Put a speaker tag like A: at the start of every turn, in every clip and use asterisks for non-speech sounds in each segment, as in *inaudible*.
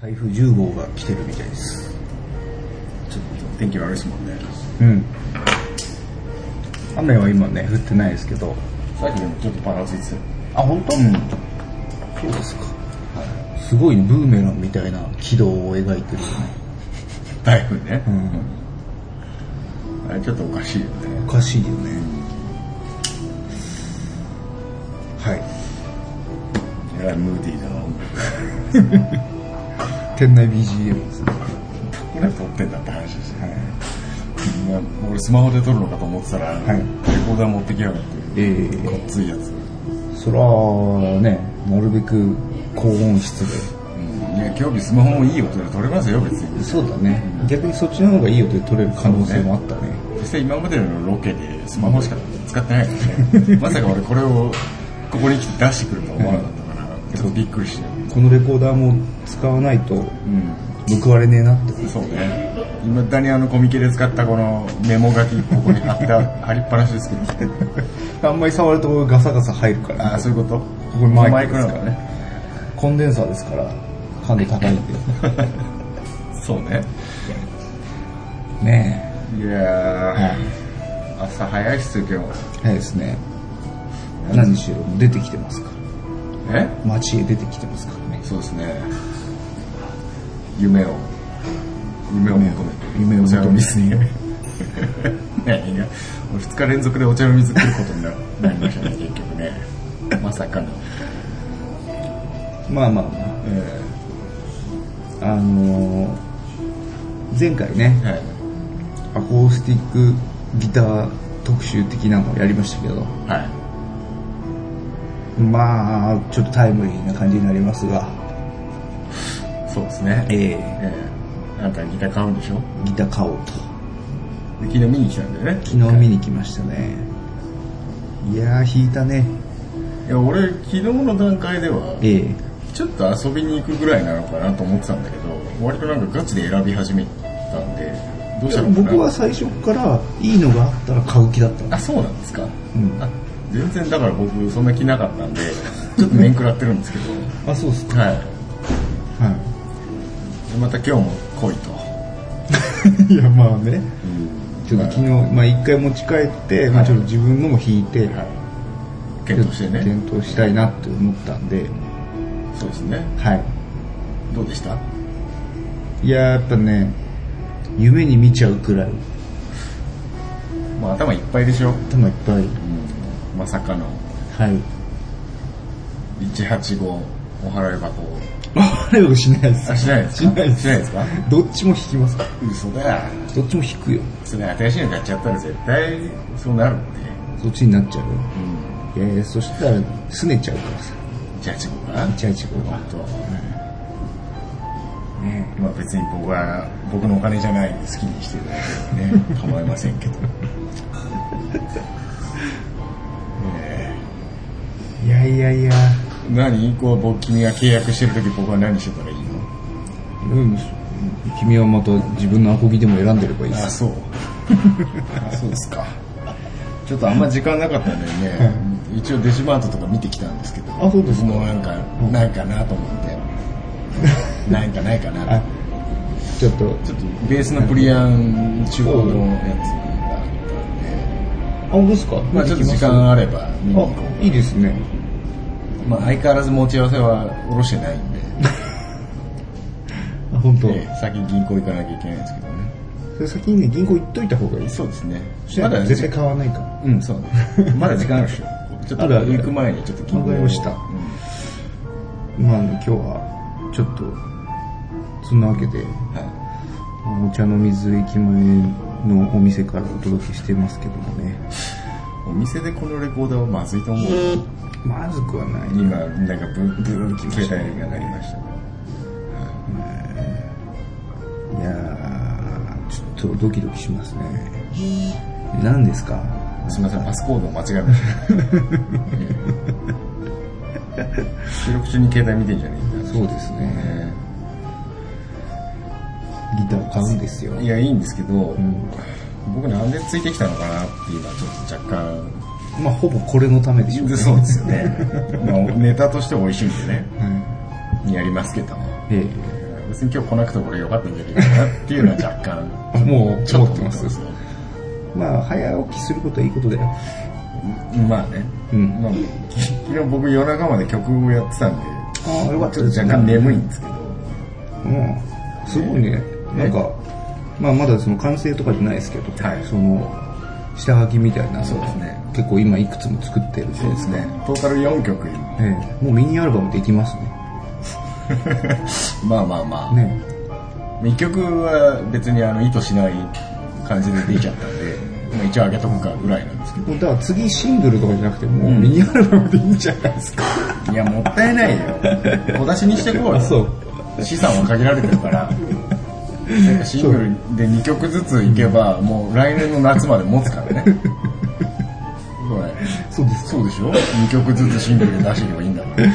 A: 台風10号が来てるみたいです
B: ちょっと天気悪いですもんね。
A: うん雨は今ね降ってないですけど
B: さっきでもちょっとパラついてたよ。
A: あ本当うんそうですか、すごいブーメランみたいな軌道を描いてるよね、
B: 台風ね
A: う。ん、
B: あれちょっとおかしいよね
A: お。かしいよねはい
B: えらいムーディーだな。
A: 店内 BGM ですね
B: これ撮ってんだって話ですね。まあ俺スマホで撮るのかと思ってたら、
A: い
B: レコーダー持ってきやがって。
A: ええ
B: ごっついやつ。
A: そらねなるべく高音質
B: うん。いや、今日スマホもいい音で撮れますよ、別に。
A: でそうだね逆にそっちの方がいい音で撮れる可能性もあったね
B: そして今までのロケでスマホしか使ってないからねまさか俺これをここに来て出してくるとは思わなかったからちょっとびっくりして
A: このレコーダーも使わないと
B: うん
A: 報われねえなって
B: そうね今だにあのコミケで使ったこのメモ書きここに貼った *laughs* 貼りっぱなしですけど
A: あんまり触るとガサガサ入るか
B: ああ
A: ら
B: そういうことこ
A: こにマイク
B: なのか
A: で
B: ね
A: コンデンサーですから感度高いんで
B: そうね
A: ね
B: いや
A: えはい
B: ー朝早いっすよ今日
A: 早いですね何しろもう出てきてますから
B: え
A: 街へ出てきてますからね
B: そうですね夢を夢を求めて
A: 夢を
B: お茶
A: 求
B: の
A: め
B: 水にねいや俺2日連続でお茶の水来ることにななりましたね結局ね *laughs* まさかの、
A: まあまあまあ
B: え
A: あのー前回ね
B: ーはい、
A: アコースティックギター特集的なのをやりましたけど
B: はい、
A: まあちょっとタイムリーな感じになりますが
B: そうですねえ
A: ええ
B: えあんたギター買うんでしょ
A: ギター買おうと
B: で昨日見に来たんだよね
A: 昨日見に来ましたねいやー弾いたね
B: いや俺昨日の段階では
A: ええ
B: ちょっと遊びに行くぐらいなのかなと思ってたんだけど割となんかガチで選び始めたんでどうしたのかな
A: 僕は最初からいいのがあったら買う気だったの
B: あそうなんですか、
A: うん
B: あ全然だから僕そんな気なかったんで *laughs* ちょっと面食らってるんですけど
A: あそうっすか
B: *laughs* はい
A: は
B: でまた今日も来いと、
A: *laughs* いいやまあねちょっと昨日
B: は
A: まあ一回持ち帰って、まあ、ちょっと自分のも弾いて、
B: いはい検討してね
A: 検討したいなって思ったんで
B: そうですね
A: はい
B: どうでした
A: いやーやっぱね夢に見ちゃうくらい
B: まあ頭いっぱいでしょ、
A: 頭いっぱい
B: まさかの
A: はい
B: 185お払い箱
A: あれはしないです
B: あしないです
A: し
B: か
A: ないです
B: しないですか
A: *laughs* どっちも引きますか
B: 嘘だ
A: どっちも引くよ
B: それ新しいの買っちゃったら絶対そうなるって
A: そっちになっちゃうよ
B: うん
A: えー、そしたら拗ねちゃうからさ
B: 185かな
A: イチャイチャ
B: あ
A: が
B: と
A: ね
B: まあ別に僕は僕のお金じゃないんで好きにしていただいてね構いませんけどえ
A: いやいやいや
B: え *laughs* 何こう僕君が契約してる時僕は何してたらいいの
A: うん君はまた自分のアコギでも選んでればいい
B: あ
A: です
B: そうあそうですかちょっとあんま時間なかったんだよね一応デジマートとか見てきたんですけど
A: あそうですか
B: もうなんかないかなと思ってないかないかなと
A: あちょっと
B: ちょっとベースのプリアン中古のやつがあったんで
A: あ本当ですか
B: まあちょっと時間あれば見に行こ
A: あいいですね
B: う。まあ相変わらず持ち合わせはおろしてないんで、
A: あ本当、
B: ええ先銀行行かなきゃいけないんですけどね。
A: それ先にね銀行行っといた方がいい
B: そうですね。
A: ま
B: ま
A: だ
B: だ
A: 絶対買わないから
B: うん、そうね。まだ時間あるでし
A: *laughs*
B: ょ。ちょっと
A: あるある
B: 行く前にちょっと銀行
A: わかりました
B: うん
A: まあ、今日はちょっとそんなわけで
B: は
A: お茶の水駅前のお店からお届けしてますけどもね
B: いお店でこのレコーダーはまずいと思う。
A: まずくはない
B: 今、なんかブーブー携帯が鳴りました。
A: いやーちょっとドキドキしますね何ですか
B: すみません、パスコードを間違えました。ええ収録中に携帯見てんじゃねえんだ。
A: そうですね
B: え
A: ギター買うんですよ
B: えいや、いいんですけど、
A: ん
B: 僕なんでついてきたのかなって今ちょっと若干
A: まあほぼこれのためでしょうね
B: そうですよね。まあ、ネタとして美味しいんでね、
A: はい
B: やりますけど。
A: ええ
B: 別に今日来なくても俺よかったんじゃないかなっていうのは若干
A: もう
B: ちょっ
A: 思っ
B: と
A: てます
B: 思っ
A: まあ、早起きすることはいいことだよ。
B: うんまあね、
A: うん
B: まあ、き昨日僕夜中まで曲をやってたんで
A: ああ、よかった
B: ちょ
A: で
B: っと
A: す
B: 若干眠いんですけど、
A: うん、すごいね、なんか、まあ、まだその完成とかじゃないですけど、
B: はい
A: その下書きみたいな
B: そうですね
A: 結構今いくつも作ってるんで
B: そうですねトータル4曲
A: ええもうミニアルバムできますね
B: まあまあまあ、
A: ね
B: 一曲は別にあの意図しない感じで出ちゃったんで、まあ、一応上げとくかぐらいなんですけ
A: もうだから次シングルとかじゃなくてもううんミニアルバムでいいんじゃないですか、
B: どいやもったいないよ小出しにして *laughs* こうよ
A: あそう
B: 資産は限られてるからなんかシングルで2曲ずついけばもう来年の夏まで持つからねこれ
A: そうです
B: そうでしょ2曲ずつシングルで出していけばいいんだから
A: *laughs* なる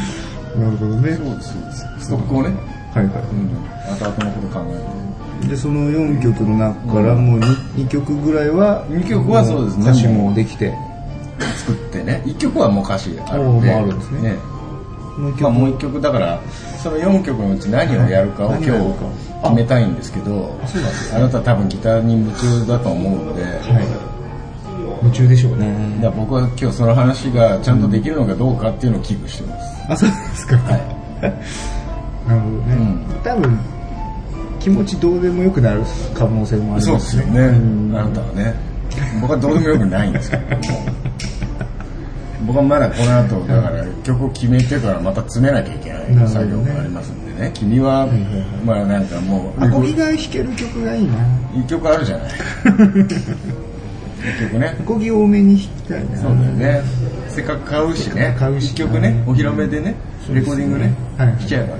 A: ほどね
B: そうですそうですストックをね
A: はいはい、
B: 後々のこと考え
A: でその4曲の中からもう 2, 曲ぐらいは
B: 二曲はそうですね
A: 歌詞もできて
B: て作ってね1曲はもう歌詞あるん
A: おー
B: で
A: もうあるんですね
B: ね
A: もう
B: まあ、もう一曲だからその4曲のうち何をやるかを今
A: 何
B: 日
A: をやるか
B: 決めたいんですけどあなた多分ギターに夢中だと思うので、
A: はい夢中でしょうね
B: だから僕は今日その話がちゃんとできるのかどうかっていうのを危惧してます、
A: あそうですか、 *laughs* なるほどね、多分気持ちどうでもよくなる可能性もあり
B: そう
A: ま
B: ですす
A: ね
B: よね、あなたはね僕はどうでもよくないんですけど僕はまだこの後だから曲を決めてからまた詰めなきゃいけ
A: な
B: な
A: る
B: い
A: ほどね
B: 作業がありますんでね君は、まあなんかもう
A: あこれが弾ける曲がいいな
B: 一曲あるじゃない一曲ね
A: アコギ多めに弾きたいな
B: そうだよねせっかく買うしね
A: 買うし
B: 一曲ねお披露目でねレコーディングね
A: はい
B: 聴きちゃえばね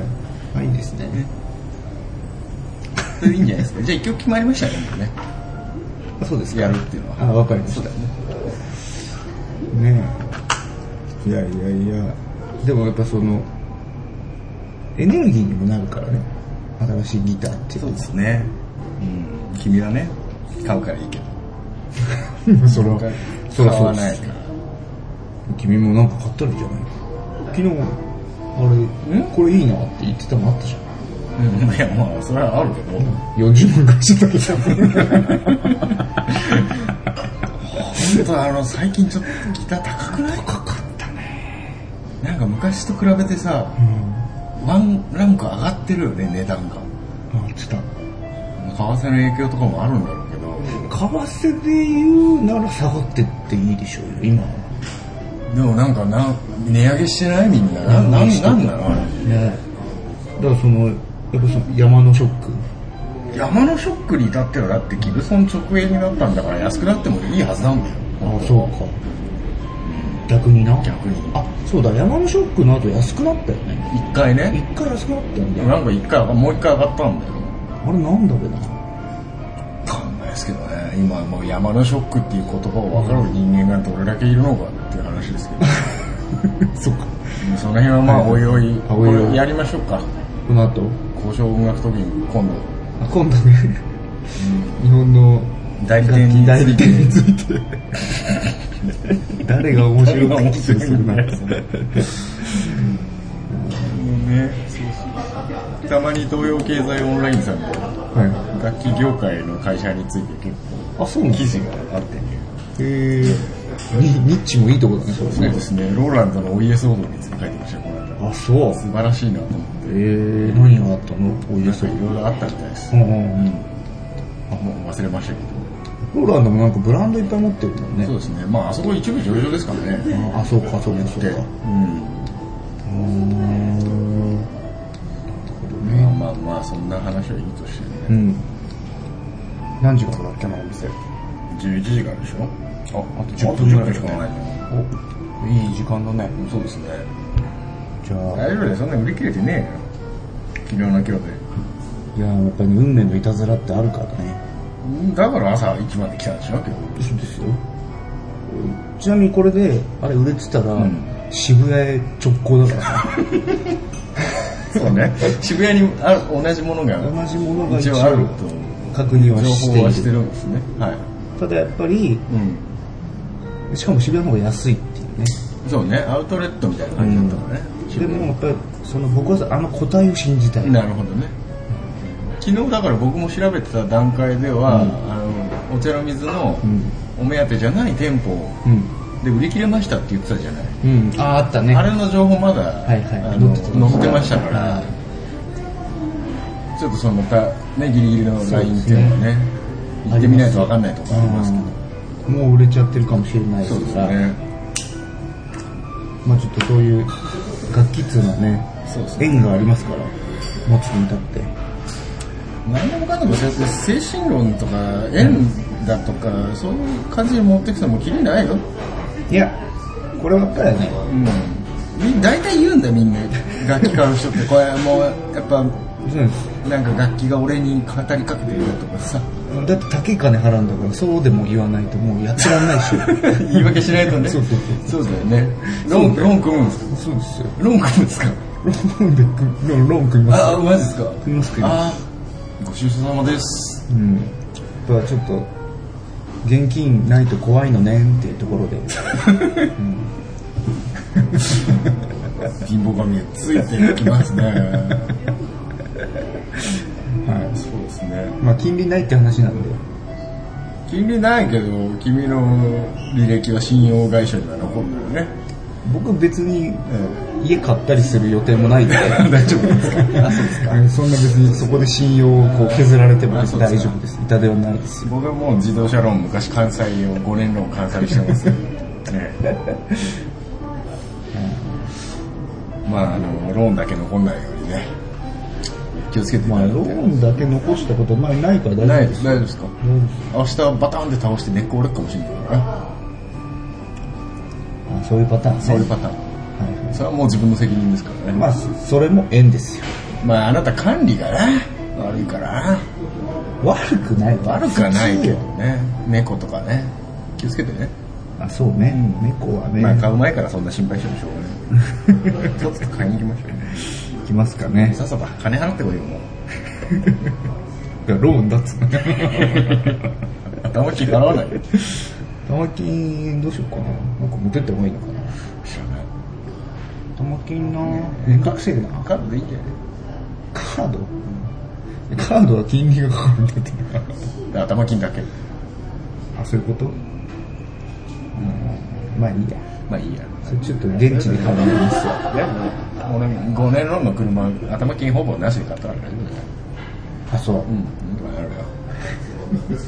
A: あいいですね
B: それでいいんじゃないですかじゃあ一曲決まりましたねもうね
A: あそうですか
B: やるっていうの
A: あ
B: は
A: わかりまし
B: そうだよね
A: たねいやいやいやでもやっぱそのエネルギーにもなるからね新しいギターっていう
B: そうですねうん君はね買うからいいけど
A: それはそ
B: 買
A: れはそ
B: わ
A: う
B: な
A: で
B: い
A: す
B: から
A: 君もなんか買ったらいいじゃない昨日あれこれいいなって言ってたのあったじゃん
B: うんいやまあそれはあるけど
A: 40万貸してたけど *laughs*
B: 本当あの最近ちょっとギター高くない高かったねなんか昔と比べてさワンランク上がってるよね値段が
A: あちょっ
B: 為替の影響とかもあるんだろうけど
A: と為替で言うなら下がってっていいでしょうよ今は
B: でもなんかな値上げしてないみんななな
A: してた
B: なんなのあれ
A: ねだからそのやっぱその山のショック
B: 山のショックに至ってはだってギブソン直営になったんだから安くなってもいいはずなんだよ
A: うか逆にな
B: 逆に
A: あそうだ山のショックの後安くなったよね
B: 一回
A: 一
B: ね
A: 回安くなったんだよ
B: なんか一回もう一回上がったんだよ
A: あれなんだべな *laughs*
B: わかんないですけどね今もう山のショックっていう言葉を分かる人間がどれだけいるのかっていう話ですけど *laughs*
A: そっか
B: その辺はまあおいおい
A: あおいおい
B: これやりましょうか
A: この後
B: 交渉音楽トーキング今度
A: あ今度ね日本の
B: 代理店に
A: 代理店について *laughs* 誰が面白いか
B: 面
A: す
B: 白い
A: るな
B: ねたまに東洋経済オンラインさんで
A: は
B: 楽器業界の会社について結
A: いあそうなん
B: 構記
A: へ
B: 事があってね
A: えニニッチもいいとこだねそうです
B: そうですねローランドのお家騒動について書いてましたよこの間
A: あそう
B: 素晴らしいなと思って
A: えー、何があったのおいで
B: 皆
A: そ
B: さ
A: うん
B: いろいろあったみたいです
A: う
B: うん
A: んうん
B: あもう忘れましたけ
A: ローランドもなんかブランドいっぱい持ってるもん
B: ど
A: ね
B: そうですねまああそこ一部上場ですからね
A: あそうかそうかそう
B: で
A: か
B: う
A: うんーん
B: まあまあまあそんな話はいいとしてね
A: うん何時からだっけなお店
B: 11時からでしょああと
A: 10
B: 10
A: 分
B: 分
A: ぐ
B: ぐ
A: ら
B: ら
A: い
B: い
A: し
B: し
A: か
B: か
A: な
B: ないい
A: おいい時間だね
B: そうですね
A: じゃあ
B: 大丈夫だよそんな売り切れてねえよ昨日の今日で
A: いやーやっぱり運命のいたずらってあるからね
B: うんだから朝1まで来たんでしょ今日
A: そうですよちなみにこれであれ売れてたら、
B: ん
A: 渋谷へ直行だから
B: そうね。 *laughs* 渋谷にある同じものが
A: 同じものが
B: 一
A: 一
B: 応ある
A: 応確認
B: と
A: は
B: 情
A: してい
B: 報
A: る
B: はしてるんですね。はい。
A: ただやっぱり
B: うん。
A: しかも渋谷の方が安いっていうね
B: そうね。アウトレットみたいな感じだったから
A: で
B: ね。
A: もやっぱりその僕はさあの答えを信じたい、
B: なるほどね。
A: だ
B: 昨日だから僕も調べてた段階では、あのお茶の水の
A: うん
B: お目当てじゃない店舗
A: うん
B: で売り切れましたって言ってたじゃない、
A: うんああったね
B: あれの情報まだ、
A: はいはい
B: あの
A: 載ってた
B: 載ってましたから
A: はい
B: ちょっとそのたねギリギリのラインっていうのはね行ってみないと分かんないとこありますけど
A: うんもう売れちゃってるかもしれない
B: そうです
A: から
B: ね
A: まあちょっとそういう楽器っつうのはね
B: そうですね
A: 縁がありますから持つに至って
B: 何でもかんでもそうやって精神論とか縁だとか、そういう感じに持ってきてもきりないよ
A: いやこればっかりはね
B: うんみ大体言うんだよみんな楽器買う人ってこれもうやっ
A: そう
B: ぱ
A: なんです
B: なんか楽器が俺に語りかけてるよとかさ
A: だって高い金払うんだからそうでも言わないともうやってらんないし
B: *laughs* 言い訳しないとね
A: そうそう
B: そうだよねローンローン組むんですか
A: そうですよ
B: ローン組むんですか
A: ローンでくローンローン組みます
B: ああマジですか
A: 組みます組みま
B: ああご愁傷様です
A: うんやっぱちょっと現金ないと怖いのねんっていうとこ
B: *laughs*
A: ろで
B: 貧乏神がついてきます *laughs* ね
A: はい
B: そうですね
A: まあ金利ないって話なんで
B: 金利ないけど君の履歴は信用会社には残ってるね、
A: 僕別に
B: うん、
A: 家買ったりする予定もないんで
B: *laughs* 大丈夫ですか
A: *laughs*
B: あそうです
A: うんそんな別にそこで信用をこう削られても
B: あそうですか
A: 大丈夫です痛手はないですよ
B: 僕はもう自動車ローン昔関西を5年ローン関西にして *laughs* ますけどねまああのローンだけ残んないようにね気をつけても
A: ま
B: ら
A: あ
B: って
A: ローンだけ残したことまあないから大丈夫
B: ない
A: です
B: 大丈夫ですか
A: 大丈夫
B: 明日バタンって倒して根っこ折れるかもしれないからな
A: あそういうパターンね
B: そういうパターンそれはもう自分の責任ですからね
A: まあそそれも縁ですよ
B: まああなた管理がな悪いからな
A: 悪くない
B: 悪くはないけど
A: 普通よ
B: ね猫とかね気をつけてね
A: あそうね、
B: うん
A: 猫はね、
B: まあ買う前からそんな心配してもしょうが *laughs* ないとっとと買いに行きましょうね
A: 来ますかね
B: さっさと金払ってこいよもう
A: いやローンだっつうの
B: 頭金払わないよ
A: 玉金どうしようかななんか持ってった方がいいのかな
B: 知らない
A: 玉金な遠隔制な
B: カードでいいんじゃない
A: カードカードは金利がかかるんだってな
B: 頭金だけ
A: あそういうことうんまあいいや
B: まあいいや
A: それちょっと現地で考えますよ
B: でも俺5年ローンの車頭金ほぼなしで買ったから大丈夫だよ
A: あそう、
B: うんなんとかなるよ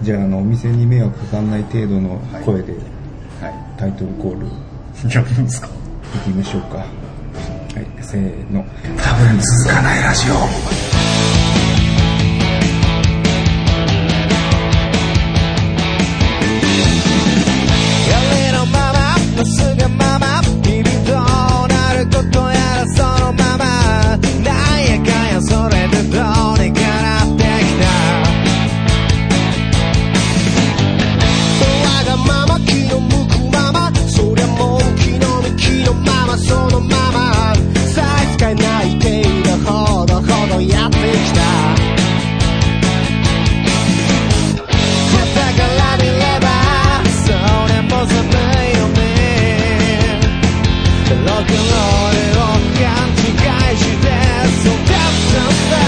A: じゃああのお店に迷惑かかんない程度の声で
B: は
A: タイトルコール
B: いやるんですか
A: 行きましょうかはいせーの
B: 多分続かないラジオ
C: 夢のまままっすぐまま日々どうなることやらそのままなんやかんやそれでどうにかなってきたわがまま気の向くままそりゃもう気の向きのままそのまま差し支えない程度ほどほどやってきた傍から見ればそれも寒いよねロックンロールを勘違いして育ったんだ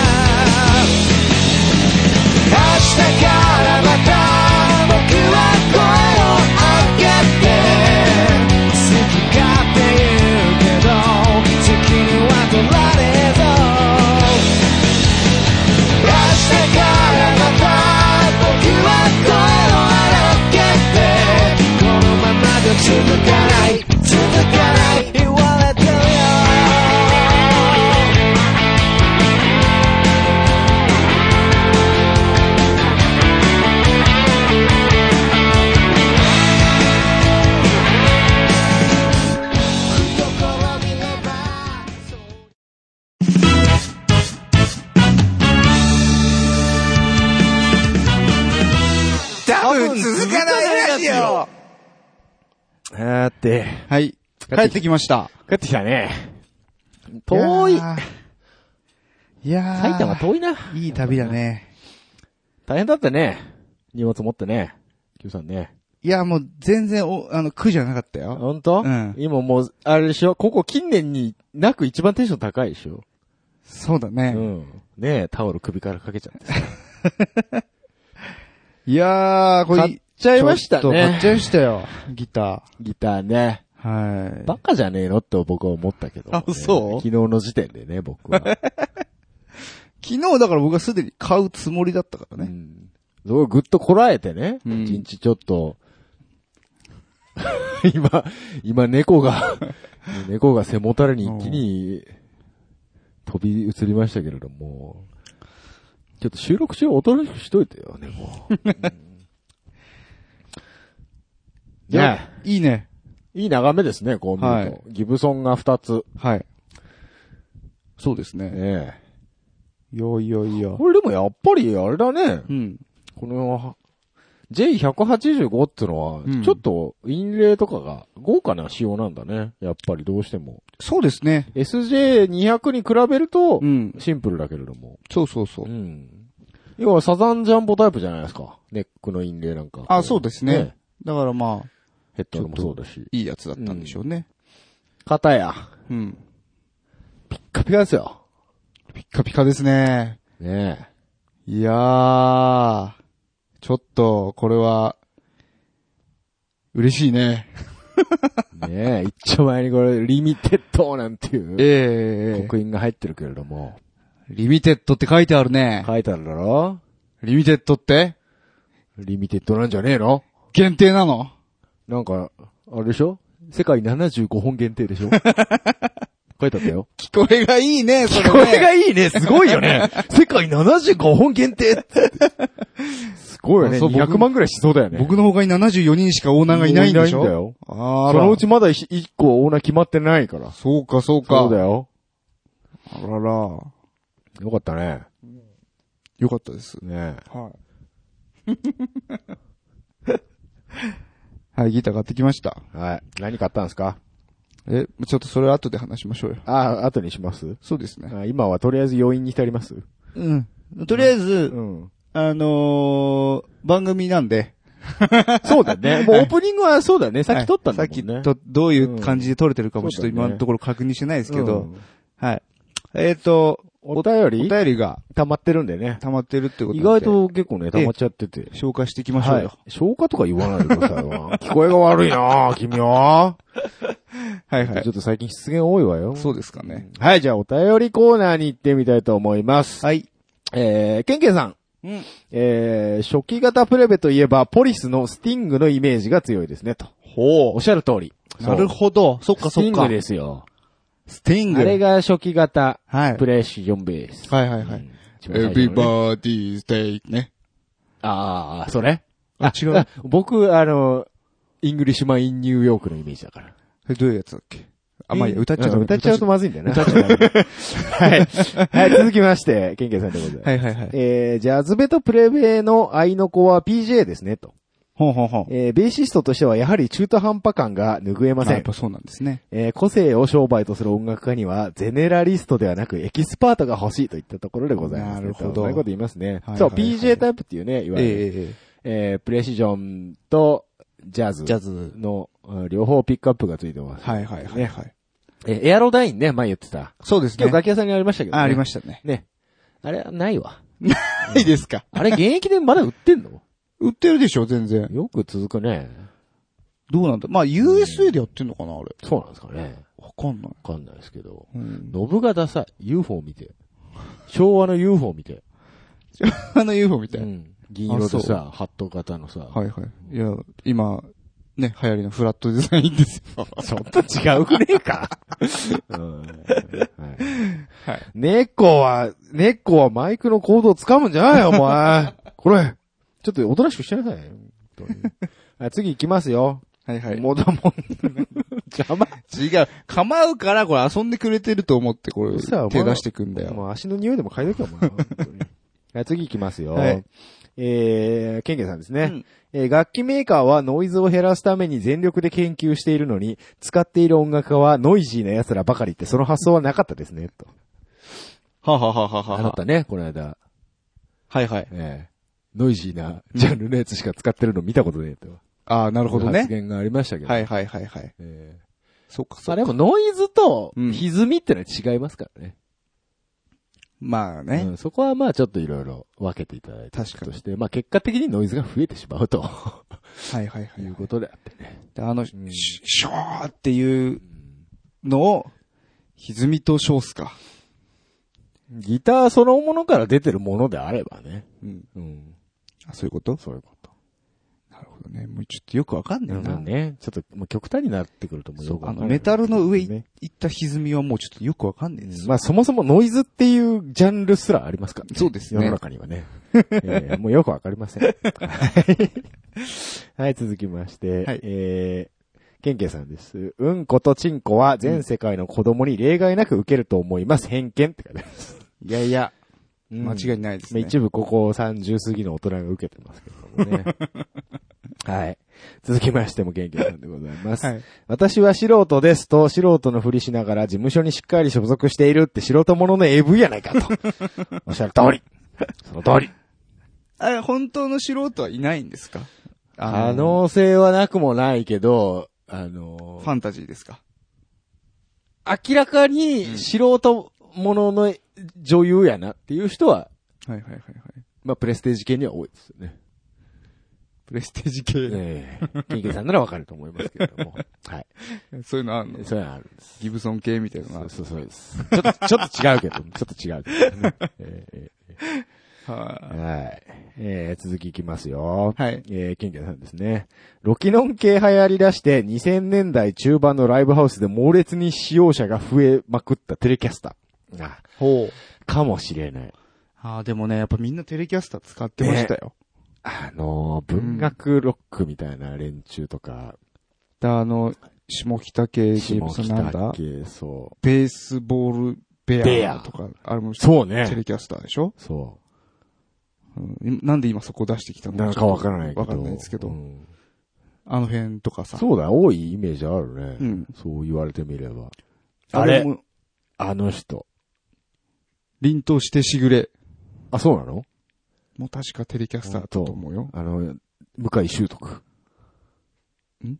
C: 明日からまた僕は声を上げて好き勝手言うけど時には取られぞ明日からまた僕は声を荒げてこのままじゃ続かない続かない言われてるよ心見れば
D: 多分続かないラジオ
E: あーって、
D: はい。帰ってきました。
E: 帰ってきたね。遠い。
D: やー。いやー。
E: 埼玉遠いな。
D: いい旅だね。
E: 大変だったね。荷物持ってね。Q さんね。
D: いや、もう全然お、あの、苦じゃなかったよ。
E: ほんと
D: うん
E: 今もう、あれでしょここ近年になく一番テンション高いでしょ
D: そうだ
E: う
D: ね。
E: ん。
B: ねえ、タオル首からかけちゃって
A: *laughs*
B: さ。
A: いやー、これ、
B: 買っちゃいましたね
A: ちょっと買っちゃいましたよ。ギタ
B: ギターね。
A: ー。はい。
B: バカじゃねえのって僕は思ったけど、
A: あそう
B: 昨日の時点でね、僕は。
A: 昨日だから僕はすでに買うつもりだったから
B: う
A: ね。
B: ん。そこをぐっとこらえてね、
A: うん
B: 一日ちょっと、 *laughs* 今、今猫が、 *laughs* 猫が背もたれに一気に飛び移りましたけれども、ちょっと収録中おとなしくしといてよ、猫。
A: *laughs* いや、いいね。
B: いい眺めですね、こう見ると。
A: はい
B: ギブソンが2つ。
A: はい。そうですね。
B: ねえ
A: よいよいよ。
B: これでもやっぱりあれだね。
A: うん。
B: この、J185 ってのは
A: うん、
B: ちょっと、陰霊とかが豪華な仕様なんだね。やっぱりどうしても。
A: そうですね。
B: SJ200 に比べると
A: う、ん。
B: シンプルだけれども。
A: そうそうそうう。
B: ん。要はサザンジャンボタイプじゃないですか。ネックの陰霊なんか。
A: あ、そうですね。だからまあ、
B: ヘッドもそうだし。
A: いいやつだったんでしょうね。
B: 肩や、
A: うん。
B: ピッカピカですよ。
A: ピッカピカですね。
B: ねえ。
A: いやー、ちょっと、これは、嬉しいね。
B: ねえ、一丁前にこれ、リミテッドなんていう、
A: え
B: 刻印が入ってるけれども、
A: リミテッドって書いてあるね。
B: 書いてあるだろ
A: リミテッドって
B: リミテッドなんじゃねえの
A: 限定なの
B: なんか、あれでしょ世界75本限定
A: *laughs*
B: でしょ書いてあったよ。
A: 聞こえがいいね、それ、ね。
B: いいねすごいよね *laughs* 世界75本限定すごいよね。
A: あそう僕
B: 200万くらいしそうだよね。
A: 僕の他に74人しかオーナーがいないんでしょ
B: いないんだよ。
A: あ
B: そ
A: ら
B: のうちまだ1個オーナー決まってないから。
A: そうか、そうか。
B: そうだよ。
A: あらら。よ
B: よかったね。
A: かったです。
B: ねえ。
A: *laughs* はい。はい、ギター買ってきました。
B: はい。何買ったんですか
A: え、ちょっとそれ後で話しましょうよ。
B: あ、後にします
A: そうですね。
B: あ今はとりあえず要因に浸ります
A: うん。とりあえず、
B: うん。
A: あのー、番組なんで。
B: *laughs* そう
A: *laughs*
B: だね。もうオープニングはそうだね。さっき撮ったんだもんね。
A: はいさっきと、どういう感じで撮れてるか
B: う
A: も
B: ん
A: ちょっと
B: そうだ
A: 今
B: ね
A: のところ確認してないですけ
B: う
A: ど
B: ん。
A: はい。えっと、
B: お便
A: お
B: り
A: 便りが
B: 溜まってるんでね。
A: 溜まってるってことで
B: 意外、と結構ね、溜まっちゃってて。
A: 消化していきましょうよ。
B: い。消化とか言わないでくださ
A: *laughs*
B: いわ。聞こえが悪いなぁ、君は。
A: はいはい
B: ちょ。っと最近失言多いわよ。
A: そうですかね。
B: はい、じゃあお便りコーナーに行ってみたいと思います。
A: はい。
B: えー、ケンケンさん。
A: うん
B: えー、初期型プレベといえば、ポリスのスティングのイメージが強いですね、と。ほう。おっしゃる通り。
A: なるほど。そっか
B: ス
A: そ
B: ティ
A: っ
B: ング
A: か。
B: ですよ。
A: スティン
B: あれ
A: グ。
B: が初期型、
A: はい
B: プ。レッションベース。
A: はいはいはい。
B: 一番最初のね
A: s day ね。
B: ああ、それ
A: あ、違
B: *laughs*
A: う。
B: 僕、あの、イングリッシュマン・イン・ニューヨークのイメージだから。
A: えどういうやつだっけあ、まあいいや、歌っちゃうと。
B: ん歌っちゃうと
A: は
B: まずいんだよね。歌っちゃ
A: *laughs*
B: うはい。はい、続きまして、ケンケンさんでございます。
A: いはいはい。
B: えー、ジャズベとプレベの愛の子は PJ ですね、と。
A: ほんほんほん。
B: えー、ベーシストとしてはやはり中途半端感が拭えま
A: あ
B: せ
A: やっ
B: ん
A: ぱ。そうなんですね。
B: えー、個性を商売とする音楽家には、ゼネラリストではなく、エキスパートが欲しいといったところでございますね、
A: なるほど
B: とそういうこと言いますね。
A: はいはいはい
B: そう、PJ タイプっていうね、いわゆる。
A: え
B: えープレシジョンとジャズ
A: え、ジャズ。
B: のうん両方ピックアップがついてます。
A: はいはいはいはい。
B: えーエアロダインね、前言ってた。
A: そうです
B: 今
A: ね
B: 日。楽器屋さんにありましたけどね。
A: あ、ありまし
B: し
A: たね。
B: た。ね。あれ、ないわ。
A: いいですか。
B: あれ、現役でまだ売ってんの
A: 売ってるでしょ、全然。
B: *laughs* よく続くね。
A: どうなんだまあ、USA でやってんのかな、あれ。
B: そうなんですかね。
A: わかんない。
B: わかんないですけど。
A: うん。
B: ノブがダサい。UFO 見 *laughs* て。昭和の UFO 見て。
A: あの UFO みた
B: う
A: いな。
B: ん。銀色
A: あ
B: で
A: そう
B: さ、ハット型のさ。
A: はいはい。いや、今、ね、流行りのフラットデザインですよ。
B: *laughs* ちょっと違うくねえか、うんはい
A: はい
B: 猫は、猫はマイクのコードを掴むんじゃないよ、お前。これ。ちょっとおとなしくしてなさい。本当にはい次行きますよ。
A: *laughs* はいは
B: もうだもん。邪魔。
A: 違う。構うから、これ遊んでくれてると思って、これ、
B: 嘘お前
A: 手出してくんだよ。
B: もう足の匂いでも嗅いだけよ、 *laughs* お前。本当にはい、次行きますよ。
A: はい
B: えー、ケンケンさんですね、
A: うん
B: えー楽器メーカーはノイズを減らすために全力で研究しているのに、使っている音楽家はノイジーな奴らばかりって、その発想はなかったですね、と。
A: ははははは
B: あなたね、この間、
A: はいはい。
B: えー、ノイジーなジャンルのやつしか使ってるの見たことねえと。
A: ああ、なるほど
B: 発
A: ね。
B: 言がありましたけど。
A: はいはいはいはい。
B: えー
A: そっか、そ
B: ま
A: っ
B: あで
A: か。
B: もノイズと
A: うん
B: 歪みってのは違いますからね。
A: まあね
B: う。んそこはまあちょっといろいろ分けていただいて。
A: 確かに
B: として、まあ結果的にノイズが増えてしまうと
A: はいはいはいい。
B: うことであってね。
A: であの、シショーっていうのを、歪みとショースか。
B: ギターそのものから出てるものであればね。
A: うん。
B: うん。
A: あ、そういうこと
B: そういうこと。
A: なるほどね。もうちょっとよくわかんねえ
B: な
A: な。
B: のでね、ちょっともう極端になってくるともうよく
A: あ
B: わか
A: の、
B: んない
A: メタルの上い
B: ね
A: 行った歪みはもうちょっとよくわかんねえです。
B: まあそもそもノイズっていうジャンルすらありますからね。
A: そうですね
B: 世の中にはね。 *laughs* えーもうよくわかりません。はい *laughs* はい、続きまして。
A: はい
B: えー、ケンケンさんです。うんことちんこは全世界の子供に例外なく受けると思います。偏見って書いてあります。
A: いやいや、
B: うん
A: 間違いないです
B: まあ
A: ね。
B: 一部ここ30過ぎの大人が受けてますけど
A: *laughs*
B: もね。はい。続きましてもケンケンさんでございます。
A: はい
B: 私は素人ですと、素人のふりしながら事務所にしっかり所属しているって素人ものの AV やな
A: *laughs*
B: いかと。おっしゃる通り。その通り。
A: あれ、本当の素人はいないんですか
B: 可能性はなくもないけど、あの
A: ファンタジーですか
B: 明らかに素人ものの女優やなっていう人は、
A: はいはいはいはい。
B: まあ、プレステージ系には多いですよ
A: *laughs*
B: ね。
A: プレステージ系。
B: ええケンケンさんならわかると思いますけれ
A: *laughs*
B: ども。はい。
A: そういうのあるの
B: そういうのあるんです。
A: ギブソン系みたいなのが
B: そうそうそうです。ちょっと、ちょっと違うけ
A: *laughs*
B: ど、ちょっと違うけどね、えーえ
A: は
B: ーはい。えー続きいきますよ。
A: はい
B: えー、ケンケンさんですね。ロキノン系流行り出して、2000年代中盤のライブハウスで猛烈に使用者が増えまくったテレキャスター。あ、
A: い。ほう。
B: かもしれない。
A: ああ、でもね、やっぱみんなテレキャスター使ってましたよ。
B: あのー、文学ロックみたいな連中とか、
A: だあの、下北系、ギ
B: 下
A: ブソンなん
B: 北
A: だ
B: 系、そ
A: ベースボールベアとか、あれも
B: う。そう
A: テ
B: ね。
A: レキャスターでしょ、
B: そ
A: うん、なんで今そこ出してきた
B: う。
A: の
B: なんかわからないけど。
A: わかんないですけど、
B: うん
A: あの辺とかさ。
B: そうだ、多いイメージあるね。
A: うん。
B: そう言われてみれば。
A: あ
B: あ
A: れ
B: れ
A: も、
B: あの人。
A: 凛としてしぐれ
B: あ、そうなの
A: も確かテレキャスターだと思うよ。
B: あの、向井修徳。
A: ん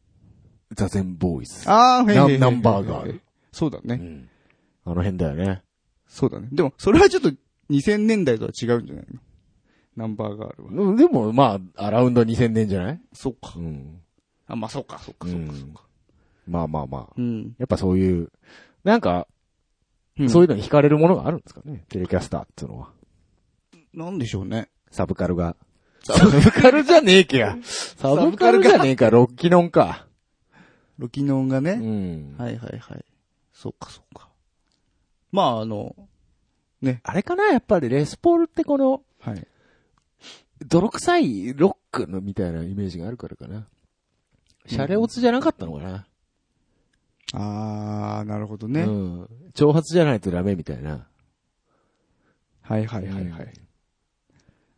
B: 座禅ボーイズ。
A: あ
B: ー
A: へいへいへいへい
B: ナンナンバーガール
A: そうだね、
B: うん。あの辺だよね。
A: そうだね。でも、それはちょっと2000年代とは違うんじゃないのナンバーガールは。
B: でも、まあ、アラウンド2000年じゃない
A: そうか
B: う。ん。
A: あ、まあそうか、そうか、そうか、そうか。
B: まあまあまあ。
A: うん。
B: やっぱそういう、なんか、
A: うん
B: そういうのに惹かれるものがあるんですかね。テレキャスターっていうのは。
A: なんでしょうね。
B: サブカルが。サブカルじゃねえけや。サブカルじゃねえか、ロッキノンか。
A: ロキノンが
B: う
A: ね。
B: ん。
A: はいはいはい。そうか、そうか。まああの、
B: あれかなやっぱりレスポールってこの、
A: はい。
B: 泥臭いロックのみたいなイメージがあるからかな。シャレオツじゃなかったのかな、
A: あー、なるほどね。
B: うん。挑発じゃないとダメみたいな。
A: はいはいはいは
B: うん
A: い。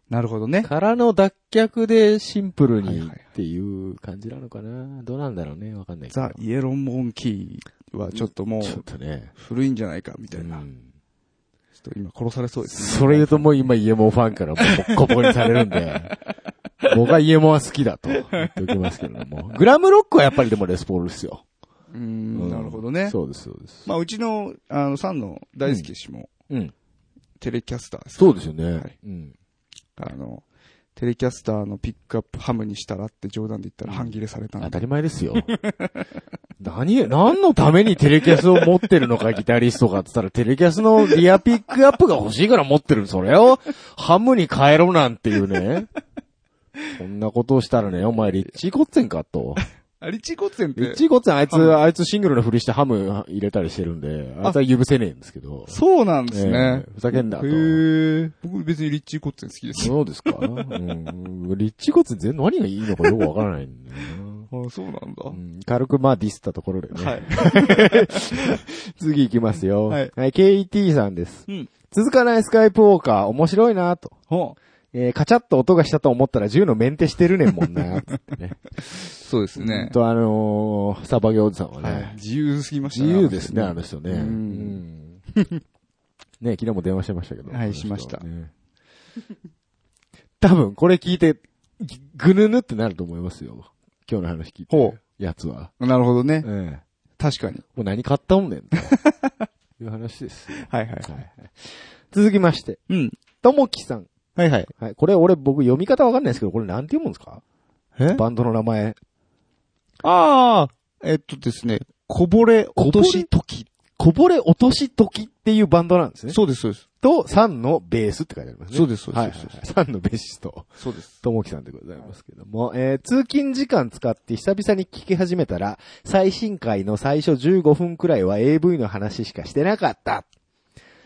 A: なるほどね。
B: からの脱却でシンプル
A: はい
B: に
A: はい
B: っ
A: はい
B: ていう感じなのかなどうなんだろうねわかんないけど。
A: ザ・イエロー・モンキーはちょっとも
B: ちょっ
A: う
B: とね。
A: 古いんじゃないかみたいな。
B: う
A: ちょっ
B: ん
A: と今殺されそうですね。
B: それ言うともう今イエモファンからもうボッコボコにされる
A: *laughs*
B: んで、僕はイエモは好きだと言っておきますけれども。グラムロックはやっぱりでもレスポールですよ。
A: うーん、なるほど
B: うん
A: ね。
B: そうです、そうです。
A: まあうちの、あの、さんの大輔氏も
B: うん。
A: テレキャスターですか
B: そうですよね。
A: はい
B: うん。
A: らあの、テレキャスターのピックアップハムにしたらって冗談で言ったら半切れされたん
B: 当
A: で。
B: たり前ですよ。 *laughs* 何、何のためにテレキャスを持ってるのか、ギタリストがって言ったら、テレキャスのリアピックアップが欲しいから持ってる。それをハムに変えろなんていうね。そんなことをしたらね、お前、リッチーコッツェンかと。
A: あ、リッチー・コッツェンっ
B: リッ
A: て
B: チ、ーコッツェン、あい
A: ハム
B: つ、あいつシングルのふりしてハム入れたりしてるんで、あいつは許せねえんですけど。
A: そうなんですね
B: ええ。ふざけんなと
A: へえ。僕別にリッチー・コッツェン好きですよ。
B: そうですか、うん、リッチーコッツェン全、何がいいのかよくわからないんだよな。
A: あ、そうなんだ。
B: うん軽くまあディスったところでね。
A: はい。
B: *laughs* 次行きますよ。
A: は
B: はいい。KT さんです。
A: うん
B: 続かないスカイプウォーカー、面白いなと。
A: ほう
B: えーカチャッと音がしたと思ったら銃のメンテしてるねんもんなつってね。
A: そうです *laughs* ね。
B: と、あのー、サバゲおじさんはね、
A: はい。自由すぎました
B: 自由ですね、あ。の人ね。
A: うん
B: うん *laughs* ね昨日も電話してましたけど。
A: はい
B: あの人
A: しました
B: ね *laughs* 多分、これ聞いて、ぐぬぬってなると思いますよ。今日の話聞いて。
A: ほ
B: やつは。
A: なるほどね
B: え。え
A: 確かに。
B: *laughs* もう何買ったもんねんと。いう話ですよ。
A: はいはい
B: はい。続きまして、
F: うん。
B: ともきさん。
F: はいはい。
B: はい。これ俺僕読み方わかんないですけど、これなんて読むんですか
F: え
B: バンドの名前。
F: ああ、えっとですね、こぼれ落とし時。
B: こぼれ落とし時っていうバンドなんですね。
F: そうです、そうです。
B: と、サンのベースって書いてありますね。
F: そうですそうです
B: はいはいはい。サンのベーシスト。
F: そうです。
B: ともきさんでございますけども、えー、通勤時間使って久々に聞き始めたら、最新回の最初15分くらいは AV の話しかしてなかった。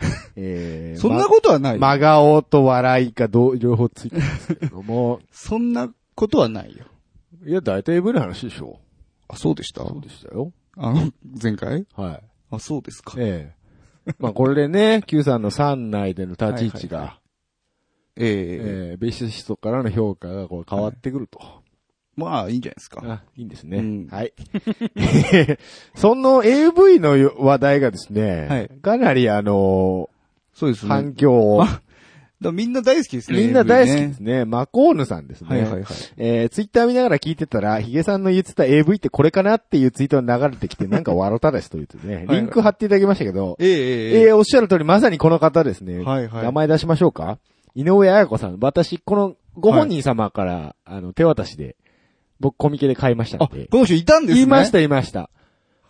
B: *laughs* えー、
F: *laughs* そんなことはな
B: と
F: い。
B: 真顔と笑いかどう、両方ついてますけども、
F: そんなことは *laughs* ないよ。
B: いや、大体 AV の話でしょ
F: あ、そうでした
B: そうでしたよ。
F: あの、前回
B: はい。
F: あ、そうですか。
B: ええまあこれでね、Q さんの3内での立ち位置が、
F: ええ
B: ええベーシストからの評価がこう変わってくると。
F: まあ、いいんじゃないですか。
B: あ、いいんですね。
F: うん
B: はい。 *laughs* その AV のよ話題がですね、
F: はい
B: かなりあの
F: そうです
B: ー
F: ね。
B: 反響を、
F: あだみんな大好きですね。
B: みんな大好き
F: AV
B: で
F: ね
B: す。ね。マコーヌさんですね。
F: はいはいはい。
B: えー、ツイッター見ながら聞いてたら、ヒゲさんの言ってた AV ってこれかなっていうツイートが流れてき
F: *laughs*
B: て、なんか笑ったですというね、
F: はい
B: リンク貼っていただきましたけど、
F: ええ
B: え
F: ええええ
B: ーおっしゃる通りまさにこの方ですね。
F: はいはい
B: 名前出しましょうか井上彩子さん。私、このご本人様から、あの、手渡しで、僕コミケで買いました
F: あ、
B: んで。
F: この人いたんですね。
B: 言いました、言いました。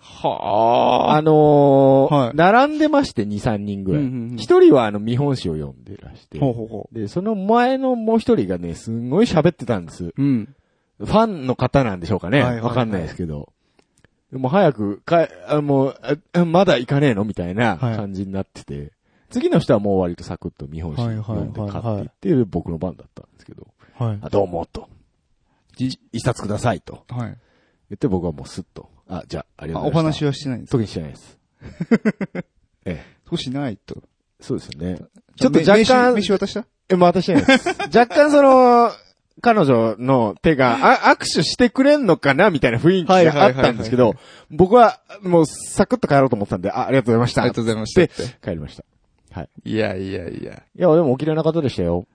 F: はあ。
B: あのー
F: はい
B: 並んでまして、2、3人ぐらい。
F: うんうんうん
B: 一人はあの、見本誌を読んでらして。
F: ほうほうほ
B: で、その前のもう一人がね、すんごい喋ってたんです。
F: う。うん。
B: ファンの方なんでしょうかね。
F: はい
B: わ、
F: はいはい
B: かんないですけど。でも早く、か、あもうあ、まだ行かねえのみたいな
F: はい
B: 感じになってて。次の人はもう割とサクッと見本誌読んで買っていって、僕の番だったんですけど。
F: はい。
B: あ、どうも、と。じ一冊ください、と。
F: はい。
B: 言って僕はもうスッと。あ、じゃあ、ありが
F: あ
B: とう
F: お
B: ございま
F: 話
B: す。
F: はしてないんですか
B: 特にしてないです。ええ、
F: 少しないと。
B: そうですよね。ちょっと若
F: 名刺
B: 干
F: 名、刺渡した
B: え、まあ、私じゃ
F: *laughs*
B: ないです。若干その、彼女の手が、あ、握手してくれんのかなみたいな雰囲気
F: はいはい
B: があ
F: はい
B: っ
F: はい
B: たんですけど、僕は、もう、サクッと帰ろうと思ってたんで、あ、ありがとうございました。
F: ありがとうございました
B: で帰りました。
F: いやいや
B: い
F: いや。
B: や、でもお綺麗な方でしたよ。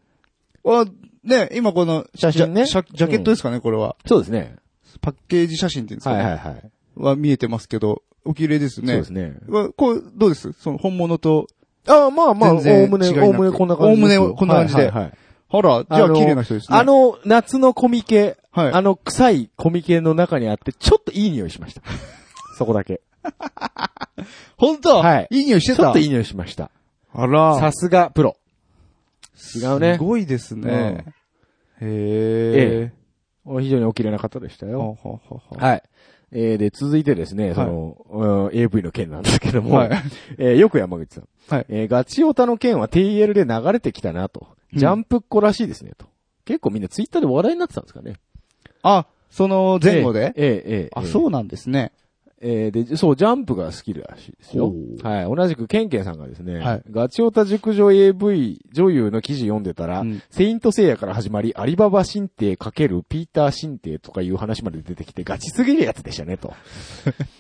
F: あ、ね、今この、
B: 写真ね
F: ジャジャジャケットですかね、これは。
B: そうですね。
F: パッケージ写真っていうんですか
B: はい
F: ね。
B: はいはい。
F: は見えてますけど、お綺麗です
B: そう
F: ね。
B: ですね。
F: わこう、どうですその本物と、
B: あまあまあ、おお
F: 全然
B: むね、
F: 違いなく
B: おおむねこんな感じですよ。
F: おおむねこんな感じで
B: はいはいはい
F: ほら、じゃ
B: あ
F: あ
B: の
F: 綺麗な人ですね。
B: あ、の、夏のコミケ、
F: はい
B: あの、臭いコミケの中にあって、ちょっといい匂いしま *laughs* した。そこだけ。
F: 本当
B: はい
F: いい匂いし
B: ち
F: て
B: ょ
F: た
B: っといい匂いしました。
F: あら
B: さすが、プロ。違うね
F: すごいですね。
B: え
F: へえ。
B: お非常にお綺麗な方でした
F: は
B: よ。
F: ははは。
B: はい。えー、で、続いてですね、その、うん AV の件なんですけども、
F: はい
B: *laughs* えーよく山口さん。
F: はい
B: えーガチオタの件は TL で流れてきたなと。
F: うん
B: ジャンプっ子らしいですね、と。結構みんなツイッターで話題になってたんですかね。
F: あ、その前後で
B: えーえーえ。
F: あ、そううなんですね。
B: えーで、そう、ジャンプが好きらしいですよ
F: ほ。う
B: はい。同じくケンケンさんがですね、
F: はい
B: ガチオタ熟女 AV 女優の記事読んでたら、
F: うん
B: セイントセイヤから始まり、アリババ神帝×ピーター神帝とかいう話まで出てきて、ガチすぎるやつでしたね、と。
F: こ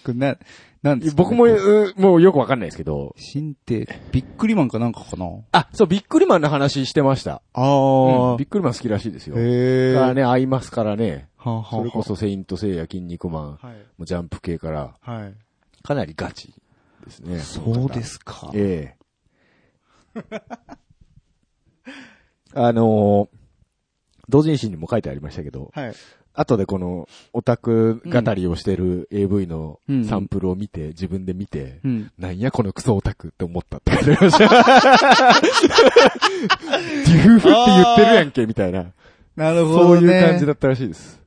F: れな、なんですかね
B: 僕も、うもうよくわかんないですけど。
F: 神帝、ビックリマンかなんかかな
B: あ、そう、ビックリマンの話してました。う
F: あ
B: ん
F: ー
B: ビックリマン好きらしいですよ。
F: へえ。
B: がね、合いますからね。
F: はあはあはあ
B: それこそ、セイントセイヤ、筋肉マン、
F: はい。
B: もうジャンプ系から、
F: はい。
B: かなりガチですね。
F: そうですか。
B: ええ *laughs* あのー同人誌にも書いてありましたけど、
F: はい。
B: 後でこのオタク語りをしてる AV の
F: うん
B: サンプルを見て、自分で見て、
F: うん。
B: なんやこのクソオタクって思ったって書いてありました。自負って言ってるやんけ、みたいな。
F: なる
B: そ
F: ほ
B: う
F: どね。
B: いう感じだったらしいです。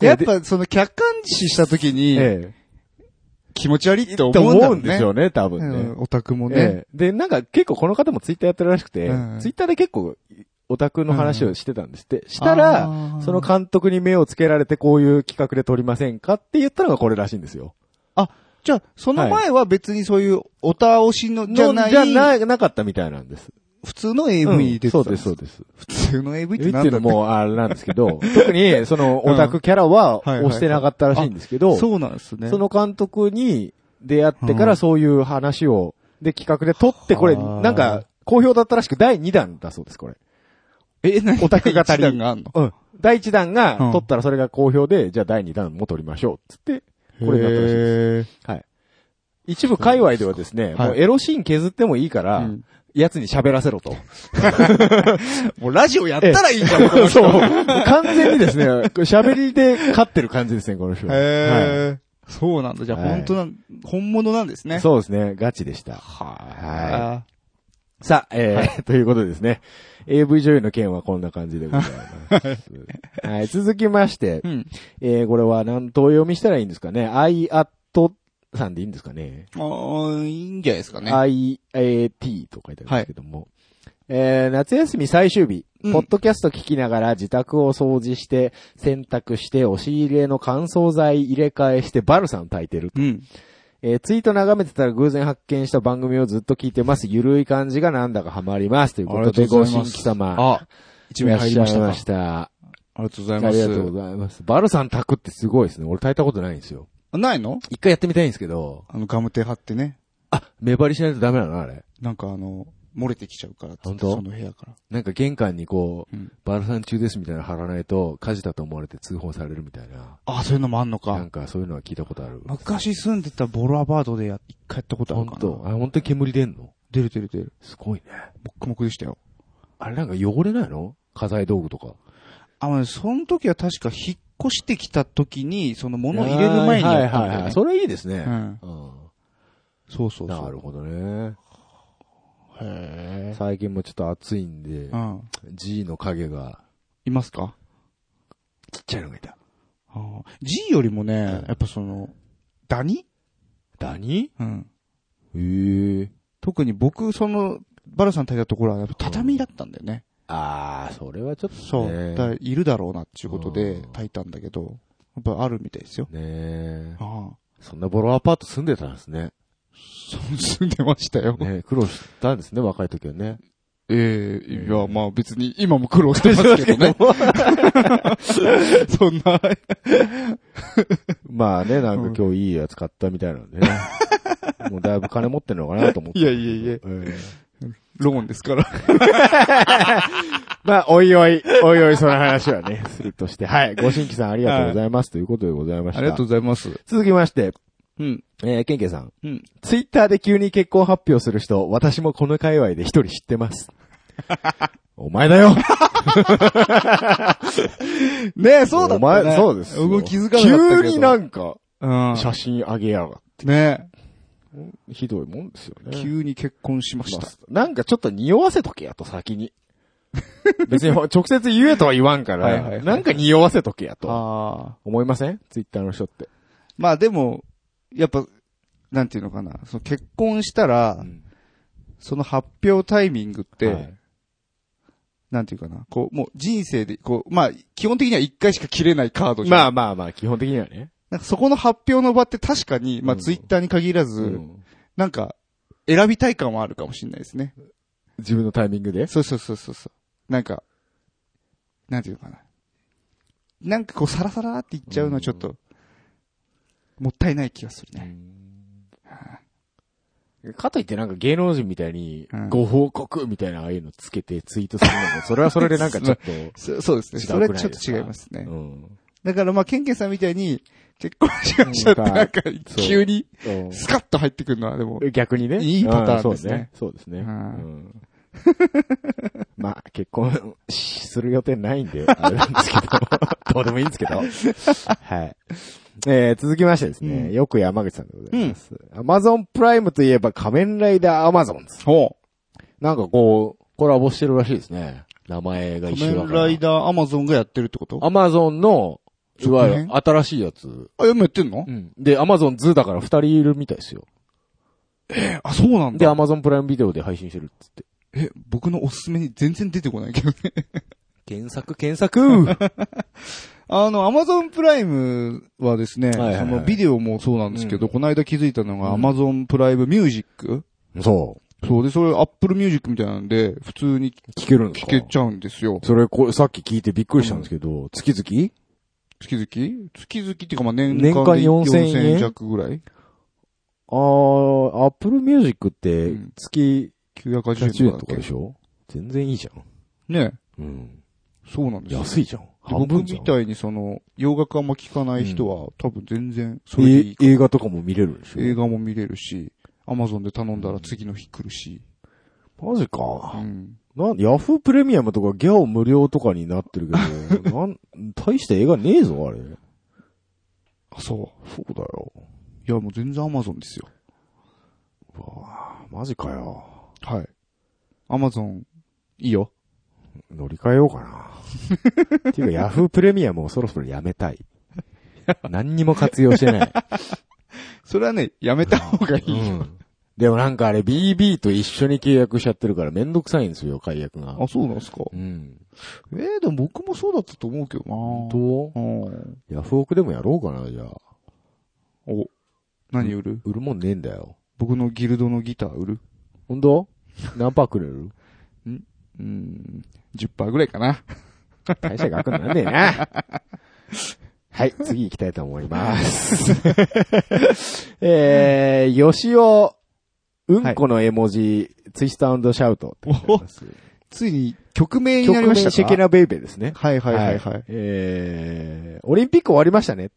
F: やっぱその客観視した時に、
B: え
F: 気持ち悪いって
B: え。
F: 思
B: と
F: うんだ
B: 思う
F: ろうんね。
B: ですよね、多分ね。
F: うん。オタクもね。
B: ええで、なんか結構この方もツイッターやってるらしくて、
F: うん
B: ツイッターで結構オタクの話をしてたんですって。したら、
F: あー
B: その監督に目をつけられてこういう企画で撮りませんかって言ったのがこれらしいんですよ。
F: じゃあ、その前は別にそういうオタ推しの、じゃない、
B: じゃな、なかったみたいなんです。
F: 普通の AV
B: う
F: で
B: んそうです、そうです。
F: 普通の AV っ
B: って
F: て
B: い
F: なん
B: う
F: だ
B: の
F: って
B: もあれなんですけど、 *laughs* 特にそのオタクキャラは
F: うんはいはいは
B: 押
F: い
B: してなかったらしいんですけど、
F: そうなんですね。
B: その監督に出会ってか
F: う
B: ら
F: ん
B: そういう話を、で企画で撮って、これ、
F: はあ
B: なんか、好評だったらしく第2弾だそうです、これ。
F: え、な
B: オタク語り
F: *laughs* 一段があんの
B: うん。第1弾が
F: うん
B: 撮ったらそれが好評で、じゃあ第2弾も撮りましょう。つって、これになったらしいです。
F: へー
B: はい。一部界隈ではですね、
F: はい
B: もうエロシーン削ってもいいから、
F: うん
B: やつに喋らせ
F: *laughs*
B: ろと。
F: もうラジオやっ
B: ええ
F: たらい
B: *laughs*
F: いじゃん、この人。
B: そう。完全にですね、これ喋りで勝ってる感じですね、この人。
F: へーそうなんだ。じゃあ、
B: はい
F: 本当なん、本物なんです
B: はい
F: ね。
B: そうですね、ガチでした。は
F: あ
B: い。さあ、えーということでですね。AV 女優の件はこんな感じでございます。はい、続きまして、
F: ー。うん。
B: えー、これは何とお読みしたらいいんですかね。I at さんでいいんですかね。
F: あーいいんじゃないですかね。
B: IAT と書いてあるんですけども。えー夏休み最終日、
F: うん
B: ポッドキャスト聞きながら自宅を掃除して、洗濯して、押し入れの乾燥剤入れ替えしてバルサン炊いてる。
F: うん。
B: えーツイート眺めてたら偶然発見した番組をずっと聞いてます。ゆるい感じがなんだかハマります。ということで、
F: ありがとう
B: ご
F: ござい
B: 新
F: ます
B: 規様。
F: あ、一
B: いら
F: 名
B: っ
F: 入
B: し
F: り
B: ゃ
F: ま
B: い
F: したか。
B: ました。
F: ありがとうござい
B: あ
F: ま
B: り
F: す。
B: がとうございます。バルサン炊くってすごいですね。俺炊いたことないんですよ。
F: ないの
B: 一回やってみたいんですけど。
F: あの、ガムテ貼ってね。
B: あ、目張りしないとダメなのあれ。
F: なんかあの、漏れてきちゃうからって言って
B: 本当
F: その部屋から。
B: なんか玄関にこう、
F: うん
B: バルサン中ですみたいなの貼らないと、火事だと思われて通報されるみたいな。
F: あ、そういうのもあんの
B: な
F: か
B: ん。かそういうのは聞いたことある。
F: 昔住んでたボロアバードでや一回やったことある
B: 本
F: かな。
B: 当あ、本当に煙出んの
F: 出る出る出る。
B: すごいね。
F: もっくもくでしたよ。
B: あれなんか汚れないの家財道具とか。
F: あのね、その時は確か引っ越してきた時に、その物を入れる前に
B: は
F: や
B: い
F: ったん
B: は
F: だ
B: い
F: よ
B: は
F: ね
B: い。。それいいですね。
F: うん
B: うん
F: そうそうそ
B: な
F: う。
B: るほどね。
F: へ
B: 最近もちょっと暑いんで
F: ーう、ん。
B: G の影が、
F: いますか
B: ちっちゃいのがいた。
F: あー ?G よりもね、やっぱその、ダニ
B: ダニ
F: うん。
B: へえ。
F: 特に僕、その、バルさん炊いたところは、畳だったんだよね。
B: あー、それはちょっとね。
F: そう。だから、いるだろうなっていうこと
B: う
F: で
B: ん
F: 炊いたんだけど、やっぱあるみたいですよ。
B: ねえ。
F: ああ。
B: そんなボロアパート住んでたんですね。
F: そう、住んでましたよ。
B: ね苦労したんですね、若い時はね。
F: ええいや、まあ別に、今も苦労してますけどね。 *laughs* そんな、
B: まあね、なんか今日いいやつ買ったみたいなん *laughs* でね。もうだいぶ金持ってんのかなと思って。
F: いやいやいや
B: ええ
F: ローンですから。
B: まあ、おいお *laughs* い、おいおい、その話はね、するとして。はい。ご新規さんありがとうございます。ということでございました。
F: ありがとうございます。
B: 続きまして、
F: うん。
B: えー、ケンケンさん。
F: うん。
B: ツイッターで急に結婚発表する人、私もこの界隈で一人知って *laughs* ます。お前だよ
F: ねえ、そうだ
B: お前、そうですよ。
F: 動き気づかなかったけど。
B: 急になんか、
F: うん。
B: 写真あげやがっ
F: ね
B: て。ひどいもんですよね。
F: え、急に結婚しました。
B: なんかちょっと匂わせとけやと、先に。 *laughs* 別に直接言えとは言わんから、
F: はいはいはい
B: なんか匂わせとけやと。
F: ああ。
B: 思いませんツイッターの人って。
F: まあでも、やっぱ、なんていうのかな。その結婚したら、その発表タイミングって、
B: はい
F: なんていうかな。こう、もう人生で、こう、まあ、基本的には一回しか切れないカードじゃん。
B: まあまあまあ、基本的にはね。
F: なんかそこの発表の場って確かに、まあ
B: うん
F: ツイッターに限らず、
B: うん
F: なんか、選びたい感はあるかもしれないですね。
B: 自分のタイミングで。
F: そうそうそうそうそう。なんか、なんていうのかな。なんかこうサラサラって言っちゃうのはちょっと、もったいない気がするね。
B: かといってなんか芸能人みたいに
F: うん、
B: ご報告みたいなああいうのつけてツイートするのも、それはそれでなんかちょっと、
F: *laughs* そそうですね。
B: 違う
F: それはちょっと違います
B: う
F: ね。
B: ん。
F: だからまあ、ケンケンさんみたいに、結婚しましたって、
B: うん
F: なんか、
B: そう
F: 急に、
B: うん
F: スカッと入ってくるのは、でも、
B: 逆にね。
F: いいパターン
B: うん
F: ですね
B: そうですね。そうですね。
F: うん
B: うん *laughs* まあ、結婚しする予定ないんで、あれなんですけど、
F: *laughs*
B: どうでもいいんですけど。はい。えー、続きましてですね、
F: うん
B: よく山口さんでございます。アマゾンプライムといえば仮面ライダーアマゾンズ。
F: ほ
B: なんかこう、コラボしてるらしいですね。名前が
F: う。
B: 一
F: 仮
B: 緒だ
F: 面ライ
B: ダ
F: ダーアマゾンがやってるってこと
B: アマゾンの、いわゆ
F: 続
B: る
F: 編
B: 新しいやつ。
F: あ、今やってんの
B: うん。で、アマゾンズだから二人いるみたいですよ。
F: あ、そうなん
B: で、
F: だ。
B: アマゾンプライムビデオで配信してるっつって。
F: え、僕のおすすめに全然出てこないけどね。
B: 検索、検索
F: あの、アマゾンプライムはですね、
B: はいはいはい
F: そのビデオもそうなんですけど、この間気づいたのがアマゾンプライムミュージック、
B: そう。
F: そうで、それアップルミュージックみたいなんで、普通に
B: 聞けるんです
F: 聴
B: か
F: けちゃうんですよ。
B: それこう、さっき聞いてびっくりしたんですけど、月々
F: 月々月々っていうかまあ年間
B: 年間
F: で
B: 4000円
F: 弱ぐらい
B: あー、Apple Music って
F: うん
B: 月
F: ?980
B: 80
F: 円
B: 円
F: と
B: とか
F: かで
B: で
F: し
B: しょ全然いいじゃん。
F: ょね
B: うん。
F: そうなんですよ。
B: 安いじゃん。半
F: 僕
B: 分じゃ
F: み
B: ん。
F: たいにその、洋楽あんま聴かない人は、多分全然、それでい
B: え
F: い
B: 映画とかも見れるでしょ
F: 映画も見れるし、アマゾンで頼んだら次の日来るし、
B: マジ
F: う
B: か。
F: ん。
B: なん、ヤフープレミアムとかギャオ無料とかになってるけど、
F: *laughs*
B: なん、大して映画ねえぞ、あれ。
F: あ、そ
B: そうだよ。
F: う。いや、もう全然アマゾンですよ。
B: わあマジかよ。
F: はい。アマゾン、いいよ。
B: 乗り換えようか
F: *laughs*
B: な。っていうか、ヤフープレミアムをそろそろやめたい。何にも活用してない。
F: それはね、やめた方 *laughs* がいい。
B: うん。でもなんかあれ BB と一緒に契約しちゃってるからめんどくさいんですよ、解約が。
F: あ、そうなんですか。
B: うん。
F: えー、でも僕もそうだったと思うけどな
B: ど
F: う。
B: うんヤフオクでもやろうかな、じゃあ。
F: お。何売る
B: 売るもんねえんだよ。
F: 僕のギルドのギター売る
B: ほんと何パーくれる
F: うん。10%ぐらいかな。
B: 大した額になんねえ
F: *laughs*
B: な。はい、次行きたいと思います。 *laughs* えー、よしお、うんこの絵文字、ツイストシャウトって書いてあります。
F: ついに曲名になり
B: 曲
F: まし
B: 名
F: た
B: シ
F: か
B: ケナベイベーですね。
F: はいはいはいはい。
B: えー、オリンピック終わりましたね。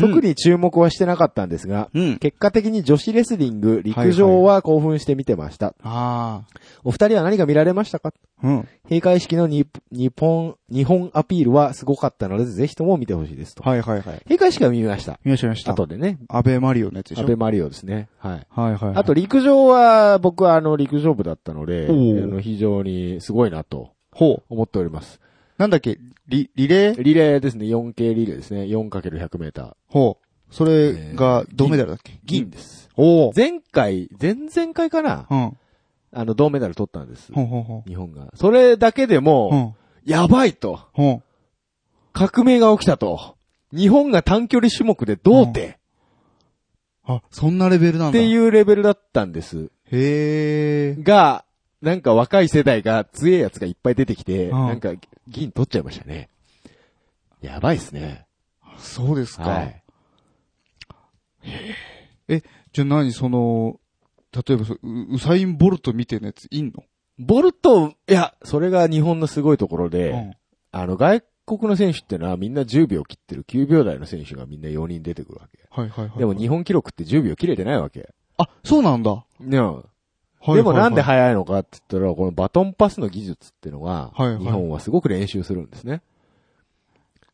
B: 特に注目はしてなかったんですが、
F: うん。
B: 結果的に女子レスリング、陸上は興奮して見てました。
F: あ
B: お二人は何が見られましたか
F: あ。うん。
B: 閉会式の日日本、日本アピールはすごかったので、ぜひとも見てほしいですと。
F: はいはいはい。
B: 閉会式は見ました。
F: 見ました見ました。
B: 後でね。
F: 安倍マリオのやつでし
B: ア
F: ょ
B: ベマリオですね。はい。
F: はいはいはい。
B: あと、陸上は、僕はあの、陸上部だったので、あ
F: おー
B: の非常にすごいなと
F: ほう。
B: 思っております。
F: なんだっけリ、リレー
B: リレーですね。4K リレーですね。4×100 メーター。
F: ほう。それが銅メダルだっけ
B: 銀。です。
F: おお。
B: 前回、前々回かな
F: うん。
B: あの、銅メダル取ったんです。
F: ほうほうほ
B: 日本が。それだけで
F: う。う
B: も、
F: ん。
B: やばいと。
F: ほう。
B: 革命が起きたと。日本が短距離種目でどうて
F: あ、そんなレベルなんだ。。
B: っていううレベルだったんです。
F: へえ。
B: が、なんか若い世代が強えやつがいっぱい出てきて、
F: うん
B: なんか銀取っちゃいましたね。やばいっすね。
F: そうですか。
B: はい。
F: じゃあ何その、例えばそウウサイン・ボルトみてえなやついんの
B: ボルト、いや、それが日本のすごいところで、
F: うん
B: あの、外国の選手ってのはみんな10秒切ってる9秒台の選手がみんな4人出てくるわけ。
F: はいはいはい。
B: でも日本記録って10秒切れてないわけ。
F: あ、そうなんだ。
B: ね
F: はいはいはい
B: でもなんで速いのかって言ったら、このバトンパスの技術ってのが、
F: はいはい
B: 日本はすごく練習するんですね。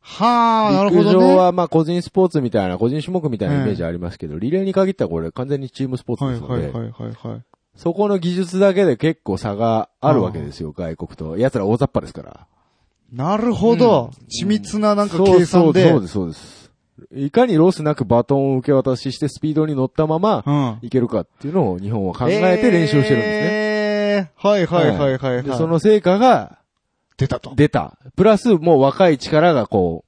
F: はあ、なるほ
B: 陸
F: どね。
B: 上はまあ個人スポーツみたいな、個人種目みたいなイメージありますけど、リレーに限ってはこれ完全にチームスポーツ
F: は
B: で
F: い
B: すの
F: は
B: で、
F: いはいはいはい。
B: そこの技術だけで結構差があるわけですよ、外国と。奴ら大雑把ですから。
F: なるほど。緻密ななんか
B: そ
F: 計算
B: うそう
F: で。
B: そうです、そうです。いかにロスなくバトンを受け渡ししてスピードに乗ったまま、
F: うん。
B: いけるかっていうのを日本は考えて練習してるんですね。
F: ね。はいはいはいはい
B: で
F: はい。
B: その成果が
F: 出たと。
B: 出た。プラス、もう若い力がこ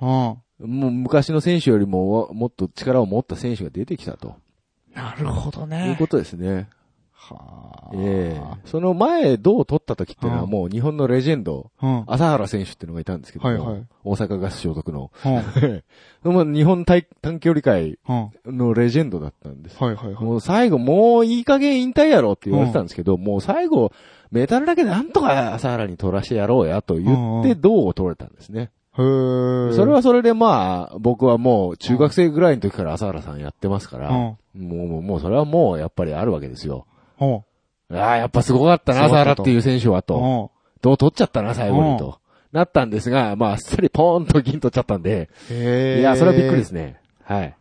F: うん。
B: う、もう昔の選手よりももっと力を持った選手が出てきたと。
F: なるほど
B: いう
F: ね。
B: ことですね。
F: はあ。
B: ええその前、銅を取った時っていうのは
F: うん
B: もう日本のレジェンド、
F: うん。
B: 朝原選手っていうのがいたんですけども、
F: はいはい
B: 大阪ガス所属の。 *laughs*
F: うん。
B: でも日本体短距離界
F: うん。は
B: のレジェンドだったんです。
F: いはいはい。
B: もう最後、もういい加減引退やろって言われてたんですけど、もう最後、メダルだけなんとか朝原に取らしてやろうやと言っ
F: うんう
B: て、
F: ん
B: 銅を取れたんですね。
F: へえ。
B: それはそれでまあ、僕はもう中学生ぐらいの時から朝原さんやってますから、
F: うん、
B: もう、もうもうそれはもうやっぱりあるわけですよ。
F: うん。
B: ああ、やっぱすごかったな、
F: すご
B: 朝
F: かった
B: 原
F: と
B: っていう選手は
F: う
B: と。
F: ん。
B: どう取っちゃったな、最後
F: うん
B: にと。なったんですが、まあ、あっさりポーンと銀取っちゃったんで、
F: へえ。
B: いや、それはびっくりです。ね。はい。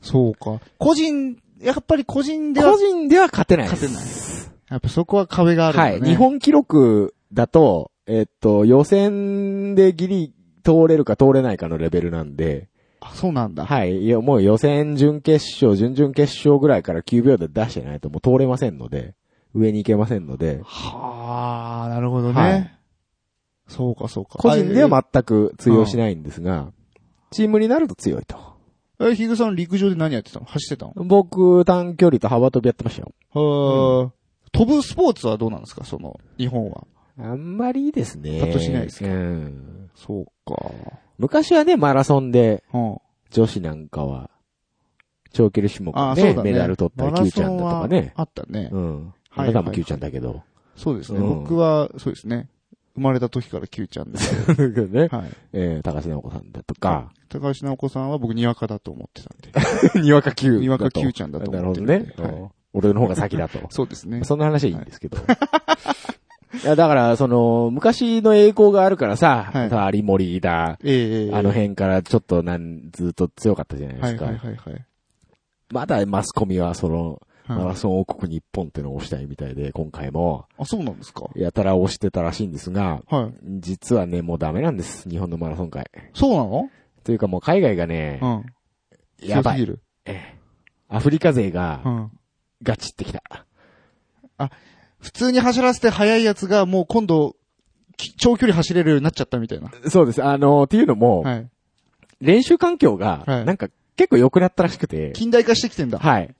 F: そうか。個人、やっぱり個人では
B: 個人では勝てないです。
F: 勝てない。やっぱそこは壁があるんだ
B: は
F: ね。
B: い。日本記録だと、えっと、予選でギリ通れるか通れないかのレベルなんで、
F: あ、そうなんだ。
B: はい。いや、もう予選、準決勝、準々決勝ぐらいから9秒で出してないともう通れませんので、上に行けませんので、
F: はあ、なるほどね。
B: はい
F: そうか、そうか。
B: 個人では全く通用しないんですが、チームになると強いと。
F: あえ、ヒグさん陸上で何やってたの走ってたの
B: 僕、短距離と幅跳びやってましたよ。
F: はあ、飛ぶスポーツはどうなんですかその、日本は。
B: あんまりいいですね。
F: パッとしないですか
B: うん。
F: そうか。
B: 昔はね、マラソンで、
F: うん。
B: 女子なんかは、長距離種目
F: ああ、
B: で、
F: そうだね。
B: メダル取ったり、
F: マラ
B: Q
F: ソ
B: ちゃん
F: ン
B: だと
F: は
B: かね。
F: あったね
B: う。ん。
F: は
B: あ
F: い
B: なたも Q ちゃんだけど。 *laughs*
F: そうですね。
B: うん
F: 僕は、そうですね。生まれた時からキュー
B: *laughs*
F: ちゃんです。
B: ね。
F: はい。
B: えー、高瀬直子さんだとか、
F: 高 *laughs* 橋直子さんは僕にわかだと思ってたんで。
B: にわか Q。
F: にわか Q ちゃんだと思ってる
B: なるほどね。
F: はい
B: 俺の方が先だと。
F: *laughs* そうですね。
B: そんな話はいいんですけど。 *laughs* いや、だから、その、昔の栄光があるからさ、
F: はい
B: さ有森だ、
F: ええ
B: あの辺からちょっとなん、ずっと強かったじゃないで
F: は
B: す
F: い
B: か。
F: はいはいはい。
B: まだマスコミはその、
F: はい
B: マラソン王国日本ってのを押したいみたいで、今回も、
F: あ、そうなんですか
B: やたら押してたらしいんですが、
F: はい。
B: 実はね、もうダメなんです。日本のマラソン界。
F: そうなの
B: というかもう海外がね、
F: うん。
B: やば
F: 強すぎ
B: い。
F: る。
B: アフリカ勢
F: う
B: が、
F: ん。
B: ガチってきた。
F: 普通に走らせて速いやつがもう今度、き長距離走れるようになっちゃったみたいな。
B: そうです。あの、っていうのも、
F: はい。
B: 練習環境が、
F: はい
B: なんか結構良くなったらしくて、
F: 近代化してきてんだ。
B: はい。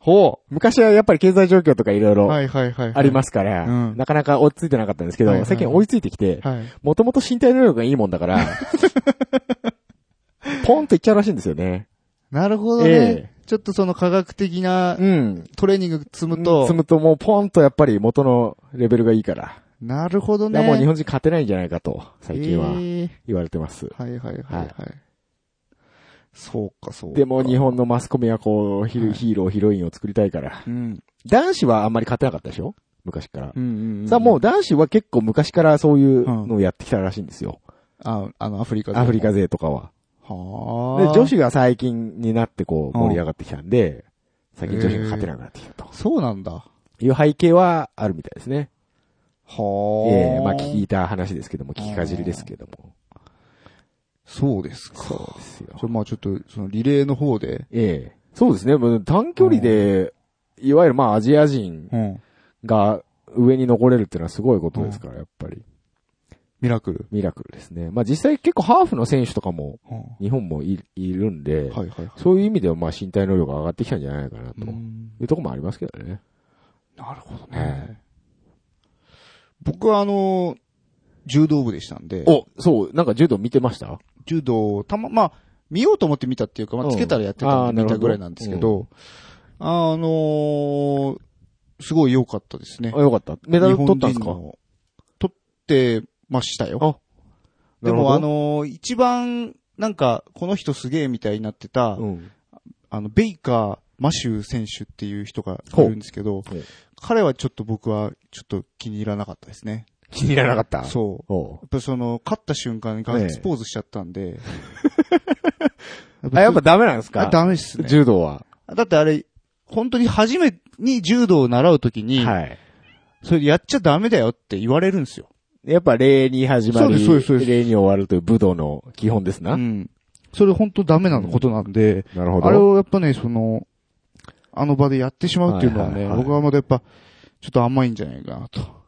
F: ほ。
B: 昔はやっぱり経済状況とかいろいうろ
F: はいはいはいはい。
B: ありますから、
F: うん
B: なかなか追いついてなかったんですけど、
F: はいはい
B: 最近追いついてきて、
F: はい。
B: もともと身体能力がいいもんだ *laughs* から、ポンといっちゃうらしいんですよね。
F: なるほど
B: え
F: ね。ちょっとその科学的な
B: うん。
F: トレーニング積む
B: 積
F: と、
B: むともうポンとやっぱり元のレベルがいいから。
F: なるほど
B: だか
F: ね。
B: らもう日本人勝てないんじゃないかと、最近は
F: ええ
B: 言われてます。
F: はいはいはいはい。そうかそうか。
B: でも日本のマスコミはこう、ヒルヒーロー、ヒロインを作りたいから。
F: うん。
B: 男子はあんまり勝てなかったでしょ昔から
F: う。んうんうん。
B: さあもう男子は結構昔からそういうのをやってきたらしいんですよ。
F: あ、あの、アフリカでも
B: アフリカ勢とかは。で、
F: はあ。
B: 女子が最近になってこう盛り上がってきたんで、最近女子が勝てなくなってきたと
F: そうなんだ。は
B: いう背景はあるみたいですね。
F: あ。
B: ええまあ聞いた話ですけども、聞きかじりですけども。
F: そうですか。
B: そうですよ
F: そ。れまあちょっと、そのリレーの方で。
B: ええそうですね。もう短距離で、いわゆるまあアジア人
F: うん。
B: が上に残れるっていうのはすごいことですから、やっぱり。
F: ミラクル。
B: ミラクルですね。まあ実際結構ハーフの選手とかも、
F: うん。
B: 日本もいいるんで、
F: はいはいはい。
B: そういう意味ではまあ身体能力が上がってきたんじゃないかなと。
F: う
B: い
F: ん
B: うとこもありますけどね。
F: なるほど
B: え
F: ね。僕はあの、柔道部でしたんで、
B: お、そう、なんか柔道見てました
F: 柔道をたま、まあ、見ようと思って見たっていうか、ま
B: う
F: あ、
B: ん
F: つけたらやってた
B: あー
F: んで
B: なるほ
F: 見
B: ど
F: たぐらいなんですけど、あのー、すごい良かったですね
B: あ、。よかった。メダル取ったんです
F: 日
B: か
F: 本人の取ってましたよ。
B: あ
F: で
B: な
F: もあ
B: るほ
F: のー、一番、なんか、この人すげえみたいになってた、
B: どうん。
F: あの、ベイカー・マシュー選手っていう人がいるんですけど
B: ほう、
F: 彼はちょっと僕は、ちょっと気に入らなかったですね。
B: 気に入らなかった。う。
F: そう。
B: おう
F: やっぱその、勝った瞬間にガッツポーズしちゃったんで。
B: あ、やっぱダメなんです
F: あ、
B: か
F: ダメっすね。
B: 柔道は。
F: だってあれ、本当に初めに柔道を習うときに、
B: はい。
F: それでやっちゃダメだよって言われるんですよ。
B: やっぱ礼に始ま
F: そうです
B: り、
F: そうですそうです
B: 礼に終わるという武道の基本ですな。
F: うん。それ本当ダメなことなんで、
B: なるほど。
F: あれをやっぱね、その、あの場でやってしまうっていうのはね、
B: はいはいはい
F: 僕はまだやっぱ、ちょっと甘いんじゃないかなと。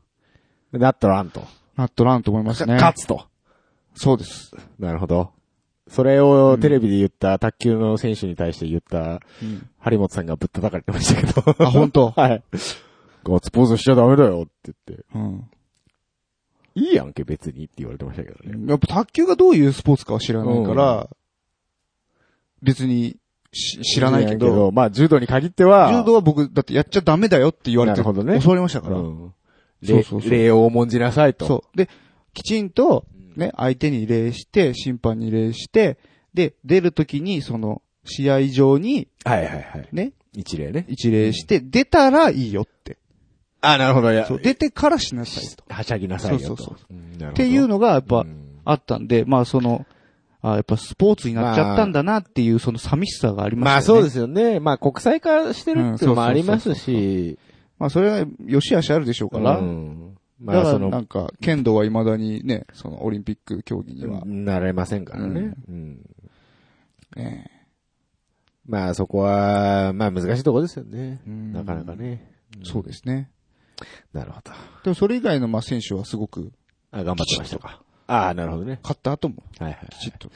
B: なったらあんと。
F: なっとらんと思いますね。
B: 勝つと。
F: そうです。
B: なるほど。それをテレビで言った、卓球の選手に対して言った、
F: うん
B: 張本さんがぶったたかれてましたけど。
F: あ本当
B: *laughs* はい。ガッツポーズしちゃダメだよって言って。
F: うん。
B: いいやんけ別にって言われてましたけどね。
F: やっぱ卓球がどういうスポーツかは知らないから、別にし知らないけ
B: 知ら
F: ど、、
B: まあ柔道に限っては、
F: 柔道は僕、だってやっちゃダメだよって言われ
B: な
F: て、
B: るほどね
F: 教わりましたから。
B: うん。
F: そうそうそう
B: 礼礼を重んじなさいと。
F: そう。で、きちんと、ね、相手に礼して、審判に礼して、で、出るときに、その、試合場に、
B: はいはいはい。
F: ね、
B: 一礼ね。
F: 一礼して、出たらいいよって。
B: あ、なるほど。いや
F: そう、出てからしなさいと。
B: はしゃぎなさいよと。
F: そうそうそ
B: うんなるほど
F: っていうのが、やっ
B: う
F: ぱ、
B: ん
F: あったんで、まあ、その、あやっぱスポーツになっちゃったんだなっていう、その寂しさがありましたね。。
B: まあそうですすよね。まあ国際化してるっていうのもありますし。
F: まあ、それは、よしあしあるでしょうから。
B: うんま
F: だ
B: あ
F: か
B: そ
F: ら、
B: の
F: な、んか、剣道は未だにね、その、オリンピック競技には、
B: なれませんからね。うん
F: ね、
B: まあそこは、まあ難しいとこですよね。
F: うん
B: なかなかね。
F: そうですね。
B: なるほど。
F: でも、それ以外の、まあ、選手はすごく、
B: あ、頑張ってましたか。ああ、なるほどね。
F: 勝った後も、
B: はいはい。
F: きちっと。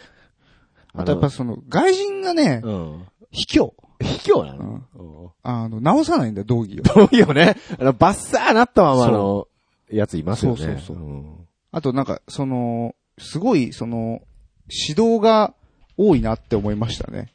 B: あ
F: あとやっぱその、外人がね、
B: の、うん。
F: 卑怯。
B: 卑怯な
F: う
B: の
F: ん
B: おう
F: あの、直さないんだよ、道義を。
B: 遠いよね。あの、バッサーなったままの、やついますよね。
F: そうそうそう
B: うん
F: あとなんか、その、すごい、その、指導が多いなって思いましたね。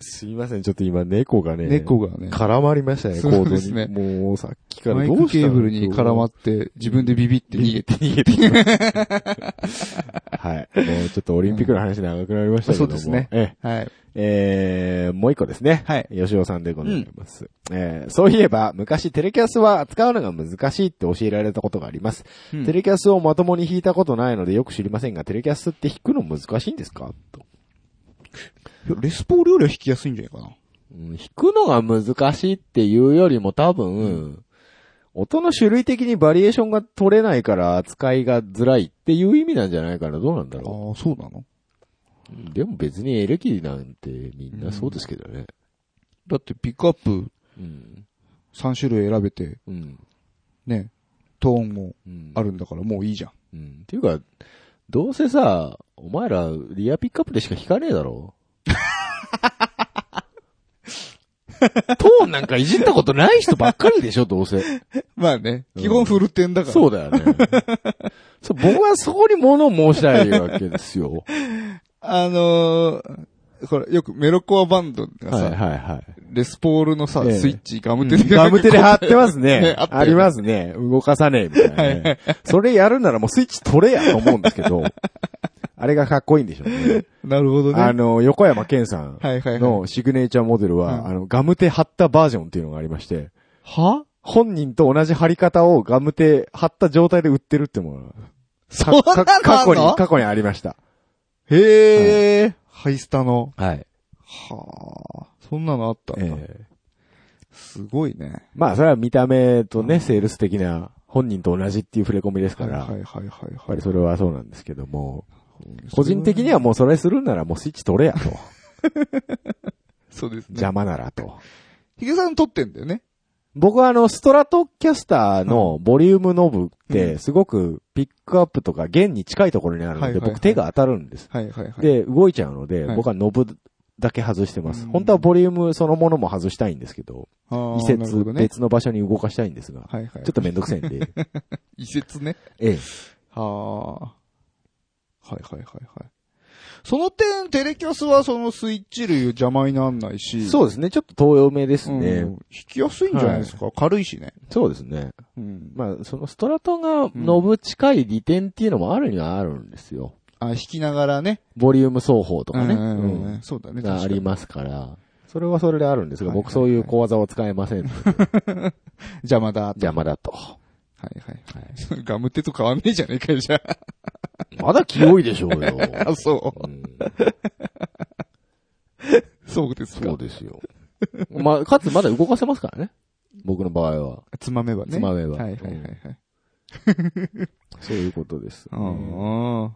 B: すいません、ちょっと今猫がね、
F: 猫がね、
B: 絡まりましたね、コー
F: そう
B: ド
F: で
B: に。
F: すね
B: もうさっきから
F: マイ
B: どうしたの
F: クケーブルに絡まって、自分でビビって逃げて。
B: 逃げてきました。 *laughs* はい。もうちょっとオリンピックの話長くなりましたけども。
F: そうですね
B: ええ
F: はい。
B: えー、もう一個ですね。
F: はい
B: 吉尾さんでございます。えー、そういえば、昔テレキャスは扱うのが難しいって教えられたことがあります。
F: うん
B: テレキャスをまともに弾いたことないのでよく知りませんが、テレキャスって弾くの難しいんですかと、
F: レスポールよりは弾きやすいんじゃないかな。
B: うん弾くのが難しいっていうよりも多分、音の種類的にバリエーションが取れないから扱いが辛いっていう意味なんじゃないかな。どうなんだろう。
F: ああ、そうなの
B: でも別にエレキなんてみんなそうですけどね。
F: だってピックアップ
B: うん。
F: 3種類選べて、
B: うん。
F: ね、トーンも
B: うん。
F: あるんだからもういいじゃん。
B: うん。っていうか、どうせさ、お前らリアピックアップでしか弾かねえだ *laughs* ろ。トーンなんかいじったことない人ばっかりでしょ、どうせ。
F: まあね、基本フルテン *laughs* だから。
B: そうだよね。そう僕はそこに物を申したいわけです
F: *laughs*
B: よ。
F: あのー、これよくメロコアバンドが
B: はい
F: さ、
B: はいはい。
F: レスポールのさ、
B: ええ
F: スイッチガムテで、
B: ガムテで貼ってますね
F: *laughs* ね。あったよ
B: ありますね。動かさねえみたいなね。それやるならもうスイッチ取れやと思うんですけ
F: *laughs*
B: ど、あれがかっこいいんでしょうね。
F: なるほどね。
B: あの、横山健さん
F: はいはいはい。
B: のシグネチャーモデル
F: うん
B: は、あの、ガムテ貼ったバージョンっていうのがありまして、
F: は
B: 本人と同じ貼り方をガムテ貼った状態で売ってるってものが
F: そんなのあんの
B: か過去に、過去にありました。
F: へえ、ハイスタの。
B: はい。
F: はあ、そんなのあった
B: え
F: んだ。
B: え
F: すごいね。
B: まあ、それは見た目とね、セールス的な、本人と同じっていう触れ込みですか
F: はい
B: ら、
F: は
B: や
F: い
B: っ
F: はいはい
B: ぱ
F: は
B: り
F: い。
B: それはそうなんですけども、個人的にはもうそれするならもうスイッチ取れやと。
F: そうですね。
B: 邪魔ならと。
F: ヒゲさん撮ってんだよね。
B: 僕はあの、ストラトキャスターのボリュームノブって、すごくピックアップとか弦に近いところにある
F: は
B: ので、
F: いはいはい
B: 僕手が当たるんです。
F: はいはいはい。
B: で、動いちゃうので、
F: はい
B: 僕はノブだけ外してます。
F: うん
B: 本当はボリュームそのものも外したいんですけど、
F: あー、
B: 移
F: なる
B: 設
F: ほどね。
B: 別の場所に動かしたいんですが、
F: はいはい。
B: ちょっとめんどくさいん
F: *laughs*
B: で、
F: 移設ね。
B: ええ。
F: はあ。はいはいはいはい。その点、テレキャスはそのスイッチ類を邪魔になんないし。
B: そうですね。ちょっと遠用めですね。
F: うん弾きやすいんじゃないですか。軽いしね。
B: そうですね。
F: うん。
B: まあ、そのストラトがノブ近い利点っていうのもあるにはあるんですよ。
F: あ、弾きながらね。
B: ボリューム奏法とかね。
F: うんうんうん
B: うん
F: そうだね。
B: があ
F: 確か
B: り
F: に
B: ますから。それはそれであるんですが、
F: はいはいはい
B: 僕そういう小技を使えませんので。
F: 邪魔だ。
B: 邪魔だと。
F: はいはい。 *laughs* ガムテと変わんねえじゃねえかよ、じゃあ。
B: まだ清いでしょうよ。
F: あ、そ
B: うん
F: う。そうです
B: そ
F: か
B: う。ですよ。まあ、かつまだ動かせますからね。僕の場合は。
F: つまめばね。
B: つまめば
F: はいはいはいはい。
B: そういうことです。
F: うん。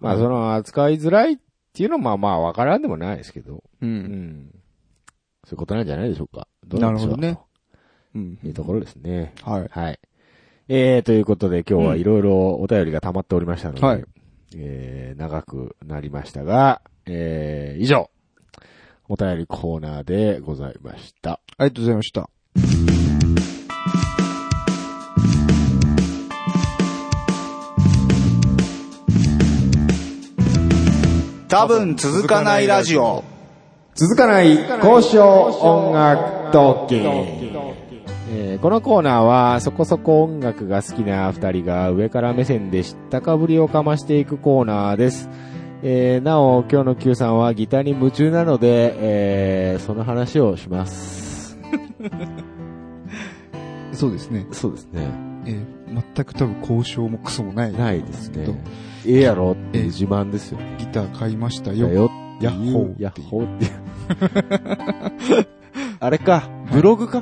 B: まあ、その扱いづらいっていうのはまあまあわからんでもないですけど。う
F: う。
B: んん。そういうことなんじゃないでしょうか。どうなんでしょう
F: なるほうん
B: というところですね。
F: はい。
B: はい。えー、ということで今日はいろいろお便りが溜まっておりましたので、
F: はい
B: えー、長くなりましたが、えー、以上、お便りコーナーでございました。
F: ありがとうございました。
G: 多分続かないラジオ
B: 続かない交渉音楽トーえーこのコーナーはそこそこ音楽が好きな二人が上から目線で知ったかぶりをかましていくコーナーです。えーなお、今日の Q さんはギターに夢中なので、えーその話をします。
F: そうですね。
B: そうですね。
F: えー、全く多分交渉もクソもない。
B: ないですね
F: どう。
B: ええやろっていう自慢ですよ。
F: ギター買いました
B: だ
F: よ。
B: よ。
F: ヤッホー
B: ヤッホーっていう。 *laughs* あれか、ブログか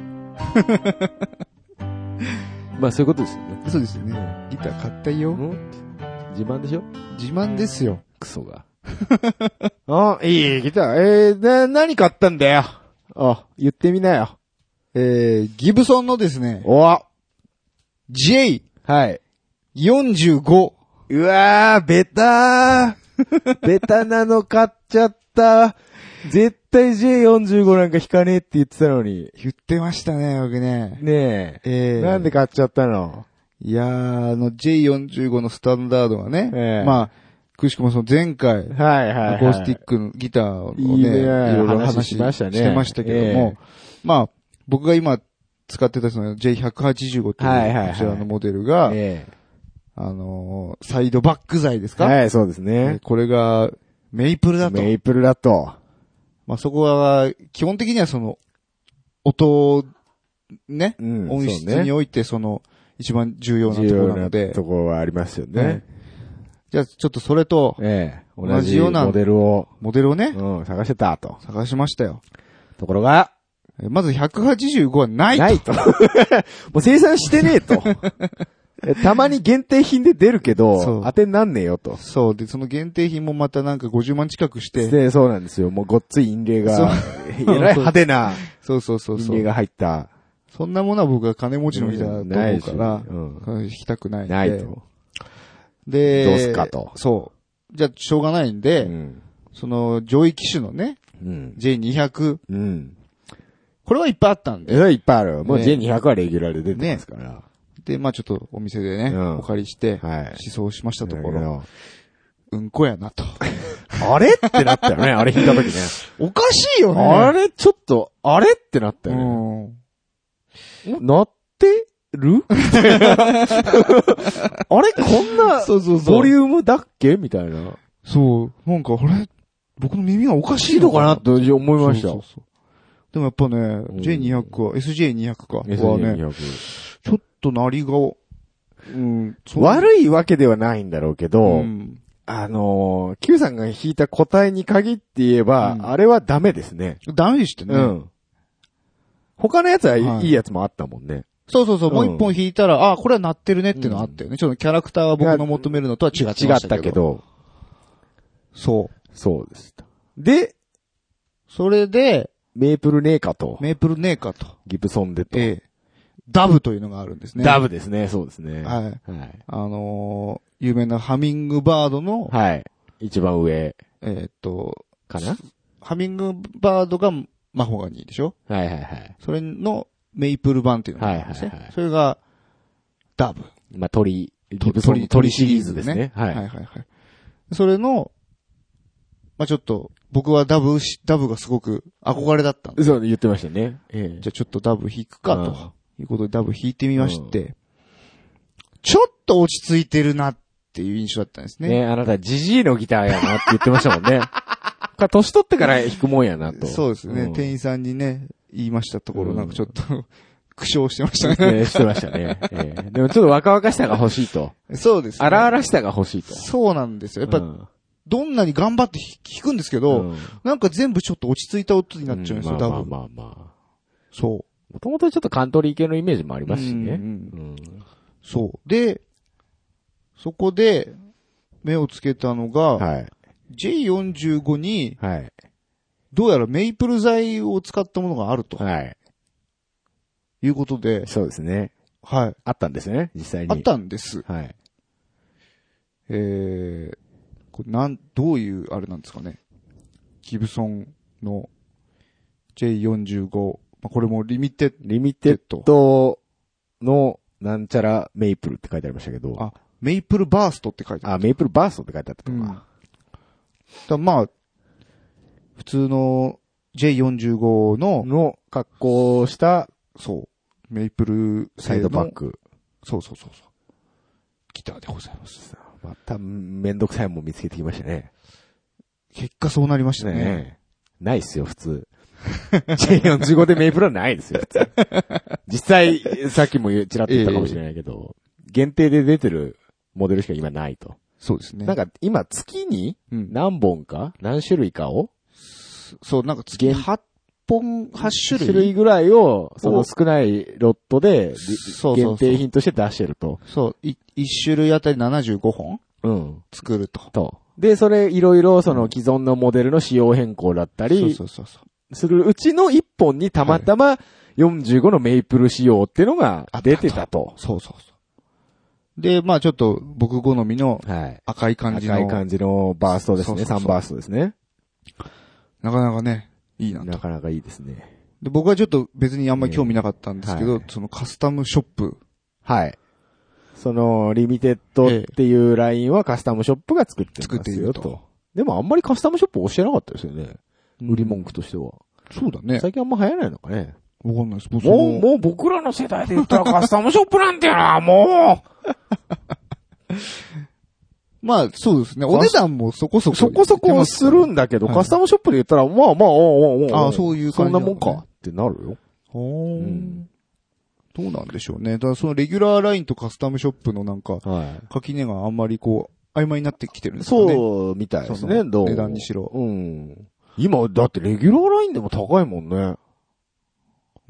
B: *laughs* まあそういうことですよね。
F: そうですよね。ギター買ったよ。
B: 自慢でしょ
F: 自慢ですよ。
B: クソが。 *laughs* あ、いい、ギター。えー、な、何買ったんだよ。あ、言ってみなよ。
F: えー、ギブソンのですね、
B: おはい。
F: J45。
B: うわー、ベター。ベタなの買っちゃった。絶対 J45 なんか弾かねえって言ってたのに。
F: 言ってましたね、僕ね。
B: ねえ。
F: えー、
B: なんで買っちゃったの
F: いやー、あの J45 のスタンダードがね、
B: ええ
F: まあ、くしくもその前回、
B: はいはい、
F: アコースティックのギターを
B: いい
F: ね、
B: ね
F: いろいろ話
B: 話しましたね
F: してましたけども
B: え、
F: まあ、僕が今使ってたその J185 と
B: はいはいはい
F: いうこちらのモデルが、
B: え
F: あのーサイドバック材です
B: え
F: か、
B: はい、そうですね。
F: これがメイプルだと。
B: メイプルだと。
F: まあそこは、基本的にはその、音をね、
B: うん
F: 音質
B: そうね
F: においてその、一番重要な
B: 重
F: とこ
B: 要
F: ろな
B: な
F: ので、
B: ところはありますよね。
F: じゃあちょっとそれと、
B: ええ同
F: 同
B: じ
F: じ
B: よ
F: よ
B: う
F: う
B: な
F: な
B: モデルを、
F: モデルをね、
B: うん、探してたと。
F: 探しましたよ。
B: ところが、
F: えまず185はないと
B: ないと。も *laughs* う生産してねえ
F: *laughs*
B: と。えたまに限定品で出るけ
F: そ
B: ど
F: う、
B: 当てになんねえよと。
F: そう。で、その限定品もまたなんか50万近くして、
B: で、そうなんですよ。もうごっつい印例が、 *laughs* えらい派手な
F: そうそうそう
B: 印
F: *laughs* そ
B: 例
F: う。
B: が入った。
F: そんなものは僕は金持ちの日だと思う
B: ないし
F: から、
B: うん
F: 引きたくないんで。
B: ないと。
F: で、
B: どうすかと
F: そう。じゃあ、しょうがないんで、
B: うん。
F: その、上位機種のね、
B: うん。
F: J200、
B: うん。
F: これはいっぱいあったん
B: え
F: で、
B: らいいっぱいある。もう
F: ね
B: J200 はレギュラーで出てますから。
F: で、まあちょっとお店でね、
B: うん
F: お借りして、
B: はい
F: 試奏しましたとこ
B: だけ
F: ろ、
B: ど
F: うんこやなと。
B: あれってなったよね。あれ弾いた時ね。
F: *laughs* おかしいよね。
B: あれちょっと、あれってなった
F: う
B: よね。
F: ん。
B: なってるあれこんな、
F: *laughs* そうそうそう。
B: ボリュームだっけみたいな。
F: そう。なんか、あれ、僕の耳がおかし
B: い
F: い
B: いの
F: の
B: か
F: かな
B: な
F: と
B: って思いました
F: そう。そうそうでもやっぱね、J200 か、SJ200 か、はね、ちょっとなりが、うん、い、
B: 悪いわけではないんだろうけど、
F: うん、
B: あのー、Q さんが弾いた答えに限って言えば、
F: うん
B: あれはダメですね。
F: ダメでしたね。
B: うん。他のやつはいい,、
F: はい
B: い、やつもあったもんね。
F: そうそうそう、もう
B: うん
F: 一本弾いたら、ああ、これは鳴ってるねっていうのはあったよね。ちょっとキャラクターは僕の求めるのとは違
B: 違
F: っ
B: って
F: ましたた
B: け
F: けど。
B: ど。
F: そう。
B: そうです。で、
F: それで、
B: メープルねえかと。
F: メープルネーカーと、
B: ギブソンでと。
F: ええ、ダブというのがあるんですね。
B: ダブですね、そうですね。。
F: はいい。
B: はい。
F: あのー有名なハミングバードの、
B: はい。一番上
F: えーっと、
B: かな
F: ハミングバードがマホガニーでしょ
B: はいはいはい。
F: それのメイプル版っていうのがあるんですね。
B: はいはいはい
F: それが、ダブ。
B: まあ、鳥、ギブソン
F: 鳥
B: の鳥シリーズですね。
F: は
B: はいい。
F: はいはいはい。それの、まあ、ちょっと、僕はダブし、ダブがすごく憧れだったんで、
B: そう、言ってましたね。え
F: じゃあちょっとダブ弾くか
B: うん
F: と、いうことでダブ弾いてみまして、ちょっと落ち着いてるなっていう印象だったんです
B: え。
F: ね。
B: ねあなた、ジジイのギターやなって言ってました
F: *laughs*
B: もんね。これ年取ってから弾くもんやなと。
F: そうですね、
B: ん
F: 店員さんにね、言いましたところ、
B: うん
F: なんかちょっと、 *laughs* 苦笑してましたね。
B: ねしてましたね。ええでもちょっと若々しさが欲しい
F: *laughs*
B: と。
F: そうです、ね。
B: 荒々しさが欲しいと。
F: そうなんですよ。やっぱ、
B: うん
F: どんなに頑張って弾くんですけど、
B: うん
F: なんか全部ちょっと落ち着いた音になっちゃうんですよ、
B: ま
F: ダ
B: あ
F: ブ。
B: まあまあまあ。
F: そう。
B: もともとちょっとカントリー系のイメージもありますしね。
F: うん
B: うん
F: そう。で、そこで、目をつけたのが、
B: はい。
F: J45 に、
B: はい。
F: どうやらメイプル材を使ったものがあると
B: はい。
F: いうことで、
B: そうですね。
F: はい、
B: あったんですね、実際に。
F: あったんです。
B: はい。
F: えー、これなん、どういうあれなんですかね。ギブソンの J45、まあ、これもリミテッ
B: リミテッドのなんちゃらメイプルって書いてありましたけど。
F: あメイプルバーストって書いてある。
B: あ、メイプルバーストって書いてあったと
F: うん
B: か。
F: だまあ、普通の J45 の、
B: の格好をした
F: そう、メイプル
B: サイドバック。
F: そうそうそうそう。ギターでございます。
B: まためんどくさいもん見つけてきましたね。
F: 結果そうなりましたね。
B: ねえないっすよ、普通。J45 でメイプルはないですよ、普通。実際、さっきも言うちらっと言ったかもしれないけど、限定で出てるモデルしか今ないと。
F: そうですね。
B: なん、か今月に
F: うん、
B: 何本か、何種類かを
F: そう、なんか月8本、8種類
B: 種類ぐらいを、その
F: お
B: 少ないロットで、り
F: そうそうそう
B: 限定品として出してると。
F: そう、い1種類あたり75本
B: うん。
F: 作ると。
B: と。で、それ、いろいろ、その既存のモデルの仕様変更だった
F: そう
B: り
F: そ、うそうそう。
B: するうちの1本にたまたま45のメイプル仕様っていうのが出てたと。
F: そうそうそう。で、まあちょっと僕好みの
B: はい。
F: 赤い感じの、
B: 赤い感じのバーストです
F: そう
B: ね。
F: そうそう
B: 3バーストですね。
F: なかなかね、いいな
B: な
F: と。
B: かなかいいですね。
F: で、僕はちょっと別にあんまり興味なかったんですけ
B: ええ
F: ど、
B: はい
F: そのカスタムショップ
B: はい。その、リミテッドっていうラインはカスタムショップが作って
F: 作っ
B: ま
F: て
B: す
F: い
B: よ
F: る
B: と。
F: と
B: でもあんまりカスタムショップ教えなかったですよね。売り文句としては。
F: そうだね。
B: 最近あんま流行らないのかね。
F: わかんないです。もうその
B: もう、もう僕らの世代で言ったらカスタムショップなんてのはも
F: *laughs* まあ、そうですね。お値段もそこそこ。
B: う、そこそこするんだけど、
F: はい
B: カスタムショップで言ったら、まあまあ、おうおうおうお
F: あそういう
B: そ
F: 感
B: ん
F: じ
B: な
F: なのね
B: もんかってなるよ。
F: ほー
B: うん
F: どうなんでしょうね。だからそのレギュラーラインとカスタムショップのなんか、
B: は
F: 垣根があんまりこう、曖昧になってきてるん
B: い。
F: ですかね。う。
B: そう、みたいです
F: そ
B: ね、
F: の
B: どうも
F: 値段にしろ
B: うん。今、だってレギュラーラインでも高いもんね。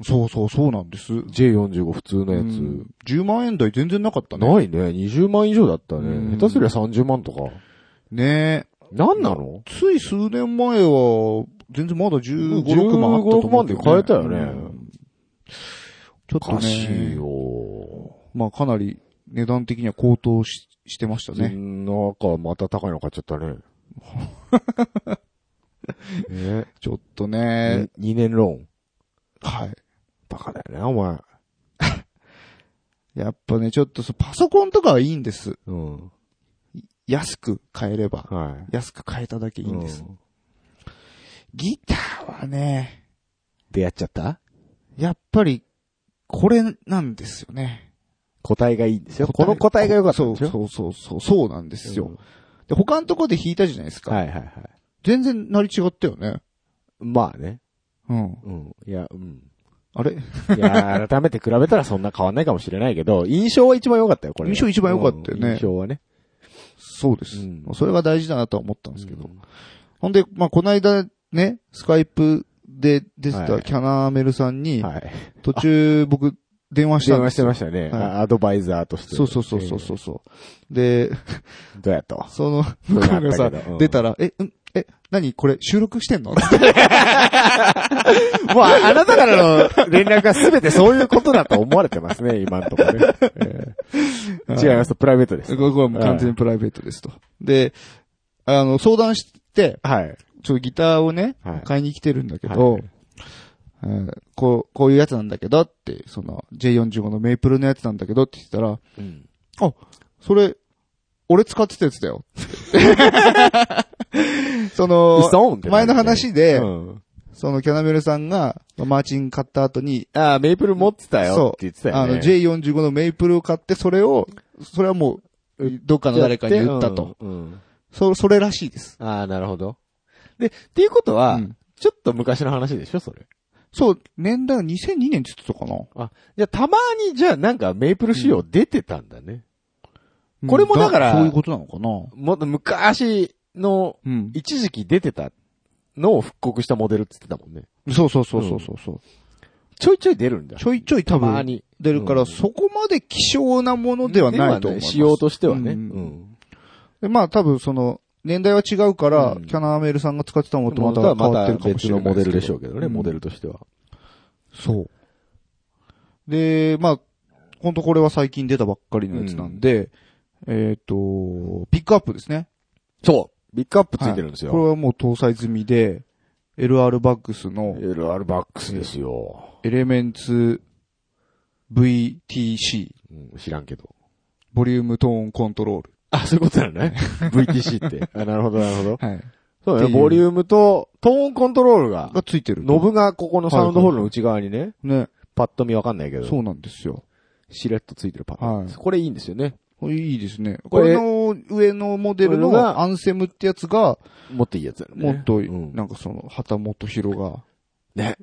F: そうそう、そうなんです。
B: J45 普通のや
F: う
B: つ
F: ん。10万円台全然なかったね。
B: ないね。20万以上だった
F: う
B: ね。
F: ん
B: 下手すりゃ30万とか。
F: ねえ。
B: なんなの
F: つい数年前は、全然まだ15、6万あったと思うけど、
B: 15 16万で買えたよね
F: うんち
B: お
F: ょっと
B: かしい
F: ね、
B: よ。
F: まあかなり値段的には高騰ししてました
B: な
F: ね。
B: んか、また高いの買っちゃった
F: *laughs*
B: ね。ね
F: ちょっとね、
B: 2年ローン。
F: はい。
B: バカだよね、お前。
F: やっぱね、ちょっとそうパソコンとかはいいんです。
B: うん。
F: 安く買えれば。
B: は
F: 安く買えただけ
B: い。
F: いいんです。
B: う。
F: ギターはね、
B: 出会っちゃった
F: やっぱり、これなんですよね。
B: 個体がいいんですよ。この個体が良かったんでしょ
F: そうそうそうそう、そうなんですよ。
B: うん
F: で、他のところで弾いたじゃないですか。
B: はいはいはい。
F: 全然なり違ったよね。
B: まあね。
F: うん。
B: うん。いや、うん。
F: あれ
B: いや、
F: *laughs*
B: 改めて比べたらそんな変わんないかもしれないけど、印象は一番良かったよ、これ。
F: 印象一番良かったよね
B: うん印象はね。
F: そうです、
B: うん
F: それが大事だなとは思ったんですけど。
B: うん
F: ほんで、まあ、この間ね、スカイプで出て
B: は
F: た
B: い
F: キャナーメルさんに、
B: はい。
F: 途中僕、電話した
B: 電
F: んで
B: 話し
F: す
B: て
F: よ。
B: ましたね。
F: はい
B: あアドバイザーとして。
F: そうそうそうそうそうそう。で、
B: うん。どうやと。
F: その、向こうが
B: そ
F: さ
B: うだったけどう、ん
F: 出たら、え、うん、え、何これ収録してんの *laughs*
B: もう、あなたからの連絡が全てそういうことだと思われてますね、 *laughs* 今んとこね。えー違います、プライベートです。
F: これこれはもう完全にプライベートですと。で、あの、相談して、
B: はい。
F: ちょっとギターをね、
B: はい
F: 買いに来てるんだけど、
B: はい
F: えーこう、こういうやつなんだけどって、その J45 のメイプルのやつなんだけどって言ったら、
B: うん
F: あ、それ、俺使ってたやつだよ
B: *laughs*
F: って。その、
B: 嘘ってなる
F: 前の話で、
B: うん
F: そのキャナメルさんが、マーチン買った後に、
B: ああ、メイプル持ってたよって言ってたよ
F: あ
B: ね。
F: の J45 のメイプルを買って、それを、それはもう、どっかの誰かに売ったと。
B: うん。うん
F: そ、それらしいです。
B: ああ、なるほど。で、っていうことは
F: うん、
B: ちょっと昔の話でしょ、それ。
F: そう、年代は2002年って言ってたかな
B: あ、じゃあたまに、じゃあなんかメイプル仕様出てたんだね。これもだから
F: そういうことなのかな
B: もっと昔の、
F: うん。
B: 一時期出てたのを復刻したモデルって言ってたもんね。
F: そうそうそうそうそう。う
B: ちょいちょい出るんだよ
F: ちょいちょい多
B: たま
F: 分
B: に。
F: 出るから、そこまで希少なものではないと思い
B: ね
F: ます。
B: 仕様としてはね。う
F: うん
B: ん。
F: でまあ多分その、年代は違うから、
B: うん
F: キャナーメールさんが使ってたものとま
B: 元
F: た
B: は
F: 変わってるかも
B: 別
F: しれな
B: のモ
F: い
B: デル
F: け
B: で
F: ど
B: しょうけどね、
F: うん
B: モデルとしては。
F: そう。で、まあ、ほんとこれは最近出たばっかりのやつなんで、えっ、と、ピックアップですね。
B: そう。ビッグアップついてるんですよ。
F: これはもう搭載済みで、LR バックスの
B: LR バックスですよ。
F: エレメンツ VTC、
B: うん知らんけど。
F: ボリュームトーンコントロール。
B: あ、そういうことなの *laughs* ね。VTC って。あ、なるほど、なるほど。
F: はい。
B: そうだ
F: って
B: ね。
F: いう
B: ボリュームと、トーンコントロールが、
F: がついてると。
B: ノブがここのサウンドホールの内側にね、
F: ね。
B: パッと見わかんないけ
F: そ
B: ど、
F: うなんですよ。
B: しれっとついてるパターンです。
F: は
B: これいいんですよね。
F: これいいですね。
B: こ
F: こ
B: れ
F: れの上のモデル
B: これが
F: のアンセムってやつが、
B: もっといいやつだよね。
F: もっと、
B: うん
F: なんかその、旗本博が、
B: ね。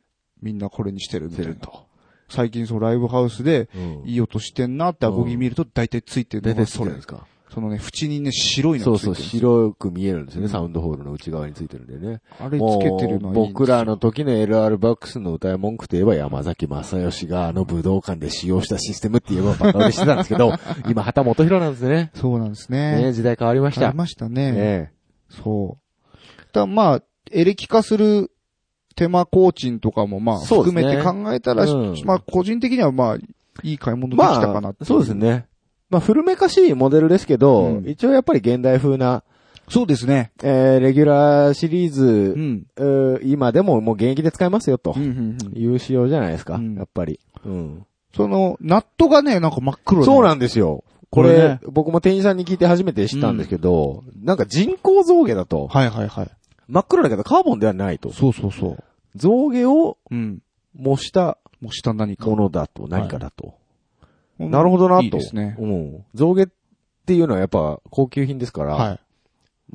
F: みんなこれにしてるみたいな。
B: と。
F: 最近そのライブハウスで、
B: うん
F: いい音してんなってアコギ見ると大体ついてる
B: 出
F: の
B: て
F: が
B: そ
F: そうれ
B: で。すか。
F: そのね、縁にね、白いの
B: そ
F: が
B: う
F: ついて
B: そ
F: るん
B: う、
F: ですよ。
B: 白く見えるんですよね、
F: うん
B: サウンドホールの内側についてるんでね。
F: あれつけてるのはいいんですよ
B: もう僕らの時の LR バックスの歌い文句といえば山崎正義があの武道館で使用したシステムって言えばバカ売れしてたんです *laughs* けど、今旗本博なんですね。
F: そうなんです
B: ね
F: ね。
B: 時代変わりまし
F: あ
B: た。
F: りましたね。
B: ね
F: そう。ただまあ、エレキ化する手間工賃とかもまあ、
B: そうで
F: 含
B: すね
F: めて考えたら、
B: うん
F: まあ個人的にはまあ、いい買い物できたかな
B: ま
F: って
B: あ、
F: い
B: そうです。ね。まあ、古めかしいモデルですけど、
F: うん
B: 一応やっぱり現代風な、
F: そうですね。
B: えー、レギュラーシリー
F: う
B: ズ、
F: ん。
B: うー今でももう現役で使えますよと
F: うんう。んうん
B: いう仕様じゃないですか、
F: うん
B: やっぱり。うん。
F: その、ナットがね、なんか真っ黒
B: そうなんんですよ。こ
F: これ
B: れ
F: ね、
B: 僕も店員さんに聞いて初めて知ったんですけど、なんか人工造毛だと、
F: はいはいはい。
B: 真っ黒だけどカーボンではないと。
F: そうそうそう。
B: 造毛を
F: うん。
B: 模した
F: もう下何か
B: も。のだと、何かだと。
F: うん
B: なるほどなと。
F: いいですね。
B: うん。造毛っていうのはやっぱ高級品ですから、
F: はい。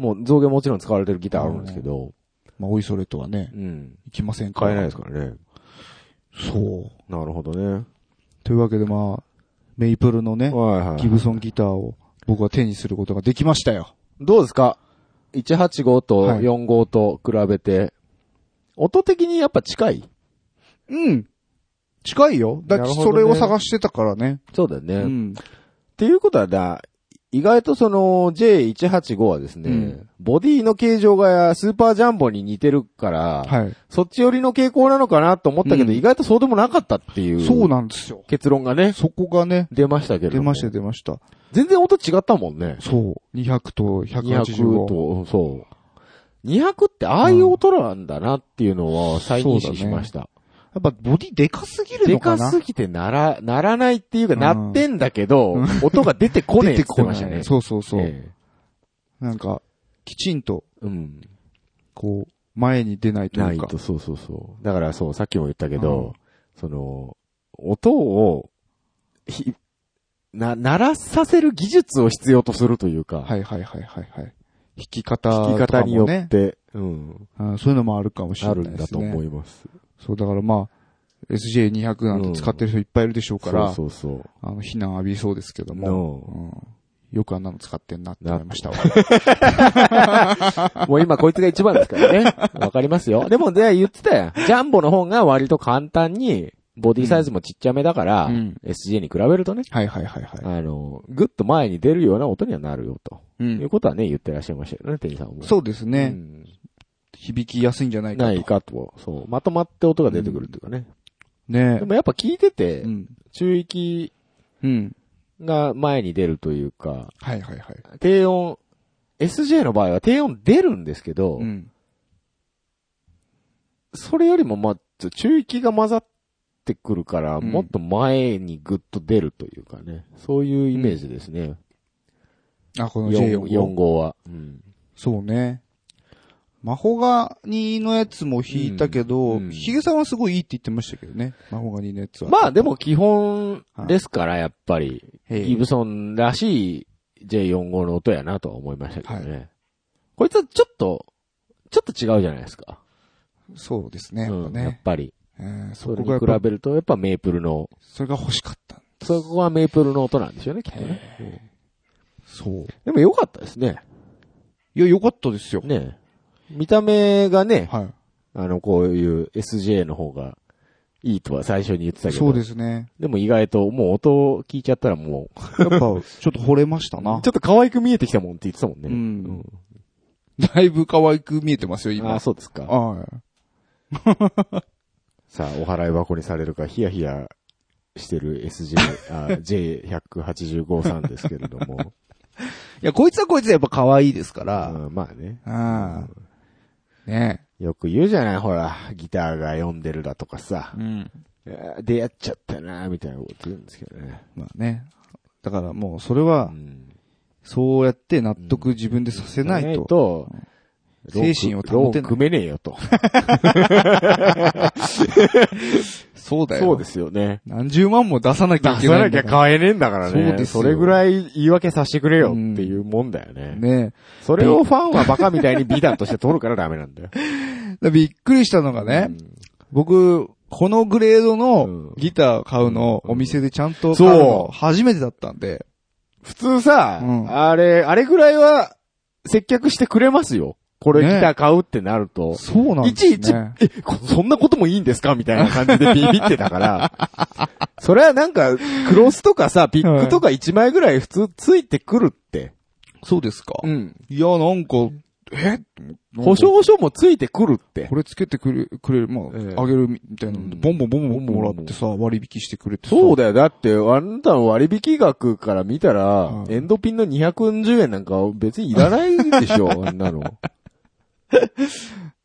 B: もう造毛もちろん使われてるギターあるんですけど、
F: まあ、おいそれとはね
B: う、ん。
F: いきませんか
B: 買
F: ら。
B: えないですからね。
F: そう。
B: なるほどね。
F: というわけでまあ、メイプルのね、
B: はいは
F: ギブソンギターを僕は手にすることができましたよ。
B: どうですか ?185 と
F: はい
B: 45と比べて、音的にやっぱ近い
F: うん。近いよ。だって
B: なるほ
F: そ
B: どね
F: れを探してたからね。
B: そうだよね。
F: う
B: っ
F: ん。
B: ていうことはだ、意外とその J185 はですね、
F: うん
B: ボディの形状がスーパージャンボに似てるから、
F: はい。
B: そっち寄りの傾向なのかなと思ったけど、
F: うん
B: 意外とそうでもなかったっていう。
F: そうなんですよ。
B: 結論がね、
F: そこがね、
B: 出ましたけれど
F: 出
B: も。
F: ました出ました。
B: 全然音違ったもんね。
F: そう。200と
B: 200
F: 185。
B: と、そう。200ってああいう音なんだなっていうのは再認識しました。
F: やっぱボディでかすぎる
B: で
F: のか
B: か
F: な
B: すぎてなら、ならないっていうか、
F: うん
B: なってんだけど、音が出てこねえって言ってましたね。
F: そうそうそう。
B: え
F: なんか、きちんと、
B: えうん。
F: こう、前に出ないと
B: ないいう
F: か。
B: と、そうそうそう。だからそう、さっきも言ったけど、その、音を、ひ、な、鳴らさせる技術を必要とするというか、
F: はいはいはいはいはい。弾き方
B: 弾き
F: と
B: 方
F: か
B: によっ
F: もね。
B: て、うん、
F: うんそういうのもあるかもしれ
B: あ
F: ない
B: る
F: ですね。
B: んだと思います。
F: そう、だからまあ、SJ200 なんて使ってる人いっぱいいるでしょうから、
B: そうそうそう。
F: あの、避難浴びそうですけど
B: の
F: も、うん、よくあんなの使ってんなって思いましたわ。
B: もう今こいつが一番ですから
F: *laughs*
B: ね。わかりますよ。でもね、言ってたよ。ジャンボの方が割と簡単に、ボディサイズもちっちゃめだから、
F: うん
B: SJ に比べるとね、
F: *laughs* はいはいはいはい。
B: あの、ぐっと前に出るような音にはなるよ、と、
F: う、
B: いうんことはね、言ってらっしゃいましたよね、店員さんも。
F: そうです
B: う
F: ね、
B: ん
F: 響きやすいんじゃないかと。
B: ないかと。そう。まとまって音が出てくるっていうかね。
F: ね
B: でもやっぱ聞いてて
F: う、ん。
B: 中域
F: うん。
B: が前に出るというか、
F: はいはいはい。
B: 低音、SJ の場合は低音出るんですけど、
F: うん。
B: それよりもまあ、ちょ中域が混ざってくるから、
F: うん
B: もっと前にグッと出るというかね、そういうイメージですね。
F: あ、この
B: 4
F: J45。
B: 号は。うん
F: そうね。マホガニのやつも弾いたけど、
B: うんうん
F: ヒゲさんはすごいいいって言ってましたけどね。マホガニのやつは。
B: まあでも基本ですから、やっぱり、
F: へえ
B: ギブソンらしい J4 号の音やなとは思いましたけどね。こいつはちょっと、ちょっと違うじゃないですか。
F: そうですね、やっぱ
B: うんやっ
F: ね。
B: ぱり。
F: うん、そ
B: そ
F: こ
B: れ
F: がや
B: に比
F: っぱ
B: べると、やっぱメープルの、
F: それが欲しかった。
B: そこはメープルの音なんですよね、きっとね。
F: そう。
B: でも良かったですね。
F: いや、良かったですよ。
B: ね見た目がね、
F: は
B: あの、こういう SJ の方がいいとは最初に言ってた
F: い。
B: けど。。
F: そうですすね。
B: でも意外と、もう音を聞いちゃったらもう、ち
F: やっぱ、ちょっと惚れました
B: ょ
F: な
B: っ。と可愛く見えてきたもんって言ってたもんね。
F: うんだいぶ可愛く見えてますよ、
B: うんあ
F: 今。
B: あ、そうですか。
F: はい。
B: さあ、お払い箱にされるか、ヒヤヒヤしてる SJ、あ *laughs* J185 さんですけれど *laughs* も。
F: いや、こいつはこいつでやっぱ可愛いですから。
B: うんまあね。
F: ああ。ね
B: よく言うじゃない、ほら、ギターが読んでるだとかさ
F: え。。ん。
B: いやー出会っちゃったなーみたいなこと言うんですけどね。
F: まあね。だからもう、それ
B: う
F: は、
B: ん。
F: そうやって納得自分でさせないと。
B: と、
F: 精神を保てない
B: ローン組めねえよと。
F: そうだ
B: そうですよね。
F: 何十万も出さなきゃい
B: 出
F: け
B: さ
F: ない
B: なんき
F: だ
B: ゃ
F: から。
B: 買えねえんだからね。
F: そうですよ
B: それぐらい言い訳させてくれよっていうもんだよね。
F: ね
B: それをファンはバカみたいに美談として取るからダメなんだよ。
F: え。だからびっくりしたのが *laughs* ね、僕、このグレードのギター買うの、お店でちゃんと買うの
B: そう
F: 初めてだったんで。
B: 普通さ、
F: うん
B: あれ、あれぐらいは接客してくれますよ。これギ
F: ね
B: ター買うってなると。
F: そうなん
B: い
F: です
B: ち
F: ね。
B: いち、え、こそんなこともいいんですかみたいな感じでビビってた
F: *laughs*
B: から。それはなんか、クロスとかさ、ピックとか1枚ぐらい普通ついてくるって。
F: そうですか。
B: ん。
F: いや、なんか、え
B: 保証書もついてくるって
F: こ。れつけてくれ、くれる、まあ、
B: ええ
F: あげるみたいなので
B: うん
F: ボンボンボンボンもらってさ、割引してくれてさ。
B: そうだよ。だって、あんたの割引額から見たら、
F: うん
B: エンドピンの240円なんか別にいらないでし
F: *laughs*
B: ょ、あんなの。
F: ね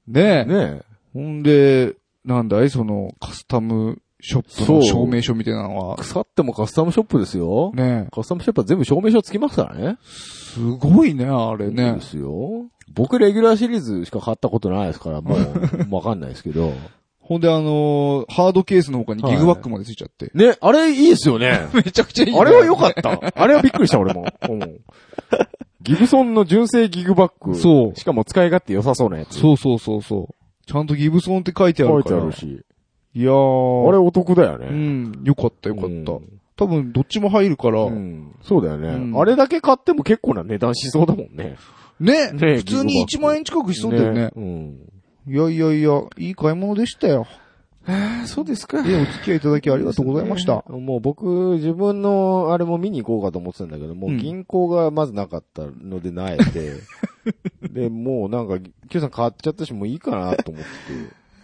F: え。
B: ねえ。
F: ほんで、なんだいその、カスタムショップ
B: そ
F: の
B: う
F: 証明書みたいなのは、
B: 腐ってもカスタムショップですよ。
F: ね
B: カスタムショップは全部証明書つきますからね。
F: すごいね、あれ
B: で
F: ね。
B: すよ。僕、レギュラーシリーズしか買ったことないですから、もう、わ *laughs* かんないですけど。
F: ほんであのーハードケースの他にギグバッグまでついちゃって。
B: ね、あれいいですよね。
F: めちゃくちゃいい、
B: あれは良かった。あれはびっくりした、俺も。うんギブソンの純正ギグバッグ。
F: そう
B: しかも使い勝手良さそうなやつ。
F: そうそうそうそう。ちゃんとギブソンって書いてあ
B: 書
F: る
B: い
F: か
B: て
F: ら。
B: あるし。
F: いやー。
B: あれお得だよ
F: う
B: ね。
F: ん、よかったよかった。
B: うん
F: 多分どっちも入るから、
B: うんそうだよね、
F: うん
B: あれだけ買っても結構な値段しそうだもんね。
F: ね
B: ね
F: 普通に
B: ギグバッ
F: 1
B: グ
F: 万円近くしそうだよね。
B: うん。
F: いやいやいや、いい買い物でしたよ。
B: そうですか。
F: いや、お付き合いいただきありがとうございました。
B: もう僕、自分の、あれも見に行こうかと思ってたんだけど、もう銀行がまずなかったので、なえて。 *laughs* で、もうなんか、Q さん買っちゃったし、もういいかなと思って。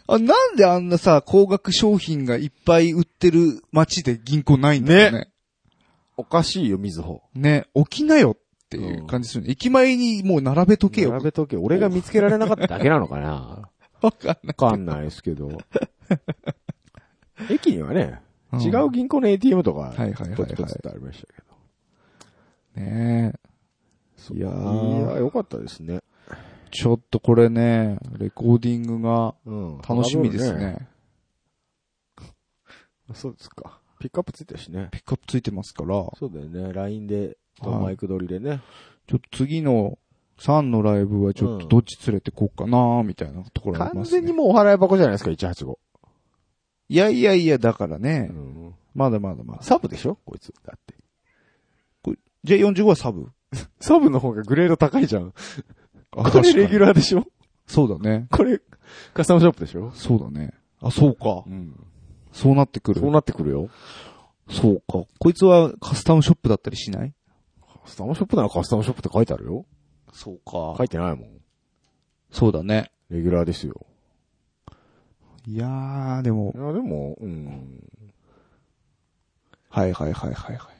F: あ、なんであんなさ、高額商品がいっぱい売ってる街で銀行ないんだろうね。
B: おかしいよ、みずほ。
F: ね、起きなよっていう感じするね、駅前にもう並べとけよ
B: 並。べとけ。俺が見つけられなかっただけなのかな
F: わかんない。
B: わかんないですけ
F: *laughs*
B: ど。駅にはね、
F: うん
B: 違う銀行の ATM とか、
F: いはいはいはい
B: ポツポツってありましたけど。
F: ね
B: いや
F: ー
B: ー、よかったですね。
F: ちょっとこれね、レコーディングが
B: うん
F: 楽しみですね。。
B: そうですか。ピックアップついたしね。
F: ピックアップついてますから、ちょ
B: そうだよね。LINE で、と
F: はい
B: マイク撮りでね。
F: っと次の3のライブはちょっとどっち連れてこうかなーみたいなところあり
B: 完
F: ます、ね。
B: 全にもうお払い箱じゃないですか、185。
F: いやいやいや、だからね、
B: うん
F: まだまだまだ。
B: サブでしょこいつ。だって。
F: J45 はサブ
B: サブの方がグレード高いじゃん。
F: あ
B: これレギュ
F: ー。
B: ラーでしょ
F: そうだね。
B: これ、カスタムショップでしょ
F: そうだね。あ、そうか。
B: うん。
F: そうなってくる
B: そう。なってくるよ。
F: そうか。こいつはカスタムショップだったりしない
B: カスタムショップならカスタムショップって書いてあるよ。
F: そうか
B: 書いてないもん。
F: そうだね。
B: レギュラーですよ。
F: いやー、でも
B: い、や、でも、うん。
F: はいはいはいはいはい。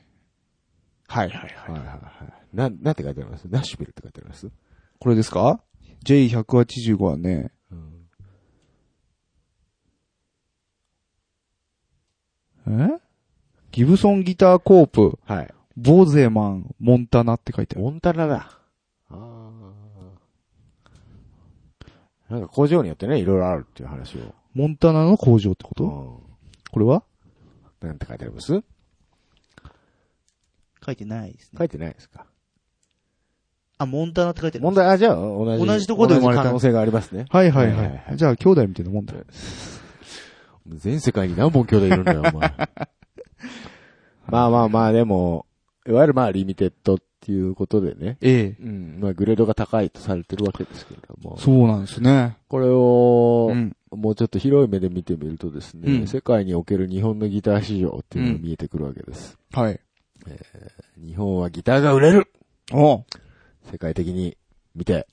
F: はいはい
B: はい
F: は。
B: はいいはい。な、なんて書いてありますナッシュビルって書いてあります
F: これですか ?J185 はね、
B: うん。
F: えギブソンギターコープ、
B: はい。
F: ボーゼマン、モンタナって書いてある。
B: モンタナだ。ああ。なんか工場によってね、いろいろあるっていう話を。
F: モンタナの工場ってこと
B: う
F: これは
B: ん。なんて書いてあります
H: 書いてないですね。
B: 書いてないですか。
H: あ、モンタナって書いてある。
B: 問題、あ、じゃあ同じ。
H: 同じとこで生まれた
B: 同じ可能性がありますね。
F: はいはいは
B: はいはいはい
F: い。じゃあ兄弟みたいなもんだ。
B: 全世界に何本兄弟いるんだよ、お前。 *laughs* まあまあまあ、でも、いわゆるまあ、リミテッドっていうことでね。
F: ええ。
B: うん。まあ、グレードが高いとされてるわけですけれども。
F: そうなんですね。
B: これを
F: う、ん。
B: もうちょっと広い目で見てみるとですね、
F: うん
B: 世界における日本のギター市場っていうのが見えてくるわけです。
F: はい。
B: 日本はギターが売れる
F: お
B: 世界的に見て、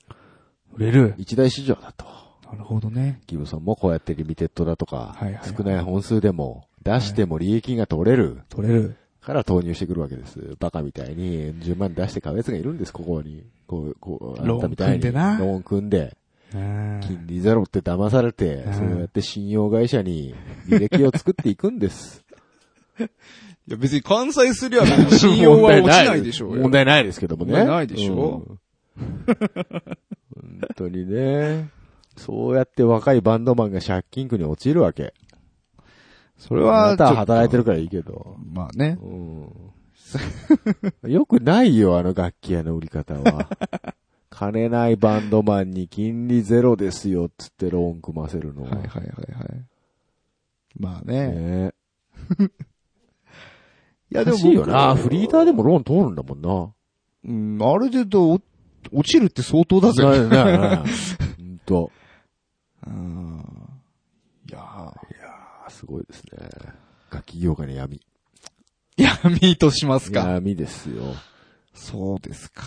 F: 売れる。
B: 一大市場だと。
F: なるほどね。
B: ギブソンもこうやってリミテッドだとか、
F: はいはい
B: 少ない本数でも出しても利益が取れる
F: 取れる。
B: から投入してくるわけです。バカみたいに10万出して買うやつがいるんです、ここに。こう、こう、あなたみたいに
F: ローン組んで
B: ローン組んで、
F: なうん。
B: 金利ゼロって騙されて、
F: ん
B: そうやって信用会社に履歴を作っていくんです。
F: いや別に関西すりゃ *laughs* 信
B: *laughs*
F: 用は落ちないでしょうよ。
B: 問題ないですけどもね。
F: 問題ないでしょ
B: うん。本当にね。そうやって若いバンドマンが借金苦に陥るわけ。
F: それ
B: あ
F: は
B: なたは働いてるからいいけど。
F: まあね。
B: うん。よくないよ、あの楽器屋の売り方は。金ないバンドマンに金利ゼロですよ、つってローン組ませるのは。
F: はいはいはいはい。まあね。
B: ねえ。
F: い
B: おかしいよな。フリーターでもローン通るんだもんな。
F: うん、あれでどう、落ちるって相当だぜ。
B: ないない *laughs* ない。ほんと。
F: うん。いや
B: あすごいですね。楽器業界の闇。
F: ー。闇としますか。
B: 闇ですよ。
F: そうですか。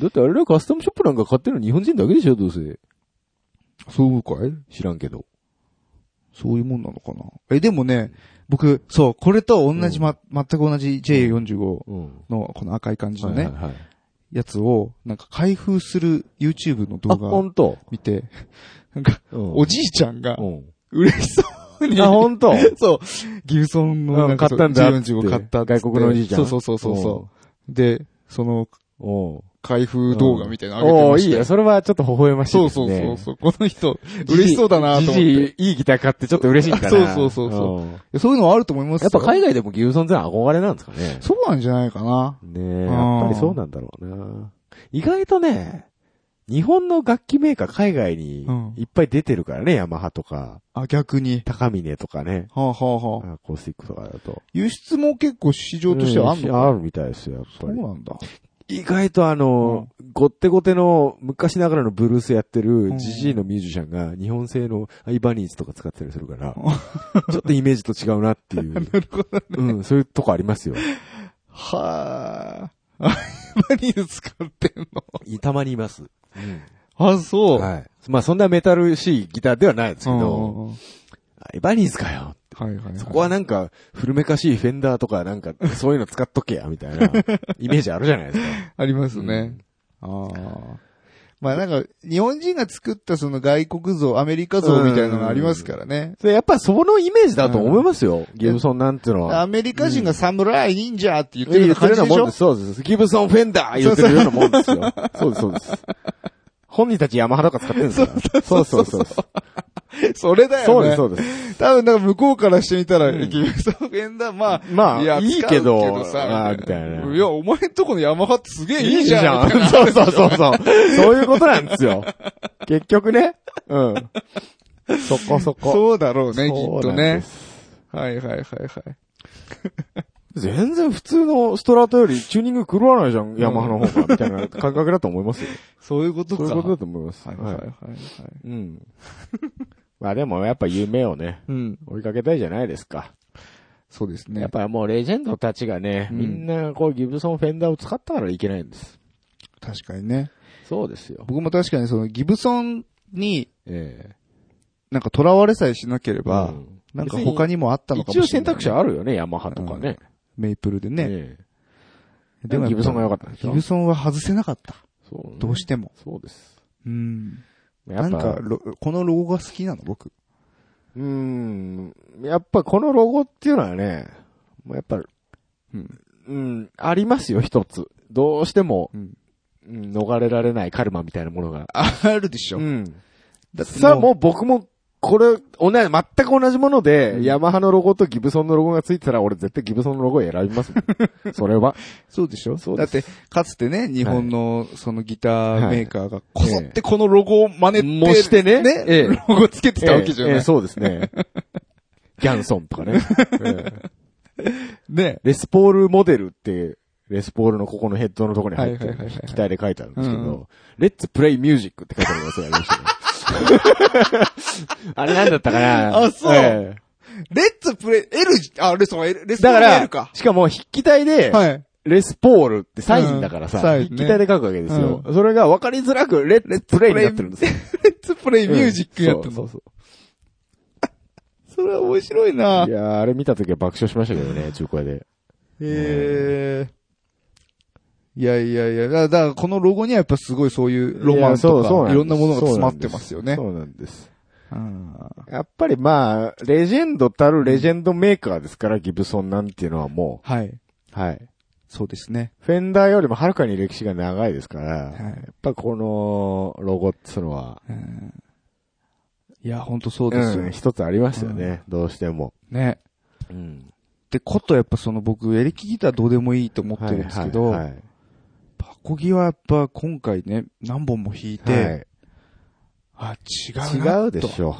B: だってあれだよカスタムショップなんか買ってるの日本人だけでしょ、どうせ。
F: そうかい
B: 知らんけど。
F: そういうもんなのかな。え、でもね、僕、そう、これと同じ、ま、全く同じ J45
B: うん。
F: のこの赤い感じ
B: は
F: の
B: い
F: ね、
B: はいはい。
F: やつを、なんか開封する YouTube の
B: あ、
F: 動
B: ほ
F: 画
B: んと。
F: *laughs* 見て、なんか、
B: うん
F: おじいちゃんが
B: うん。
F: 嬉しそう *laughs* に。
B: あ、本当。
F: そう。ギブソンのなんか
B: うん買ったんだって
F: 1415買ったっつって
B: 外国のおじいちゃん
F: そうそうそうそう。で、その、
B: おう
F: 開封動画みたいなの
B: お
F: 上
B: う
F: げて
B: いい
F: ま
B: よ。
F: したよ。
B: それはちょっと微笑ましい
F: そう
B: です
F: そう
B: ね。
F: そうそう。この人、嬉しそうだなと思って。
B: じじ
F: い
B: いいいギター買ってちょっと嬉しいんだな。
F: そうそうそうそ
B: ん
F: やそういうのはあると思います
B: やっ
F: よ
B: ぱ海外でも牛ソンってのは憧れなんですかね。
F: そうなんじゃないかな。
B: ねえ、やっぱりそうなんだろうな。意外とね、日本の楽器メーカー海外に
F: うん
B: いっぱい出てるからね、ヤマハとか、
F: あ、逆に。
B: 高峰とかね、
F: はあ、はあはあ、
B: アコースティックとかだと。
F: 輸出も結構市場としてはあんの
B: う
F: か、
B: んあるみたいですよ、やっぱ
F: そう
B: り。
F: なんだ。
B: 意外とあの、ごってごての昔ながらのブルースやって
F: う
B: る
F: ん
B: ジジイのミュージシャンが日本製のアイバニーズとか使ってたりするから、ちょっとイメージと違うなって
F: *laughs*
B: いう。なるほどね。うん、そういうとこありますよ。
F: はあ。あ何で使ってん
B: *laughs*
F: の
B: たまにいます。
F: あ、そう。
B: はい。まあそんなメタルしいギターではないですけ
F: うん
B: ど、アイバニーズかよ。
F: はいはい、はい。
B: そこはなんか、古めかしいフェンダーとかなんか、そういうの使っとけや、みた *laughs* いな、イメージあるじゃないですか。
F: ありますね。ああ。まあなんか、日本人が作ったその外国像、アメリカ像みたいなのがありますからね。
B: それやっぱそのイメージだと思いますよ。ギブソンなんていうのは。
F: アメリカ人が侍忍者って言って
B: 言
F: るような
B: ってる
F: 感じ
B: よ
F: で
B: うな
F: し
B: もん
F: ょ
B: です。そうです。ギブソンフェンダー言ってるようなもんですよ。 *laughs* そうです、そうです。本人たちヤマハとか使ってるんですから。そうそうそう。
F: それだ
B: そ
F: よ
B: う
F: ね。
B: です、そうです。
F: 多分なんか向こうからしてみたら、ギブソンフェンダー、まあ、
B: まあ
F: や
B: いい
F: 使う
B: けど
F: さ
B: あーみたいない
F: や、お前んとこのヤマハってすげえいいじゃん。みたいな
B: *laughs* そうそうそうそう。そういうことなんですよ。 *laughs* 結局ね。うん。そこそこ。
F: そうだろうね、きっ
B: そ
F: と
B: うなん
F: ね
B: で。す
F: はいはいはいはい。
B: 全然普通のストラトよりチューニング狂わないじゃん、ヤマハの方が、みたいな感覚だと思います
F: *laughs*
B: よ。
F: そういうこと
B: そ
F: か。
B: ういうことだと思います。
F: はいはいは
B: は
F: いはい。
B: い。うん。 *laughs* まあでもやっぱ夢をね、
F: うん。
B: 追いかけたいじゃないですか。
F: そうですね。
B: やっぱもうレジェンドたちがね、
F: うん
B: みんなこうギブソンフェンダーを使ったからいけないんです。
F: 確かにね。
B: そうですよ。
F: 僕も確かにそのギブソンに
B: え
F: なんか囚われさえしなけれ
B: え
F: ば、
B: うん
F: なんか他にもあったのかもし
B: 一
F: れな
B: 応選
F: い。
B: 択肢あるよね、ヤマハとかね。
F: メイプルでね。
B: ええ
F: でもやっぱ
B: ギブソンが良かったでしょ
F: ギブソンは外せなかった。
B: そうね
F: どうしても。
B: そうです。
F: うん。
B: や
F: な
B: っ
F: ん
B: ぱ
F: か、ロこのロゴが好きなの、僕。
B: うーん。やっぱこのロゴっていうのはね、もうやっぱ、
F: うん。
B: うん、ありますよ、一つ。どうしても、
F: うん
B: うん逃れられないカルマみたいなものが。
F: あるでしょ。
B: ん。
F: だって
B: さあ、もう僕も、これ、同じ、全く同じもので、
F: うん
B: ヤマハのロゴとギブソンのロゴがついてたら、俺絶対ギブソンのロゴを選びます
F: *laughs*
B: もん。それは。
F: そうでしょ
B: そう
F: だ
B: で
F: っ
B: す
F: て、かつてね、日本のそのギターメーカーがこぞってこのロゴを真似て、
B: もしてね
F: ね、 *laughs*
B: ええ
F: ロゴつけてたわけじゃな
B: え
F: い。
B: えええそうですね。ギャンソンとか
F: *laughs*
B: ね。ええ
F: ね。
B: レスポールモデルって、レスポールのここのヘッドのとこに入って
F: はい
B: る
F: はいはいはいはい、
B: 機体で書いてあるんですけ
F: うんう
B: ど、レッツプレイミュージックって書いてあるのがそれありましたね。
F: *laughs*
B: あれなんだったかな
F: あそう
B: え
F: レッツプレイ、L、あ、レッツ、レ
B: え
F: ス
B: だか
F: ポンの L
B: ら
F: か、。
B: しかも筆記体で、
F: はい。
B: レスポールってサインだから
F: う
B: さ
F: ん、サインね
B: 筆記体で書くわけですよ。それが分かりづらく、レッツプレイになってるんですよ。
F: レッツプレイミュージックやった
B: うんそう
F: の。
B: そう
F: それは面白い
B: そ
F: な
B: ういやーあれ見た時は爆笑しましたけどね、中古屋で。
F: ええ。いやいやいや、だだからこのロゴにはやっぱすごいそういうロマン
B: い
F: と
B: やそうそうなんです
F: か、いろんなものが詰まってますよね
B: そ。うなんです。
F: あー
B: やっぱりまあ、レジェンドたるレジェンドメーカーですから、ギブソンなんていうのはも
F: はい。
B: う。はい。
F: そうですね。
B: フェンダーよりもはるかに歴史が長いですから、やっ
F: い。
B: ぱこのロゴっつうのは、
F: うんいや、ほんとそうですよ
B: うん。一つありますよね、どうしても。
F: ね。
B: うん。
F: で、ことやっぱその僕、エレキギターどうでもいいと思ってるんですけ
B: はい
F: ど、
B: はいはい
F: パコギはやっぱ今回ね、何本も弾いて、あ、違うな
B: はい違うでしょ。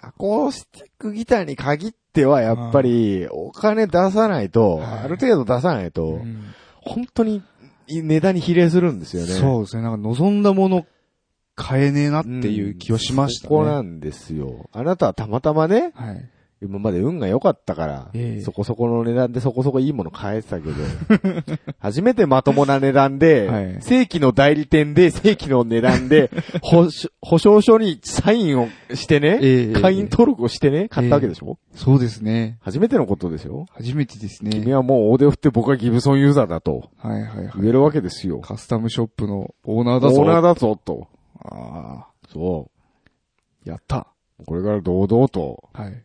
B: アコースティックギターに限っては、やっぱり、お金出さないと、
F: はい
B: ある程度出さないと、
F: うん
B: 本当に値段に比例するんですよね。
F: そうですね。なんか望んだもの買えねえなっていう気はしましたね。
B: ここなんですよ。あなたはたまたまね、
F: はい。
B: 今まで運が良かったから、
F: ええ
B: そこそこの値段でそこそこいいもの買えてたけど、 *laughs* 初めてまともな値段で、
F: はい
B: 正規の代理店で正規の値段
F: *laughs*
B: で、保証保証書にサインをしてね、
F: ええ
B: 会員登録をしてね、買ったわけでしょ、
F: そうですね。
B: 初めてのことですよ。
F: 初めてですね。
B: 君はもう大手を振って僕はギブソンユーザーだと
F: はいはいはい。
B: 言えるわけですよ。
F: カスタムショップのオーナーだぞ。
B: オーナーだぞと。
F: あ
B: そ
F: あ、やった。
B: う。これから堂々と
F: はい。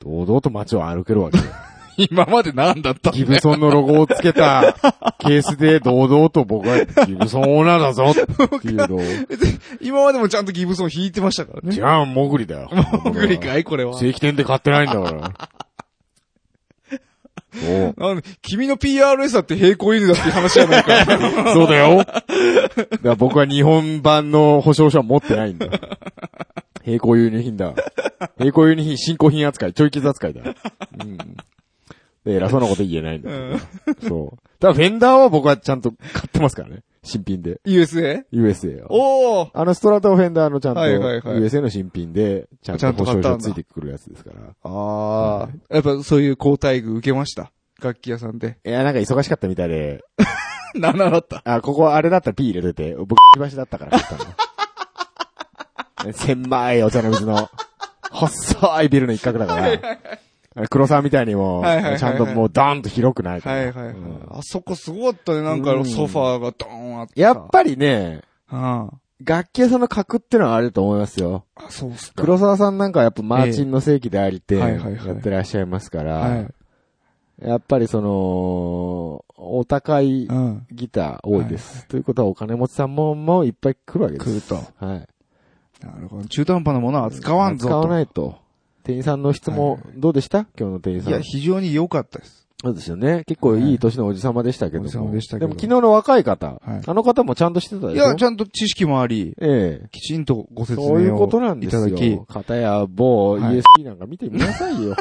B: 堂々と街を歩けるわけよ。 *laughs*
F: 今まで何だった
B: ギブソンのロゴをつけたケースで堂々と僕はギブソンオーナーだぞっていうのを。
F: 今までもちゃんとギブソン引いてましたから *laughs* ね。
B: じゃあ、モグリだよ。 *laughs* モ
F: 僕理解これは。
B: 正規店で買ってないんだから。 *laughs* そう
F: あの君の PRS だって平行犬だっていう話じゃない *laughs* から。
B: そうだよ。だから僕は日本版の保証書は持ってないんだ。並行輸入品だ。並行輸入品、進行品扱い、ちょい傷扱いだ。うん。で、偉そうなこと言えないんだ。そう。ただ、フェンダーは僕はちゃんと買ってますからね。新品で。
F: USA?
B: USA を。
F: おー
B: あのストラトフェンダーのちゃんと、
F: はいはいはい
B: USA の新品で、ちゃん
F: ちゃ
B: と
F: ん
B: 保
F: と買
B: 証
F: ったんだ
B: 書ついてくるやつですから。
F: ああ、やっぱそういう交代遇受けました。楽器屋さんで。
B: いや、なんか忙しかったみたいで、
F: 7だった。
B: あ、ここあれだったら P 入れてて、僕、しばしだったから買ったの。 *laughs* 狭いお茶の水の、細いビルの一角だから、あれ黒沢みたいにも
F: はいはいはいは、い
B: ちゃんともうドーンと広くないか
F: は
B: ら。
F: いはいはい。
B: うん
F: あそこすごかったね。なんか
B: うん
F: ソファーがドーンあった。
B: やっぱりね、
F: あ
B: 楽器屋さんの格ってのはあると思いますよ。
F: あ、そうっすか。
B: 黒沢さんなんかはやっぱマーチンの正規でありて、
F: ええはい
B: や
F: はいはい
B: ってらっしゃいますか
F: は
B: ら
F: い、。
B: やっぱりその、お高い
F: うん。
B: ギター多いです。ということはお金持ちさんも、もういっぱい来るわけです。
F: 来ると。
B: はい。
F: なるほど。中途半端なものは扱わんぞと。
B: 使わないと。店員さんの質
F: は
B: も
F: いは、
B: どうでした、今日の店員さ
F: い
B: ん。
F: や、非常に良かったです。
B: そうですよね。結構いい年のおじ様でしたけども。
F: おじ様でしたけど
B: も昨日の若い方、
F: はい
B: あの方もちゃんとしてたで
F: い
B: しょ
F: や、ちゃんと知識もあり、
B: ええ
F: きちんとご説明
B: そういうことな
F: を
B: ん
F: い
B: で
F: ただ
B: す
F: き
B: よ。、片や某
F: はい
B: ESP なんか見てみなさい *laughs* よ。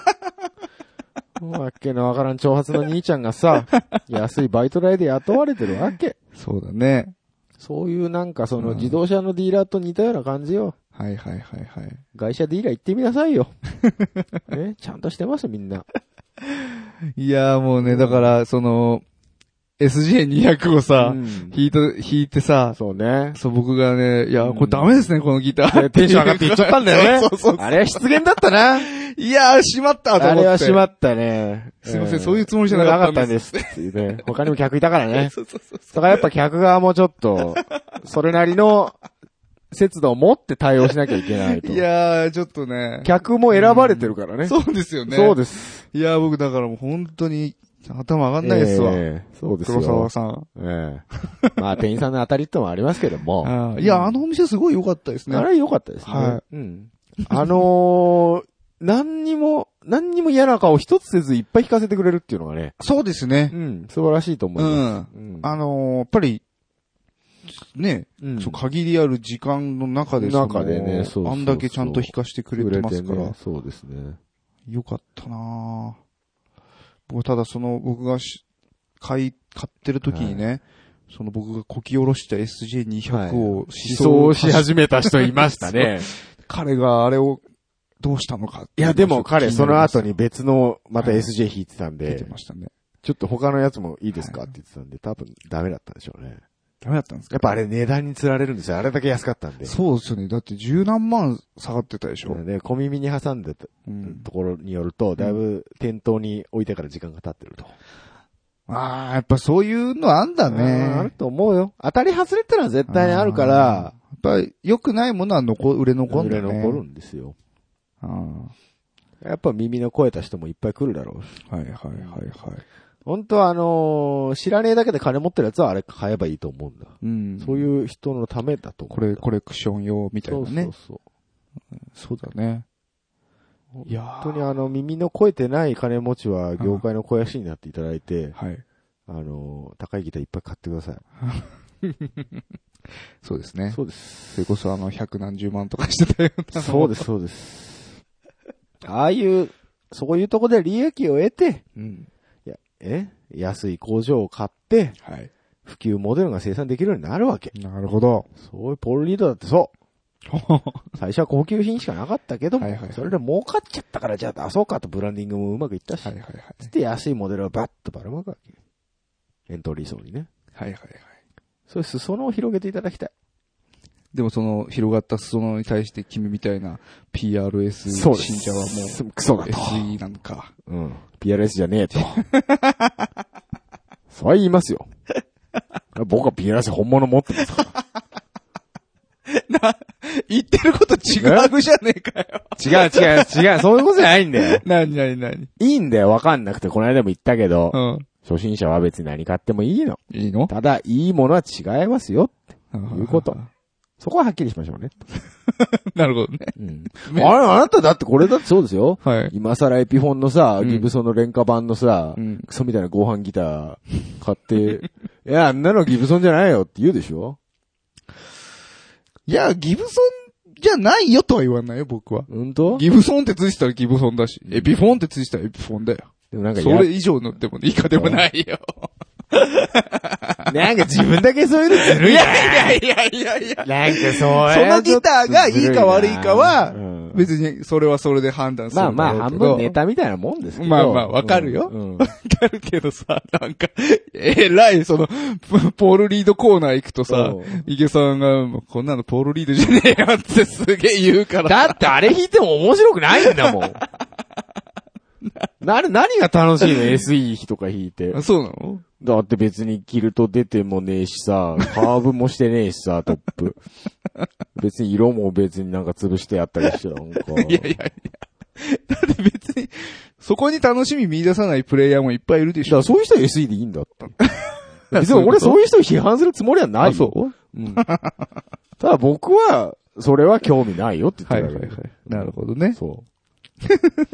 B: わけのわからん挑発の兄ちゃんが *laughs* さ、安いバイト代で雇われてるわけ。
F: そうだね。
B: そういうなんかその
F: うん
B: 自動車のディーラーと似たような感じよ。
F: はいはいはいはい。
B: 外車ディーラー行ってみなさい *laughs* よ。ね、ちゃんとしてますみんな。
F: いやーもうね、だから、その、SJ200 をさ
B: う、ん
F: 弾いた、弾いてさ、
B: そうね。
F: そう僕がね、いや
B: うん
F: これダメですね、このギター。
B: で *laughs* テンション上がって行っちゃったんだよね。
F: *laughs* そうそうそう
B: あれは失言だった
F: *laughs*
B: な。
F: いやー、しまったと思って。
B: あれはしまったね。
F: すいません
B: ええ
F: そういうつもりじゃなかったん
B: なかったんですっていう
F: *laughs*
B: ね。他にも客いたからね。
F: そうそうそう
B: だからやっぱ客側もちょっと、それなりの節度を持って対応しなきゃいけないと。
F: いやー、ちょっとね。
B: 客も選ばれてるからね。
F: そうですよね。
B: そう
F: で
B: です。
F: す。いやー、僕だからもう本当に頭上がんないですわ。
B: ええそうですよ。
F: 黒沢さん。
B: ええまあ店員さんの当たりってのもありますけども。
F: あーいや、あのお店すごい良かったですね。
B: あれ良かったですね。
F: は
B: うん。あのー、 *laughs* 何にも、何にも嫌な顔一つせずいっぱい聞かせてくれるっていうのがね。
F: そうですね
B: う。ん。素晴らしいと思
F: う
B: います。
F: ん。
B: うん
F: あのー、やっぱり、ね、
B: うん
F: そう限りある時間の中で、
B: 中でね
F: そ
B: そうそう
F: の
B: そう
F: あんだけちゃんと弾かしてくれてますか
B: 売
F: ら、
B: れてねそうですね。
F: よかったなぁ僕、ただその、僕がし買い、買ってる時にね、その僕がこき下ろした SJ200 を思
B: 思想し始めた人いましたね。
F: 彼があれをどうしたのかっ
B: いう
F: ての
B: や、
F: が
B: でも彼、
F: ちょ
B: そ
F: っと気に
B: の
F: なりました
B: 後に別の、また
F: はい
B: SJ 弾いてたん
F: 出て
B: で、
F: ましたね。
B: ちょっと他のやつもいいですか
F: は
B: っ
F: い
B: て言ってたんで、多分ダメだったんでしょうね。
F: ダメだったんですか
B: やっぱあれ値段に釣られるんですよ。あれだけ安かったんで。
F: そうですよね。だって十何万下がってたでしょ。
B: ね、小耳に挟んでた
F: うん
B: ところによると、だいぶ店頭に置いてから時間が経ってると。
F: ああ、やっぱそういうのあんだね。
B: うんあると思うよ。当たり外れってのは絶対にあるから、
F: やっぱり良くないものは残、売れ残
B: 売
F: るんだ
B: れ
F: ね。
B: 残るんですよ。
F: ああ
B: やっぱ耳の肥えた人もいっぱい来るだろうし。
F: はいはいはいはい。
B: 本当はあのー知らねえだけで金持ってるやつはあれ買えばいいと思うんだ。
F: うん。
B: そういう人のためだと思
F: こ
B: うん
F: れ、
B: だ。
F: コレクション用みたいなね。
B: そうそう
F: そうだね。
B: そう。
F: いやー
B: 本当にあの、耳の肥えてない金持ちは業界の肥やしになっていただいて、
F: はい。
B: あのー高いギターいっぱい買ってください。
F: そうですね。
B: そうです。
F: それこそあの、百何十万とかしてたような。
B: そうです、そうです。ああいう、そういうとこで利益を得て、
F: うん。
B: いやえ安い工場を買って、
F: はい。
B: 普及モデルが生産できるようになるわけ。
F: なるほ *laughs* ど。
B: そういうポールリードだってそう。最初は高級品しかなかったけども、
F: はいはいはい
B: それで儲かっちゃったからじゃあ出そうかとブランディングもうまくいったし、
F: はいはいはい。
B: つって安いモデルをバッとばらまくわけ。エントリー層にね。
F: はいはいはい。
B: そういう裾野を広げていただきたい。
F: でもその、広がった裾野に対して君みたいな PRS 信者はもう、
B: クソだと。
F: SE なんか。
B: うん。PRS じゃねえと。 *laughs* そうは言いますよ。僕は PRS 本物持ってますから。
F: 言ってること違うじゃねえかよ。
B: 違う違う違う、そういうことじゃないんだよ。
F: なになになに
B: いいんだよ、わかんなくて、この間も言ったけど、
F: うん。
B: 初心者は別に何買ってもいいの。
F: いいの。
B: ただ、いいものは違いますよ、ということ。そこははっきりしましょうね。
F: *laughs* なるほどね。
B: うん。あれ、あなただってこれだってそうですよ。
F: はい。
B: 今更エピフォンのさ、
F: うん
B: ギブソンの廉価版のさ、
F: うん
B: クソみたいな合板ギター買って、 *laughs* いや、あんなのギブソンじゃないよって言うでしょ
F: いや、ギブソンじゃないよとは言わないよ、僕は。
B: うんと
F: ギブソンってついてたらギブソンだし、エピフォンってついてたらエピフォンだよ。
B: でもなんか
F: そ
B: や、
F: れ以上のでも、以下でもないよ。
B: なんか自分だけそういうのずるいや
F: いやいやいやいや。
B: なんかそう
F: そのギターがいいか悪いかは
B: うん、
F: 別にそれはそれで判断する
B: まあ
F: ん
B: ま
F: だ
B: あ、
F: ろう
B: 半
F: けど。
B: 分ネタみたいなもんですけど。
F: まあまあわかるよ
B: うんうん
F: あるけどさ、なんか、えらい、その、ポポールリードコーナー行くとさ
B: そう、
F: 池さんが、もうこんなのポールリードじゃねえよってすげえ言うから。
B: だってあれ弾いても面白くないんだもん。な、何が楽しいの ?SE とか弾いて
F: あ。そうなの
B: だって別にキルト出てもねえしさ、カーブもしてねえし
F: *laughs*
B: さ、トップ。別に色も別になんか潰してあったりして、なんか。
F: いやいやいや。だって別に、そこに楽しみ見出さないプレイヤーもいっぱいいるで
B: だ
F: し
B: か
F: ょ。
B: らそういう人は SE でいいんだって。別
F: そうい
B: に
F: う
B: 俺
F: こと
B: そういう人を批判するつもりはない
F: あ、
B: よ。
F: そう
B: うん。 *laughs* ただ僕は、それは興味ないよって
F: は
B: 言
F: い
B: っ
F: は
B: て
F: い
B: た
F: はい
B: から。。
F: なるほどね。
B: そう。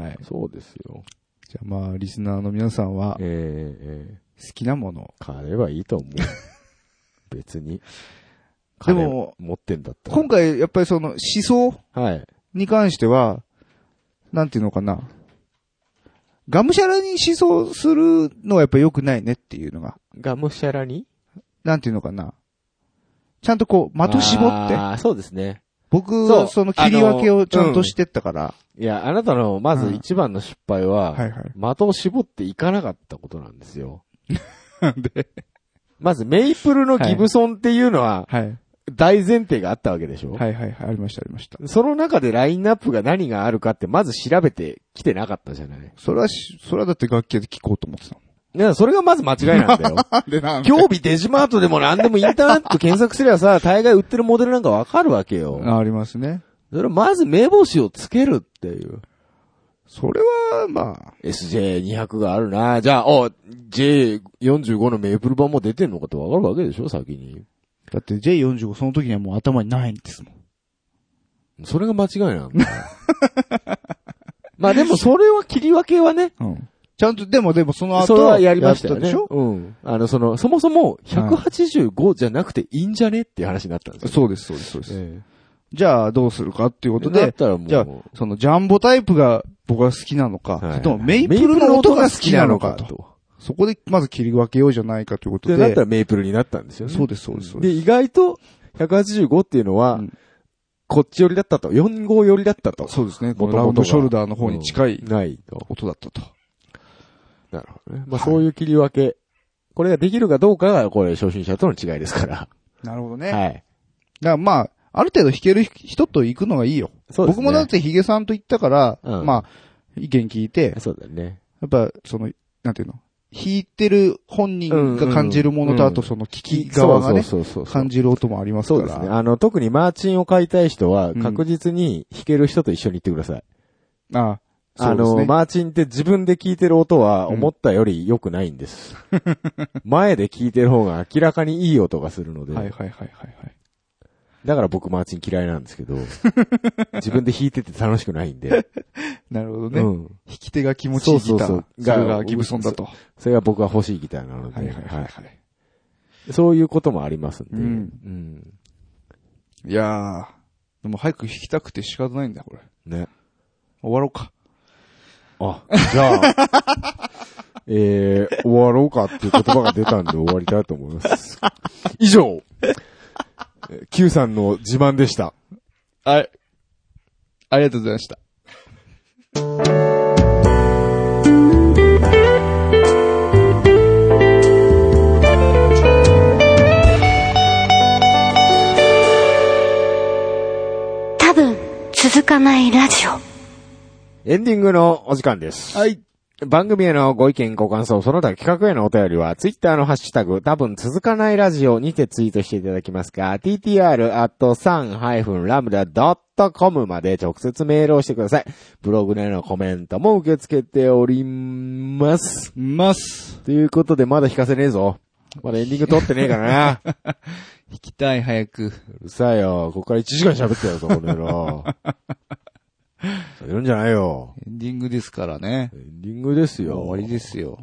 F: はい。
B: そうですよ。
F: じゃあまあ、リスナーの皆さんは、
B: ええええ
F: 好きなものを。
B: 買えばいい *laughs* と思う。別に。
F: で
B: 金
F: も
B: 持ってんだったら。
F: 今回、やっぱりその、思想
B: はい。
F: に関しては、なんていうのかな。がむしゃらに思想するのはやっぱ良くないねっていうのが、
B: がむしゃらに
F: なんていうのかな。ちゃんとこう、的絞って。
B: ああ、そうですね。
F: 僕
B: そう
F: はその切り分けをちゃんとしてったから。
B: いや、あなたのまず
F: うん
B: 一番の失敗は、
F: はいはい。
B: 的を絞っていかなかったことなんです *laughs* よ。
F: なんで、
B: まず、メイプルのギブソンっていうのは、
F: はい。
B: 大前提があったわけでしょ、
F: はいはいはい、ありましたありました。
B: その中でラインナップが何があるかって、まず調べてきてなかったじゃないだか
F: それはし、それはだって楽器屋で聞こうと思ってたもん。
B: らそれがまず間違い *laughs* なん *laughs* だよ。
F: なんでなん
B: 興味デジマートでも何でもインターネット検索すればさ、大概売ってるモデルなんかわかるわけよ。
F: ありますね。
B: それまず目星をつけるっていう。
F: それは、ま
B: SJ200 があるな。じゃあ、お、J45 のメープル版も出てんのかってわかるわけでしょ先に。
F: あ、だって J45 その時にはもう頭にないんですもん。
B: それが間違いなんだよ。 *laughs* まあでもそれは切り分けはね、
F: うん。ちゃんと、でもでもその後
B: それはやりましたよね。
F: やっ
B: うん。あの、その、そもそも185じゃなくていいんじゃねっていう話になったんです
F: た
B: よ。
F: でしょそうです、そうです、そうです。
B: え
F: じゃあ、どうするかっていう
B: え
F: こと
B: だっ
F: で、
B: たらもう、
F: じゃあ、そのジャンボタイプが僕は好きなの
B: は
F: か、
B: い
F: それともメイプルの音が好きなのかと。
B: と。
F: そこでまず切り分けようじゃないかということ
B: で、
F: で。
B: なったらメイプルになったんですよね。
F: そうです、そうです、そう
B: で、
F: で
B: 意外と、185っていうのは、
F: うん
B: こっち寄りだったと。4号寄りだったと。
F: す。そうですね。
B: 元々が
F: このラウンドショルダーの方に近い
B: ないと。
F: 音だったと。
B: なるほどね。まあ、そういう切り分け。これができるかどうかが、これ、初心者との違いですから。
F: なるほどね。
B: はい。
F: だからまあ、ある程度弾ける人と行くのがいいよ。
B: そうですね
F: 僕もだってヒゲさんと行ったから、
B: うん
F: まあ、意見聞いて、
B: そうだね。
F: やっぱその、なんていうの弾いてる本人が感じるものと、
B: うん
F: あとその聞き側がね、
B: そうそうそうそう。
F: 感じる音もありますか
B: そう
F: ら。
B: ですね。あの、特にマーチンを買いたい人は、
F: うん
B: 確実に弾ける人と一緒に行ってください。
F: ああ、
B: あ
F: そうです
B: の、
F: ね。
B: マーチンって自分で聞いてる音は思ったより良くないん
F: *laughs*
B: です。前で聞いてる方が明らかにいい音がするので。
F: はいはいはいはいはい。
B: だから僕マーチン嫌いなんですけ
F: *laughs*
B: ど、自分で弾いてて楽しくないんで。
F: なるほどね。
B: うん。
F: 弾き手が気持ちいいギタ
B: そ
F: ー。そ
B: そ
F: う
B: うそう
F: れがギブソンだと。は
B: それが僕は欲しいギターなので。
F: いはいはいは。
B: はいいそういうこともありますんで。
F: う
B: う
F: ん
B: ん
F: いやー、でも早く弾きたくて仕方ないんだよ、これ。
B: ね。
F: 終わろうか。
B: あ、じゃあ、 *laughs* えー、終わろうかっていう言葉が出たんで終わりたいと思います。以上、えー Q さんの自慢でした。
F: はい。ありがとうございました。
I: 多分続かないラジオ
B: エンディングのお時間です。
F: はい。
B: 番組へのご意見、ご感想、その他企画へのお便りは、ツイッターのハッシュタグ、多分続かないラジオにてツイートしていただきますか、ttr.san-lambda.com まで直接メールをしてください。ブログでのコメントも受け付けております。
F: ます。
B: ということで、まだ引かせねえぞ。まだエンディング撮ってねえからな。
F: 引きたい、早く。
B: *laughs* うるさいよ。ここから1時間喋ってやるぞ、この野 *laughs* 郎。そう言うんじゃないよ。
F: エンディングですからね。
B: エンディングですよ。
F: 終わりですよ。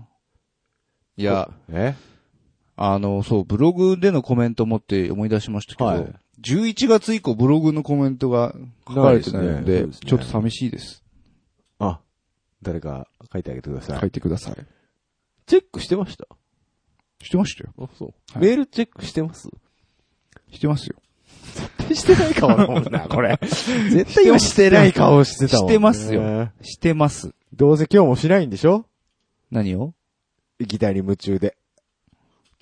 F: い
B: い
F: や、、
B: え
F: あの、そう、ブログでのコメントもって思い出しましたけど、
B: はい
F: 11月以降ブログのコメントが書かれてないの
B: ないですねそ
F: で、
B: うですね
F: ちょっと寂しいです。
B: あ、誰か書いてあげてください。
F: 書いてください。
B: チェックしてました
F: してましたよ。
B: あ、そう。
F: はい
B: メールチェックしてます
F: してますよ。
B: *laughs* してない顔だもんな、これ。 *laughs* 絶対今してない顔してたもん、
F: してますよ。してます。
B: どうせ今日もしないんでしょ
F: 何を
B: ギターに夢中で。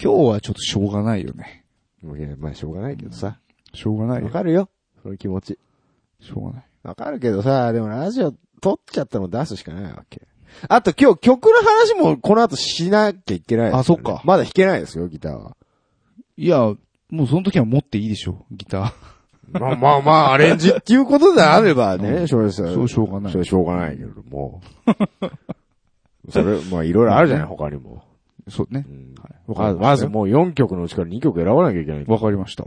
F: 今日はちょっとしょうがないよね。
B: いやまあ、しょうがないけどさ。
F: しょうがない
B: わ
F: よ。
B: かるよ。その気持ち。
F: しょうがない。
B: わかるけどさ、でもラジオ撮っちゃったの出すしかないわけ。あと今日曲の話もこの後しなきゃいけないですよね、
F: あそっか
B: まだ弾けないですよ、ギターは。
F: いや、もうその時は持っていいでしょ、ギタ
B: まあまあまあ、アレンジっていうことであればね、 *laughs* しょうが
F: ー。そう、しょうがない
B: それ。しょうがないけども。それ、まあいろいろあるじゃない、他にも。
F: そうね。
B: ま
F: かりました
B: ずまずもう4曲のうちから2曲選ばなきゃいけない。
F: わかりました。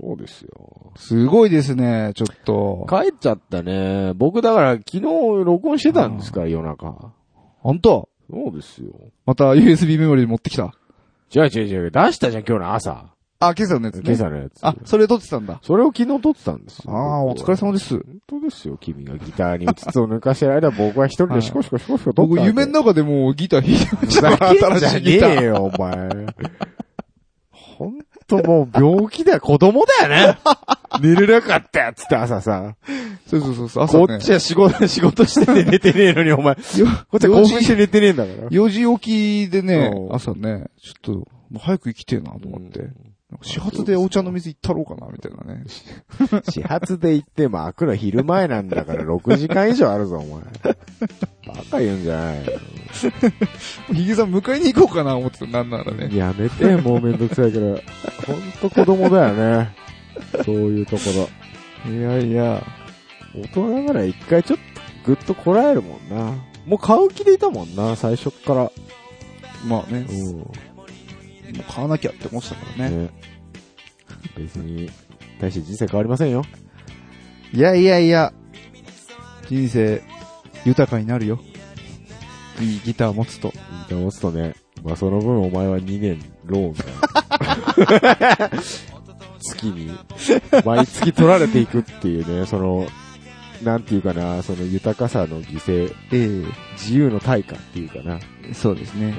B: そうですよ。
F: すごいですね、ちょっと。
B: 帰っちゃったね。僕だから昨日録音してたんですから、夜中。
F: 本当
B: そうですよ。
F: また USB メモリー持ってきた。
B: 違う違う違う、出したじゃん、今日の朝。
F: あ、今朝のやつね。
B: 今朝のやつ。
F: あ、それ撮ってたんだ。
B: それを昨日撮ってたんです
F: あ
B: よ。
F: あ、お疲れ様です。
B: 本当ですよ、君がギターにうつつを抜かしてる間、僕は一人でシコシコシコシコ撮って
F: 僕、夢の中でもうギター弾いてました
B: ふざけん
F: 新
B: じゃ
F: しい
B: ね
F: ギタ
B: え
F: ー。
B: よ、お前。ほんともう病気だよ、子供だよ
F: *laughs*
B: ね。寝れなかったよ、つって朝さ。
F: そうそうそうそう、朝
B: こ
F: ね
B: っ。ちは仕事、仕事してて寝てねえのに、お前。こ
F: よ
B: っちは興奮して寝てねえんだから。
F: 4時起きでね
B: う、ん
F: 朝ね、ちょっと、もう早く行きてえなと思って。
B: う
F: なんか始発でお茶の水行ったろうかな、みたいなね。
B: 始発で行っても開くの昼前なんだから6時間以上あるぞ、お前。バカ言うんじゃないよ
F: ヒゲさん迎えに行こうかな、思ってた、なんならね。
B: やめて、もうめんどくさいから。ほんと子供だよね。そういうところ。
F: いやいや、
B: 大人なら一回ちょっとぐっとこらえるもんな。もう買う気でいたもんな、最初っから。
F: まあね、
B: う
F: も
B: ん。
F: う買わなきゃって思ってたからね。
B: ね。別に、大して人生変わりませんよ。
F: いやいやいや、人生、豊かになるよ。いいギター持つと。
B: ギター持つとね、まあその分お前は2年ローンだよ。 *laughs* 月に、毎月取られていくっていうね、その、なんていうかな、その豊かさの犠牲、
F: ええ
B: 自由の対価っていうかな。
F: そうですね。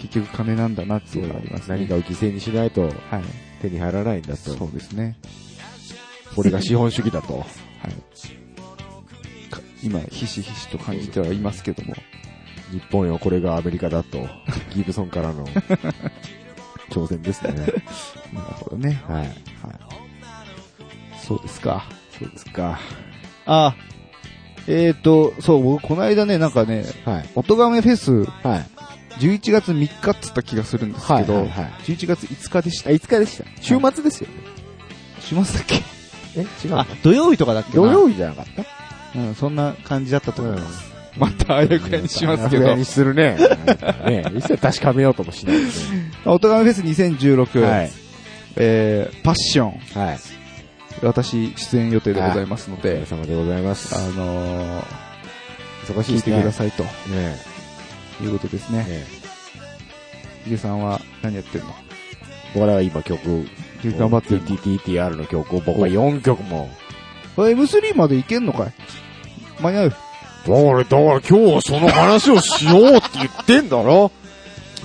F: 結局金なんだなっていうのがありますね。
B: 何かを犠牲にしないと
F: はい。
B: 手に入らないんだ
F: そ
B: と。
F: うですね。
B: これが資本主義だ *laughs* と。
F: はい。か今、ひしひしと感じてはいますけども。
B: 日本よ、これがアメリカだと。ギブソンから *laughs* の挑戦ですね。
F: なるほどね。
B: はい。
F: そうですか。
B: そうですか。
F: あ、えっ、ー、と、そう、僕、この間ね、なんかね、
B: はい。
F: おとがめフェス、
B: はい。
F: 11月3日っつった気がするんですけど、
B: はいはいはい
F: 11月5日でした。
B: あ、5日でした。週末ですよね。
F: しますだっけ
B: え違うの
H: あ、土曜日とかだっけな
B: 土曜日じゃなかった
F: うん、そんな感じだったと思います。またあやくやにします
B: さ
F: け
B: すが
F: ど
B: に。するね。 *laughs* ね一切確かめようともしないですね。
F: おとがめフェス2016、
B: はい。
F: えー、パッション、
B: はい。
F: 私出演予定でございますの
B: お疲れ
F: で、
B: 様でございます。
F: あのー、
B: 忙しい
F: 聞い
B: です
F: て
B: ね。
F: くださいと
B: ね
F: いうことです
B: え
F: ね。
B: ね
F: ヒゲさんは何やってるの
B: え僕らは今曲、
F: 頑張ってる
B: TTTR の曲を僕は4曲も。
F: M3 までいけんのかい間に合う。
B: だから、だから今日はその話をしようって言ってんだ *laughs* ろ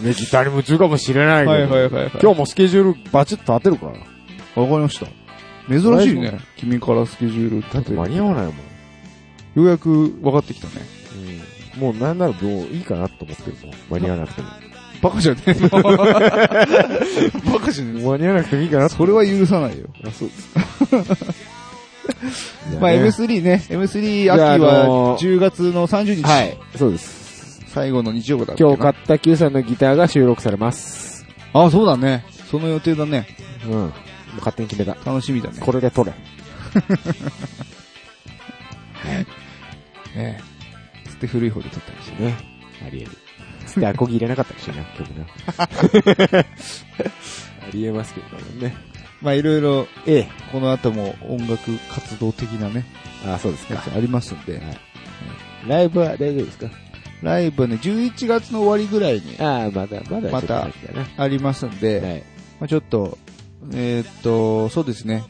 B: ね、ギターに夢中かもしれないけど。
F: いはいはい。今
B: 今日もスケジュールバチッと当てるから。
F: 日、わかりました。珍しいね。君からスケジュール立てる。
B: 間に合わないもん。
F: ようやく分かってきたね。
B: うん、もうなんならもういいかなと思ってるもん。間に合わなくても。
F: バカじゃねえの。バカじゃね
B: 間に合わなくてもいいか
F: え
B: な
F: の。 *laughs* それは許さないよ。
B: あ、そうです。
F: まあ M3 ね、M3 秋
B: いやあ
F: は
B: のー
F: 10月の30日。
B: はい。そうです。
F: 最後の日曜日だっけな
B: 今日買った Q さんのギターが収録されます。
F: あ、そうだね。その予定だね。
B: うん。もう勝手に決めた。
F: 楽しみだね。
B: これで撮れ。
F: ね。つって古い方で撮ったりして。
B: ね。ありえる。つってアコギ入れなかったりしてね、曲 *laughs* ね。ありえますけどね。
F: まあいろいろ、
B: ええ。
F: この後も音楽活動的なね、
B: あ、そうです
F: や
B: か
F: つ。ありますんで。
B: ライブは大丈夫ですか
F: ライブはね、11月の終わりぐらいに
B: ああ、まだ、まだ
F: また
B: ちょっと先だ
F: ありますんで、
B: な。はい。
F: まあちょっと、えーっと、そうですね。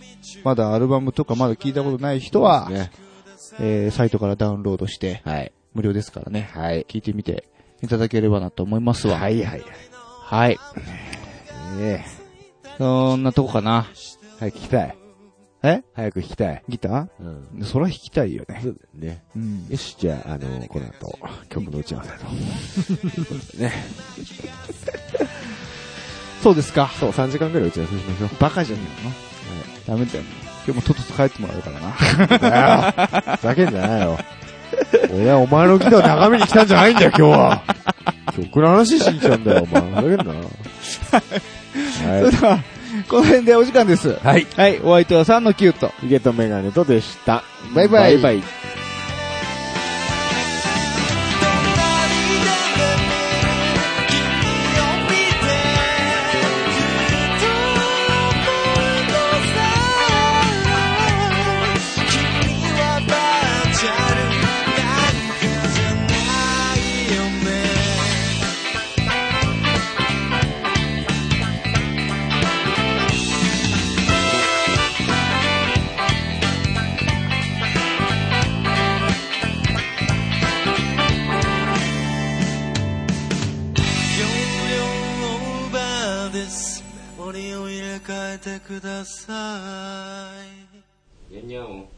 F: まだアルバムとかまだ聞いたことない人は、
B: ね。
F: えーサイトからダウンロードして、
B: はい。
F: 無料ですからね、
B: はい。
F: 聞いてみていただければなと思いますわ。
B: はいはい。
F: はい。
B: え
F: そんなとこかな。
B: え。早く弾きたい。
F: え
B: 早く弾きたい。
F: ギタ
B: うん。
F: ーそら弾きたいよね。
B: そうだね。
F: うん。
B: よし、じゃあ、あの、この後、曲の打ち合わせと。
F: そうですか。
B: そう、3時間ぐらい打ち合わせしましょう。
F: バカじゃねえよな。ダメだよ。今日もとっとと帰ってもらうからな。
B: ふざけんじゃないよ。俺はお前のギターを眺めに来たんじゃないんだよ、今日は。曲の話しに来たんだよ、お前。ふざけんな。*laughs*
F: それ
B: は
F: では、この辺でお時間です。
B: い。はい。
F: はい、お相手は3の9と。
B: ヒゲとメガネとでした。
F: バイバイ
B: バイバイ。
C: 森を入れ替えてください。
I: にゃんにゃん